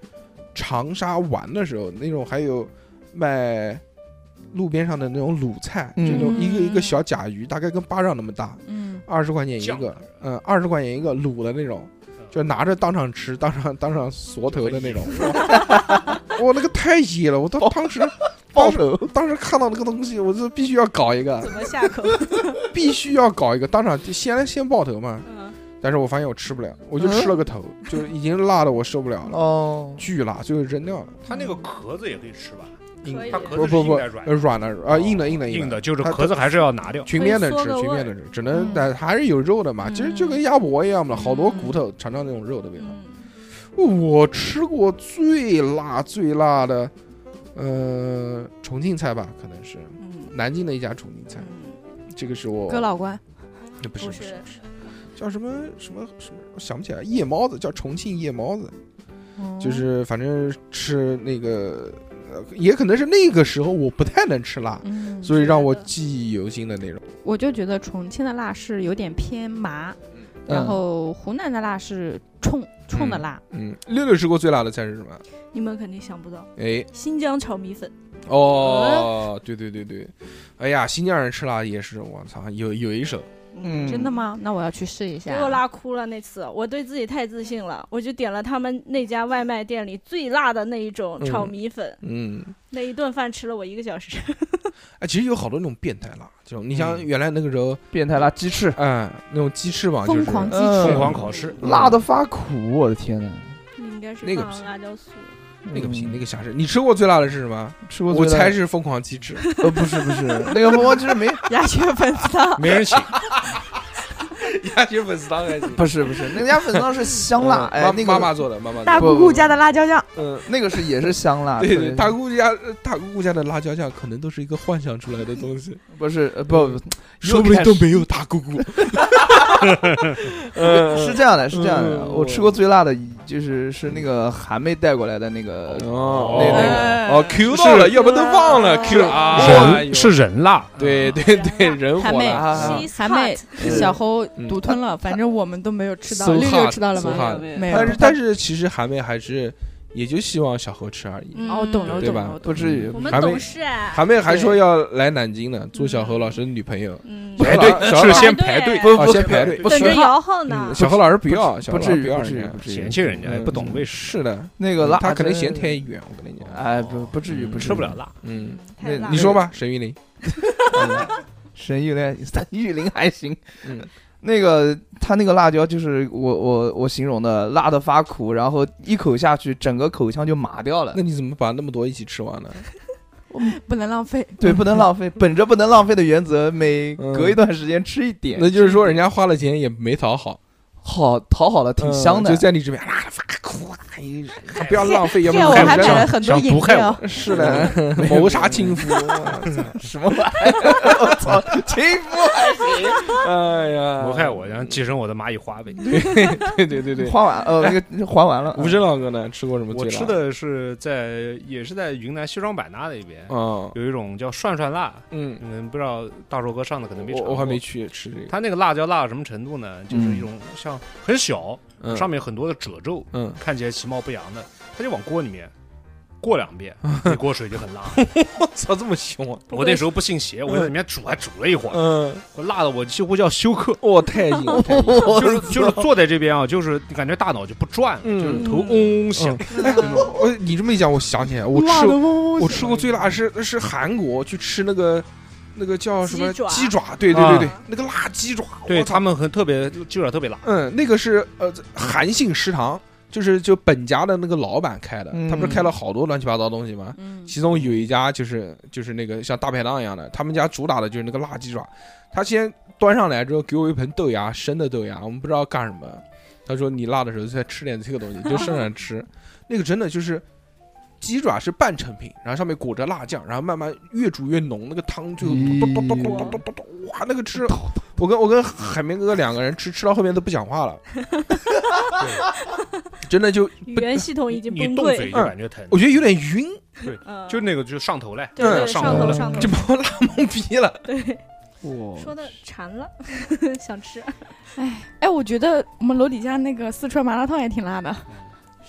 S2: 长沙玩的时候，那种还有卖路边上的那种卤菜，
S3: 嗯
S2: 这种一个一个小甲鱼，大概跟巴掌那么大，
S7: 嗯，
S2: 二十块钱一
S5: 酱
S2: 个
S5: 的，
S2: 嗯，二十块钱一个卤的那种。就拿着当场吃，当场当场缩头的那种，哇，哇那个太野了！我当当时当
S3: 爆
S2: 时当时看到那个东西，我就必
S4: [LAUGHS]
S2: 须要搞一个，
S4: 怎么下口？
S2: 必须要搞一个，当场就先先爆头嘛，
S4: 嗯
S2: 但是我发现我吃不了，我就吃了个头，就已经辣的我受不了了，
S3: 哦，
S2: 巨辣，最后扔掉了。
S5: 它那个壳子也可以吃吧？
S2: 硬
S4: 可以
S5: 它壳
S2: 不
S5: 子是
S2: 不
S5: 硬
S2: 不，
S5: 的
S2: 呃
S5: 软
S2: 软的啊，硬的硬的
S5: 硬
S2: 的
S5: 的，，就是
S2: 它
S5: 壳子还是要拿掉。
S2: 裙边的吃
S4: 可以缩，个
S2: 裙边的
S4: 味
S2: 吃，只能
S6: 嗯
S2: 但还是有肉的嘛，其实就跟鸭脖一样嘛，
S4: 嗯
S2: 好多骨头，尝尝那种肉的味道。
S4: 嗯，
S2: 我吃过最辣最辣的，呃，重庆菜吧，可能是
S4: 嗯
S2: 南京的一家重庆菜，
S4: 嗯，
S2: 这个是我
S7: 哥老关，
S2: 不是
S4: 不
S2: 不是
S4: 是
S2: 不是叫什么什么什么，我想不起来，夜猫子叫重庆夜猫
S4: 哦
S2: 子，就是反正吃那个，呃，也可能是那个时候我不太能吃辣，
S7: 嗯，
S2: 所以让我
S4: 是的
S2: 记忆犹新的那种。
S7: 我就觉得重庆的辣是有点偏麻，
S3: 嗯
S7: 然后湖南的辣是冲冲的辣，
S2: 嗯，六六吃过最辣的菜是什么？
S4: 你们肯定想不到，
S2: 哎，
S4: 新疆炒米粉，
S2: 哦，对对对对，哎呀，新疆人吃辣也是，我操，有有一手，
S3: 嗯
S7: 真的吗？那我要去试一下
S4: 给。我辣哭了那次，我对自己太自信了，我就点了他们那家外卖店里最辣的那一种炒米粉，
S2: 嗯，
S4: 那一顿饭吃了我一个小时。
S2: 哎，其实有好多那种变态辣，这种你像
S5: 嗯
S2: 原来那个时候，
S3: 变态辣鸡翅，
S2: 哎，那种鸡翅膀就是
S7: 疯狂鸡
S3: 嗯
S5: 凤凰烤翅，
S3: 辣的发苦，我的天呐，
S4: [LAUGHS] 应该是
S2: 那个
S4: 放
S2: 不
S4: 了
S2: 行
S4: 辣椒素，
S2: 那个不行，
S3: 嗯
S2: 那个瞎吃。你吃过最辣的是什么？
S3: 吃过最
S2: 我
S3: 辣的，
S2: 猜是疯狂鸡翅，
S3: 呃不是不
S2: [LAUGHS]
S3: 是，那个凤凰鸡翅没
S7: 鸭血粉丝汤，
S5: 没人请。
S2: 鸭血粉丝汤还行。
S3: 不是不是，那家粉丝汤是香辣，哎
S2: 嗯妈
S3: 那
S2: 妈妈
S3: 个
S2: 做的，妈妈
S7: 大
S2: 做的。
S7: 姑姑家的辣椒酱，
S2: 嗯，
S3: 那个是也是香辣，
S2: 对
S3: 特
S2: 对，
S3: 别是
S2: 大姑家呃大姑姑家的辣椒酱可能都是一个幻想出来的东西，
S3: 不是呃不，
S2: 说不定都 [LAUGHS] 没有大姑姑。
S3: 呃是这样的，是这样的，
S2: 嗯
S3: 我吃过最辣的就是是那个韩妹带过来的那个
S2: 哦
S3: 那那个
S4: 哎
S2: 哦，Q 到了，
S3: 是
S2: 要不都忘了 Q 啊，哎呦
S5: 人是人辣，
S2: 对对对，人火
S7: 韩妹
S2: 了，
S3: 啊，
S4: She's
S7: 韩妹
S4: hot
S3: 嗯
S7: 小猴
S2: 嗯
S7: 独吞了，反正我们都没有吃到，
S2: So
S7: 六六
S2: hot，
S7: 吃到了
S2: so
S7: 吗？
S2: hot
S7: 没有
S2: 但是但是其实韩妹还是也就希望小何吃而已，
S4: 嗯
S7: 哦，我懂了，我
S2: 对
S7: 懂
S2: 吧
S7: 了，我懂
S3: 不至于
S4: 我，们
S2: 韩妹
S4: 懂事哎，
S2: 韩妹还说要来南京呢，做小何老师的女朋友，
S4: 嗯，
S2: 小
S5: 排
S2: 何
S5: 队
S2: 老小何
S5: 是
S2: 老
S5: 先
S4: 排
S5: 排
S4: 队
S5: 队，
S3: 不不
S2: 哦先排队
S3: 不
S4: 等着
S3: 是
S4: 摇号呢
S2: 嗯。小何老师不要，小
S3: 不
S2: 何老
S3: 至
S2: 师
S3: 于
S2: 要
S3: 不
S2: 人
S3: 至于
S2: 家
S3: 不，至于
S5: 嫌弃人家
S2: 嗯
S5: 哎不懂味识，
S2: 是的，嗯
S3: 那个辣，
S2: 他可能
S3: 真
S2: 嫌
S3: 的
S2: 太远，我跟你讲，
S3: 哎不不至于不至于
S5: 吃不了。辣。
S2: 嗯，
S4: 太辣
S2: 你
S4: 了
S2: 说吧，沈玉琳，
S3: 嗯沈玉莲，沈玉琳还行。
S2: 嗯
S3: 那个他那个辣椒就是我我我形容的辣的发苦，然后一口下去，整个口腔就麻掉了
S2: 那。你怎么把那么多一起吃完呢？
S7: 不能浪费。
S3: 对，不能浪费，本着不能浪费的原则，每
S2: 嗯
S3: 隔一段时间吃一点。
S2: 那就是说人家花了钱也没讨好，
S3: 好讨好的，挺
S2: 嗯
S3: 香的
S2: 就。在你这边啊，哭啊，哎不要浪费，要不
S7: 骗
S2: 然
S7: 我
S5: 害
S7: 还
S5: 不
S7: 买
S5: 上
S7: 了很多
S5: 想
S7: 饮
S5: 毒害
S7: 料，
S2: 是的， [LAUGHS] 谋杀亲夫，我操
S3: 什么玩意儿？我操，情夫还行。
S2: 哎呀，
S5: 谋害我，然后跻身我的蚂蚁花呗。
S2: 对对对对。
S3: 花完呃，那个还完
S2: [LAUGHS]
S3: 了。
S2: 吴声老哥呢，吃过什么
S5: 我
S2: 最辣？
S5: 吃的是在也是在云南西双版纳那边，
S2: 嗯
S5: 有一种叫涮涮辣，
S2: 嗯，
S5: 你们不知道大寿哥上的可能没尝
S2: 我
S5: 过
S2: 我还没。去吃这个，
S5: 它那个辣椒辣到什么程度呢？就是一种像很小，
S2: 嗯
S5: 上面有很多的褶皱，
S2: 嗯，
S5: 看起来其貌不扬的，它就往锅里面过两遍，那锅水就很
S2: [LAUGHS]
S5: 辣。
S2: 我操，这么凶啊！
S5: 我那时候不信邪，我在里面煮还煮了一会儿，
S2: 嗯，
S5: 我辣的我几乎就要休克。
S2: [LAUGHS] 我太硬了，太硬了
S5: 就是就是坐在这边啊，就是你感觉大脑就不转了，
S2: 嗯
S5: 就是头嗡嗡响。
S2: [LAUGHS] 我你这么一讲，我想起来，我
S3: 辣
S2: 吃
S3: 的嗡嗡
S2: 我
S3: 响
S2: 吃过最辣是是韩国去吃那个那个叫什么
S4: 鸡爪
S2: 鸡爪，对对对对
S4: 啊，
S2: 那个辣鸡爪，
S5: 对
S2: 我操
S5: 他们很特别，鸡爪特别辣。
S2: 嗯，那个是呃韩信食堂，就是就本家的那个老板开的，
S3: 嗯
S2: 他不是开了好多乱七八糟东西吗？
S4: 嗯
S2: 其中有一家就是就是那个像大排档一样的，他们家主打的就是那个辣鸡爪。他先端上来之后，给我一盆豆芽，生的豆芽，我们不知道干什么。他说你辣的时候再吃点这个东西，就剩下吃。那个真的就是鸡爪是半成品，然后上面裹着辣酱，然后慢慢越煮越浓，那个汤就
S3: 咦
S2: 咚咚咚咚咚咚咚咚，哇，那个吃，我跟我跟海绵哥哥两个人吃，吃到后面都不讲话了，真的就
S4: 语言系统已经崩
S5: 你动嘴
S4: 溃，
S5: 就感觉疼，
S2: 嗯我觉得有点晕，
S4: 嗯
S5: 就那个就上头嘞，
S4: 对对
S5: 上
S4: 上
S5: 头
S4: 头
S5: 了。
S4: 上头
S2: 就把我辣懵逼了。
S4: 对，
S3: 哇
S4: 说
S5: 嗯
S4: 的馋了， [LAUGHS] 想吃。
S7: 哎，我觉得我们楼底下那个四川麻辣烫也挺辣的，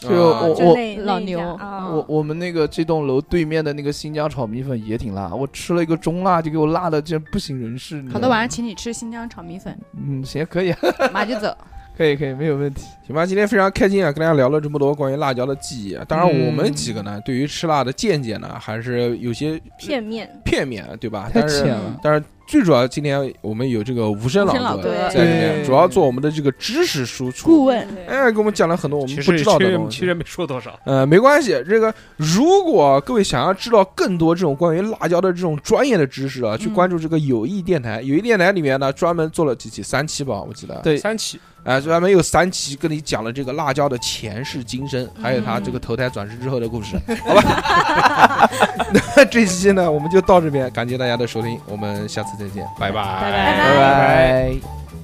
S3: 就
S2: 啊
S3: 我
S4: 就
S3: 我
S4: 那
S7: 老
S4: 那一家
S7: 牛
S4: 啊
S3: 我我们那个这栋楼对面的那个新疆炒米粉也挺辣，我吃了一个中辣就给我辣的这不省人事。你知
S7: 好
S3: 道
S7: 的，晚上
S3: 吗
S7: 请你吃新疆炒米粉，
S3: 嗯，行，可以啊，
S7: 马就走。
S3: 可以，可以，没有问题。
S2: 行吧，今天非常开心啊，跟大家聊了这么多关于辣椒的记忆啊。当然，
S3: 嗯
S2: 我们几个呢，对于吃辣的见解呢，还是有些
S4: 片面，
S2: 片面，对吧？
S3: 太
S2: 但
S3: 浅
S2: 是，
S7: 嗯
S3: 了，
S2: 但是最主要今天我们有这个无声
S7: 无声
S2: 啊
S7: 老
S2: 老哥
S7: 哥
S2: 在里面，
S5: 对
S2: 主要做我们的这个知识输
S7: 顾
S2: 出。
S7: 问
S5: 嗯
S2: 哎，给我们讲了很多我们
S5: 其
S2: 不
S5: 实
S2: 知道
S5: 其
S2: 的
S5: 实
S2: 东
S5: 其
S2: 西。
S5: 实没说多少，
S2: 呃，没关系，这个如果各位想要知道更多这种关于辣椒的这种专业的知识啊，去
S7: 嗯
S2: 关注这个友谊电台。友谊电台里面呢，专门做了几期，三期吧，我记得。
S3: 对
S5: 三期
S2: 哎，专门有三期跟你讲了这个辣椒的前世今生，还有他这个投胎转世之后的故事，好吧？ [LAUGHS] 那这期呢，我们就到这边，感谢大家的收听，我们下次再见，拜拜，
S7: 拜
S3: 拜拜。